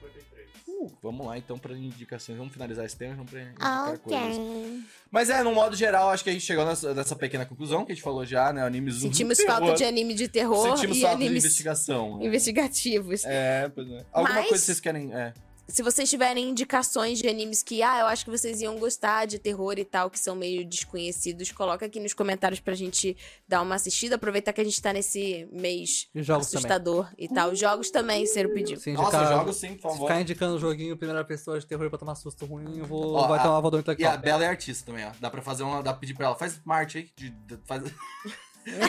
Speaker 1: 53. Uh, vamos lá, então, pra indicações. Vamos finalizar esse tema, vamos pra indicar coisas.
Speaker 2: Ok.
Speaker 1: Mas é, no modo geral, acho que a gente chegou nessa, nessa pequena conclusão que a gente falou já, né? Animes do
Speaker 2: Sentimos
Speaker 1: terror.
Speaker 2: falta de anime de terror
Speaker 1: Sentimos
Speaker 2: e
Speaker 1: falta de
Speaker 2: animes
Speaker 1: investigação. né?
Speaker 2: investigativos.
Speaker 1: É, pois é. Alguma
Speaker 2: Mas-
Speaker 1: coisa que vocês querem... É.
Speaker 2: se vocês tiverem indicações de animes que, ah, eu acho que vocês iam gostar de terror e tal, que são meio desconhecidos, coloca aqui nos comentários pra gente dar uma assistida. Aproveitar que a gente tá nesse mês
Speaker 4: E jogos
Speaker 2: assustador e tal. Jogos também, Ciro pediu.
Speaker 4: também. Se
Speaker 1: Nossa,
Speaker 4: indicar-
Speaker 1: jogos sim, por
Speaker 4: Se
Speaker 1: favor.
Speaker 4: ficar indicando o joguinho primeira pessoa de terror pra tomar susto ruim, eu vou,
Speaker 1: Ó,
Speaker 4: vai
Speaker 1: a-
Speaker 4: tomar valor
Speaker 1: E a
Speaker 4: intelectual.
Speaker 1: Bela é artista também, ó. Dá pra fazer uma. Dá pra pedir pra ela. Faz uma arte aí. de- de- faz...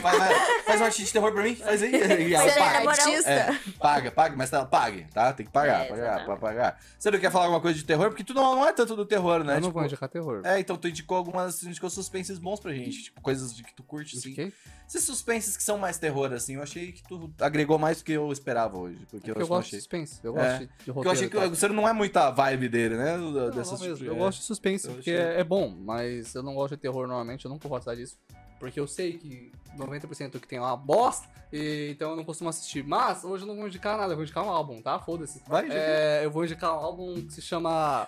Speaker 1: Vai, vai, faz uma artista de terror pra mim? Faz aí. E ela
Speaker 2: Você é
Speaker 1: paga.
Speaker 2: artista?
Speaker 1: Paga, paga, mas tá, pague, tá? Tem que pagar,
Speaker 5: É,
Speaker 1: pagar,
Speaker 5: exatamente.
Speaker 1: pra pagar. Você não quer falar alguma coisa de terror? Porque tu não, não é tanto do terror, né?
Speaker 4: Eu não
Speaker 1: Tipo,
Speaker 4: vou indicar terror.
Speaker 1: é, então tu indicou algumas, tu indicou suspenses bons pra gente, tipo, coisas de que tu curte, assim.
Speaker 4: Indiquei?
Speaker 1: Esses suspenses que são mais terror, assim, eu achei que tu agregou mais do que eu esperava hoje. Porque eu,
Speaker 4: Porque É eu
Speaker 1: não
Speaker 4: gosto
Speaker 1: achei.
Speaker 4: de suspense. Eu
Speaker 1: É.
Speaker 4: gosto de roteiro. tá?
Speaker 1: Porque eu achei
Speaker 4: e
Speaker 1: que
Speaker 4: tal.
Speaker 1: o Ciro não é muito a vibe dele, né? do-
Speaker 4: Não,
Speaker 1: dessas
Speaker 4: não mesmo.
Speaker 1: tipo-
Speaker 4: Eu
Speaker 1: é.
Speaker 4: gosto de suspense,
Speaker 1: Eu
Speaker 4: porque
Speaker 1: achei.
Speaker 4: é, é bom, mas eu não gosto de terror normalmente, eu não vou gostar disso. Porque eu sei que 90% do que tem lá é uma bosta, e, então eu não costumo assistir. Mas hoje eu não vou indicar nada, eu vou indicar um álbum, tá? Foda-se.
Speaker 1: Vai, gente.
Speaker 4: É, eu vou indicar um álbum que se chama.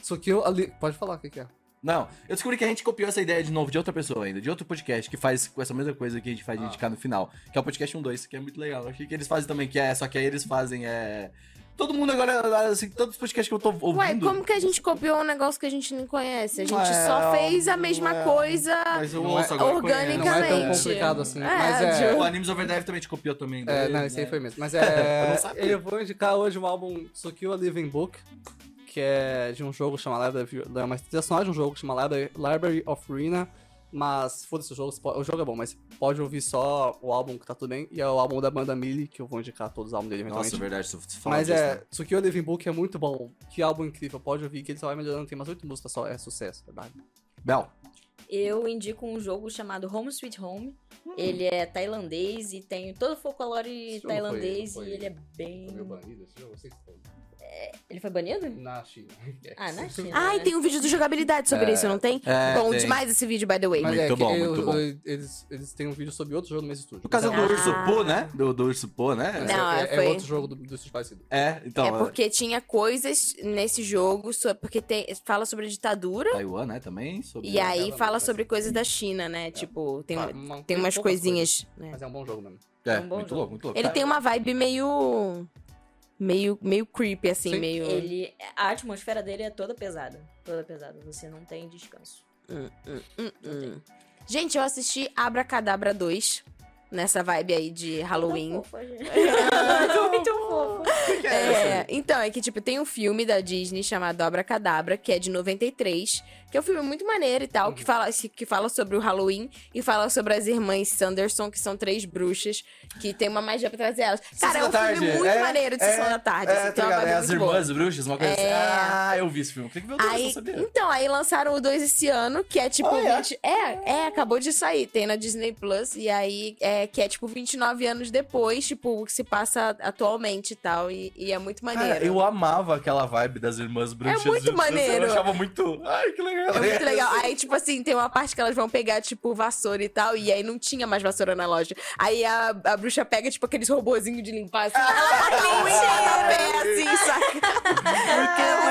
Speaker 4: Sukio Ali. Pode falar o que, que é.
Speaker 1: Não, eu descobri que a gente copiou essa ideia de novo de outra pessoa ainda, de outro podcast que faz com essa mesma coisa que a gente faz de
Speaker 4: Ah.
Speaker 1: indicar no final, que é o podcast 1-2, que é muito legal. Eu achei que eles fazem também, que é, só que aí eles fazem, é. Todo mundo agora, assim, todos os podcasts que eu tô ouvindo.
Speaker 2: Ué, como que a gente copiou um negócio que a gente não conhece? A gente
Speaker 1: É,
Speaker 2: só fez a mesma
Speaker 1: é,
Speaker 2: coisa.
Speaker 1: Mas eu
Speaker 4: Não é-
Speaker 1: ouço agora.
Speaker 2: Organicamente.
Speaker 4: Não é tão
Speaker 2: Basicamente.
Speaker 4: complicado assim,
Speaker 2: tá? É,
Speaker 4: mas é.
Speaker 1: É, o Animes Overdrive também te copiou também.
Speaker 4: É,
Speaker 1: dele,
Speaker 4: não, esse aí
Speaker 1: né?
Speaker 4: foi mesmo. Mas
Speaker 1: Eu não
Speaker 4: é.
Speaker 1: sabia.
Speaker 4: eu vou indicar hoje um álbum Sukio A Living Book, que é de um jogo chamado. É uma trilha sonora de um jogo chamado Library of Rina. Mas foda-se o jogo, você pode- o jogo é bom, mas pode ouvir só o álbum que tá tudo bem. E é o álbum da banda Millie, que eu vou indicar todos os álbuns dele eventualmente.
Speaker 1: Nossa, verdade, tu tu fala
Speaker 4: então Mas
Speaker 1: disso,
Speaker 4: é,
Speaker 1: né?
Speaker 4: Tsukio Living Book é muito bom. Que álbum incrível, pode ouvir, que ele só vai melhorando. Tem umas oito músicas só, é sucesso, verdade.
Speaker 1: Bel,
Speaker 5: Eu indico um jogo chamado Home Sweet Home.
Speaker 1: Hum.
Speaker 5: Ele é tailandês e tem todo o folclore
Speaker 4: Esse jogo
Speaker 5: tailandês
Speaker 4: foi-
Speaker 5: e
Speaker 4: foi-
Speaker 5: ele é bem.
Speaker 4: banido esse jogo? Vocês estão
Speaker 5: Ele foi banido?
Speaker 4: na China.
Speaker 5: Ah, na China.
Speaker 2: Ai,
Speaker 5: né?
Speaker 2: tem um vídeo de jogabilidade sobre
Speaker 4: É.
Speaker 2: isso, não tem?
Speaker 1: É,
Speaker 2: bom
Speaker 1: tem.
Speaker 2: demais esse vídeo, by the way.
Speaker 4: Mas
Speaker 1: Muito
Speaker 4: é,
Speaker 1: bom,
Speaker 4: que eu-
Speaker 1: muito bom.
Speaker 4: eu- Eles, eles têm um vídeo sobre outro jogo no mesmo estúdio.
Speaker 1: Por
Speaker 5: Ah,
Speaker 1: causa do
Speaker 4: Mas é-
Speaker 1: Urso
Speaker 2: Ah.
Speaker 1: Po, né? Do, do Urso Po, né?
Speaker 2: Não,
Speaker 4: é, é
Speaker 2: foi-
Speaker 4: outro jogo do, do estúdio parecido.
Speaker 1: É, então.
Speaker 2: é porque tinha coisas nesse jogo, so- porque tem- fala sobre ditadura,
Speaker 1: Taiwan, né? Também. sobre-
Speaker 2: e é aí
Speaker 4: ela-
Speaker 2: fala sobre coisas da China, né? Tipo, tem,
Speaker 4: Ah, uma-
Speaker 2: tem umas
Speaker 4: poucas
Speaker 2: coisinhas. né?
Speaker 4: coisas, mas é um bom jogo mesmo.
Speaker 1: É,
Speaker 5: É um bom
Speaker 1: muito
Speaker 5: jogo.
Speaker 1: louco, muito louco.
Speaker 2: Ele
Speaker 1: Tá.
Speaker 2: tem uma vibe meio. meio, meio creepy, assim,
Speaker 4: Sim.
Speaker 2: meio.
Speaker 5: Ele, a atmosfera dele é toda pesada. Toda pesada. Você não tem descanso.
Speaker 1: Então,
Speaker 2: Hum, hum. Gente, eu assisti Abracadabra 2 nessa vibe aí de Halloween.
Speaker 5: Tão fofa, gente. Muito fofo.
Speaker 1: O que
Speaker 2: É, então, é que, tipo, tem um filme da Disney chamado Abracadabra, que é de 93, que é um filme muito maneiro e tal, que,
Speaker 1: Uhum.
Speaker 2: fala, que fala sobre o Halloween e fala sobre as irmãs Sanderson, que são três bruxas, que tem uma magia pra trazer elas. Cara, é um
Speaker 1: da
Speaker 2: filme
Speaker 1: tarde,
Speaker 2: muito
Speaker 1: é,
Speaker 2: maneiro de
Speaker 1: é,
Speaker 2: Sessão da Tarde.
Speaker 1: É,
Speaker 2: assim, tem
Speaker 1: tá
Speaker 2: uma
Speaker 1: ligado?
Speaker 2: vibe
Speaker 1: É as
Speaker 2: muito boa.
Speaker 1: irmãs bruxas, uma coisa
Speaker 2: É.
Speaker 1: assim. Ah, eu vi esse filme. Tem que ver o dois, não
Speaker 2: Aí,
Speaker 1: sabia.
Speaker 2: então, aí lançaram o 2 esse ano, que é tipo
Speaker 1: Ah, é?
Speaker 2: 20. É, é, acabou de sair, tem na Disney Plus. E aí, é, que é tipo 29 anos depois, tipo, o que se passa atualmente e tal. E, e é muito maneiro. É
Speaker 1: Cara, eu amava aquela vibe das irmãs bruxas.
Speaker 2: muito
Speaker 1: Eu-
Speaker 2: maneiro.
Speaker 1: Eu achava muito. Ai, que legal.
Speaker 2: É muito legal. Aí, tipo assim, tem uma parte que elas vão pegar, tipo, vassoura e tal, e aí não tinha mais vassoura na loja. Aí a, a bruxa pega, tipo, aqueles robozinhos de limpar, assim,
Speaker 1: Ah,
Speaker 2: ela limpa pé, assim, saca?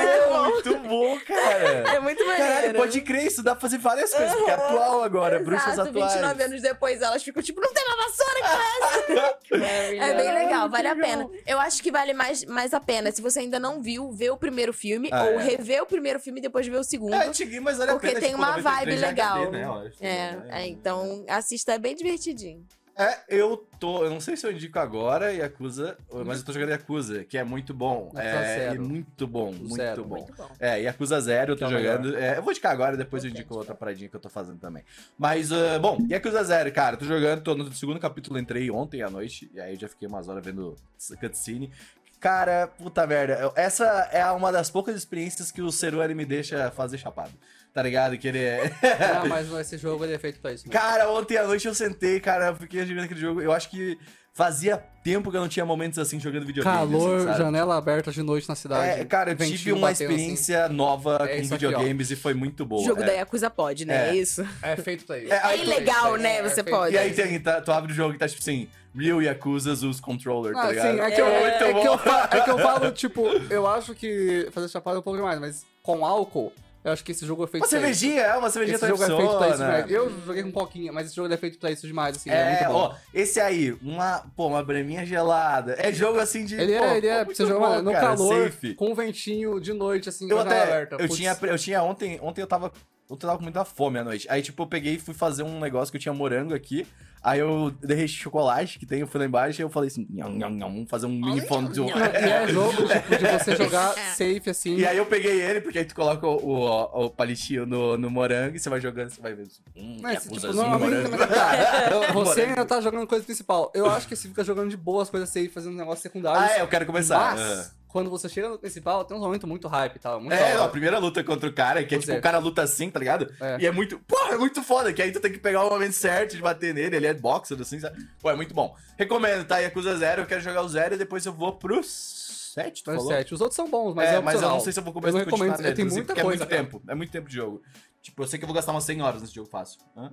Speaker 1: é muito bom. Muito bom, cara.
Speaker 2: É muito maneiro.
Speaker 1: Caralho, pode crer, isso dá pra fazer várias coisas, porque é atual agora, bruxas
Speaker 2: Exato,
Speaker 1: atuais.
Speaker 2: 29 anos depois, elas ficam, tipo, não tem uma vassoura, cara! É bem legal, vale a pena. Eu acho que vale mais, mais a pena. Se você ainda não viu, vê o primeiro filme,
Speaker 1: Ah,
Speaker 2: ou
Speaker 1: é.
Speaker 2: rever o primeiro filme e depois ver o segundo.
Speaker 1: É, antiguinho, mas olha
Speaker 2: Porque
Speaker 1: a pena,
Speaker 2: tem
Speaker 1: tipo,
Speaker 2: uma
Speaker 1: 93
Speaker 2: vibe
Speaker 1: HD,
Speaker 2: legal.
Speaker 1: né, eu acho.
Speaker 2: É, é, então assista, é bem divertidinho.
Speaker 1: É, eu tô. Eu não sei se eu indico agora Yakuza, mas eu tô jogando Yakuza, que é muito bom.
Speaker 4: Yakuza
Speaker 1: É, e
Speaker 4: Zero.
Speaker 1: muito bom, muito
Speaker 4: Zero.
Speaker 1: bom.
Speaker 5: Muito bom.
Speaker 1: É, Yakuza Zero eu tô
Speaker 4: Que é o
Speaker 1: jogando. É, eu vou indicar agora, depois eu
Speaker 5: Ok.
Speaker 1: indico outra paradinha que eu tô fazendo também. Mas, ah, bom, Yakuza Zero, cara, eu tô jogando, tô no segundo capítulo, entrei ontem à noite, e aí eu já fiquei umas horas vendo cutscene. Cara, puta merda, eu- essa é uma das poucas experiências que o Seru ele me deixa fazer chapado. Tá ligado? Que ele é.
Speaker 4: Ah, mas esse jogo ele é feito pra isso mesmo.
Speaker 1: Cara, ontem à noite eu sentei, cara, eu fiquei jogando aquele jogo. Eu acho que fazia tempo que eu não tinha momentos assim jogando videogame.
Speaker 4: Calor,
Speaker 1: assim, sabe?
Speaker 4: janela aberta de noite na cidade.
Speaker 1: É, cara, eu tive
Speaker 4: ventinho
Speaker 1: uma
Speaker 4: batendo, assim.
Speaker 1: experiência nova
Speaker 4: É
Speaker 1: com
Speaker 4: isso aqui,
Speaker 1: videogames e foi muito boa.
Speaker 2: Jogo
Speaker 1: é.
Speaker 2: da Yakuza pode,
Speaker 1: É.
Speaker 2: né? É isso.
Speaker 4: É feito pra isso.
Speaker 1: É, aí- É
Speaker 2: ilegal, né? Você pode.
Speaker 1: E aí tem, tá- tu abre o jogo e tá tipo assim, Real Yakuza os controller, tá
Speaker 4: Ah,
Speaker 1: ligado?
Speaker 4: sim, é que, eu, é,
Speaker 1: muito bom.
Speaker 4: que eu falo, é que eu falo, tipo, eu acho que fazer chapada é um pouco demais, mas com álcool, eu acho que esse jogo é feito
Speaker 1: Uma
Speaker 4: pra isso.
Speaker 1: cervejinha, é uma cervejinha
Speaker 4: Esse jogo é feito pra isso
Speaker 1: né?
Speaker 4: demais. Eu joguei com coquinha, mas esse jogo ele é feito pra isso demais, assim, é,
Speaker 1: É,
Speaker 4: muito bom.
Speaker 1: ó, esse aí, uma, pô, uma breminha gelada. É jogo assim de.
Speaker 4: Ele
Speaker 1: pô,
Speaker 4: é, ele é,
Speaker 1: muito
Speaker 4: você joga
Speaker 1: bom,
Speaker 4: no
Speaker 1: cara,
Speaker 4: calor,
Speaker 1: safe.
Speaker 4: com ventinho, de noite, assim,
Speaker 1: Eu
Speaker 4: com a janela
Speaker 1: até.
Speaker 4: aberta.
Speaker 1: Eu
Speaker 4: Putz,
Speaker 1: tinha, eu tinha ontem, ontem eu tava eu tava com muita fome à noite. Aí, tipo, eu peguei e fui fazer um negócio que eu tinha morango aqui. Aí eu derreti chocolate que tem, eu fui lá embaixo e eu falei assim, nham, nham, nham, vamos fazer um mini fondue.
Speaker 4: Não, e é jogo, tipo, de você jogar safe, assim.
Speaker 1: E aí eu peguei ele, porque aí tu coloca o, o, o palitinho no, no morango e você vai jogando, você vai ver. Hum,
Speaker 4: Mas,
Speaker 1: que
Speaker 4: tipo,
Speaker 1: abusazinho,
Speaker 4: normalmente-
Speaker 1: morango.
Speaker 4: Você
Speaker 1: Morango.
Speaker 4: ainda tá jogando coisa principal. Eu acho que você fica jogando de boa as coisas safe, fazendo negócio secundário.
Speaker 1: Ah, é, eu quero começar. Ah.
Speaker 4: Mas, quando você chega no principal, tem uns momentos muito hype e tal. Muito
Speaker 1: É,
Speaker 4: da
Speaker 1: não, a
Speaker 4: hora.
Speaker 1: primeira luta contra o cara, que é
Speaker 4: Ou
Speaker 1: tipo,
Speaker 4: seja-
Speaker 1: o cara luta assim, tá ligado?
Speaker 4: É.
Speaker 1: E é muito. Porra, é muito foda, que aí tu tem que pegar o momento certo de bater nele, ele é boxer, assim, sabe? Pô, é muito bom. Recomendo, tá? Yakuza Zero, eu quero jogar o Zero e depois eu vou pro 7, tu
Speaker 4: Mas
Speaker 1: falou?
Speaker 4: Então, sete. Os outros são bons, mas é,
Speaker 1: é, mas eu
Speaker 4: opcional.
Speaker 1: não sei se eu vou começar
Speaker 4: Eu
Speaker 1: a
Speaker 4: não
Speaker 1: continuar
Speaker 4: recomendo,
Speaker 1: nele,
Speaker 4: tem
Speaker 1: assim,
Speaker 4: muita
Speaker 1: porque
Speaker 4: coisa,
Speaker 1: É muito
Speaker 4: cara.
Speaker 1: tempo, é muito tempo de jogo. Tipo, eu sei que eu vou gastar umas 100 horas nesse jogo fácil. Hã?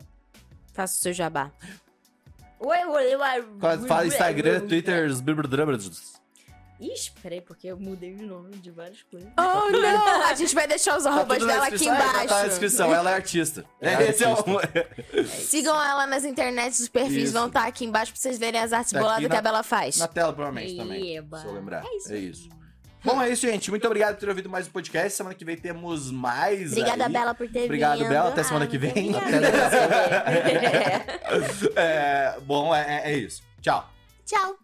Speaker 2: Faça o seu jabá.
Speaker 5: Ué, ué, ué, ué,
Speaker 1: Fala- Fala Instagram, Twitter, os blubblubblubs.
Speaker 5: Ixi, peraí, porque eu mudei o nome de várias coisas.
Speaker 2: Oh, não! A gente vai deixar os
Speaker 1: Tá
Speaker 2: arrobas
Speaker 1: tudo na
Speaker 2: dela aqui
Speaker 1: descrição, é, Tá na
Speaker 2: embaixo.
Speaker 1: descrição, ela é artista.
Speaker 4: É
Speaker 1: É, esse é o.
Speaker 2: Sigam ela nas internets, os perfis
Speaker 1: Isso.
Speaker 2: vão estar aqui embaixo pra vocês verem as artes
Speaker 1: Tá aqui
Speaker 2: boladas que
Speaker 1: na-
Speaker 2: a Bela faz.
Speaker 1: Na tela, provavelmente, também.
Speaker 5: Eba.
Speaker 1: Se eu lembrar.
Speaker 5: É isso.
Speaker 1: É isso. Bom, é isso, gente. Muito obrigado por ter ouvido mais o podcast. Semana que vem temos mais.
Speaker 2: Obrigada,
Speaker 1: aí.
Speaker 2: Bela, por ter
Speaker 1: Obrigado,
Speaker 2: vindo.
Speaker 1: Bela. Até semana
Speaker 2: Ah,
Speaker 1: que vem.
Speaker 2: muito
Speaker 1: Até
Speaker 2: obrigada.
Speaker 5: É.
Speaker 1: É, bom, é- é- é isso. Tchau.
Speaker 2: Tchau.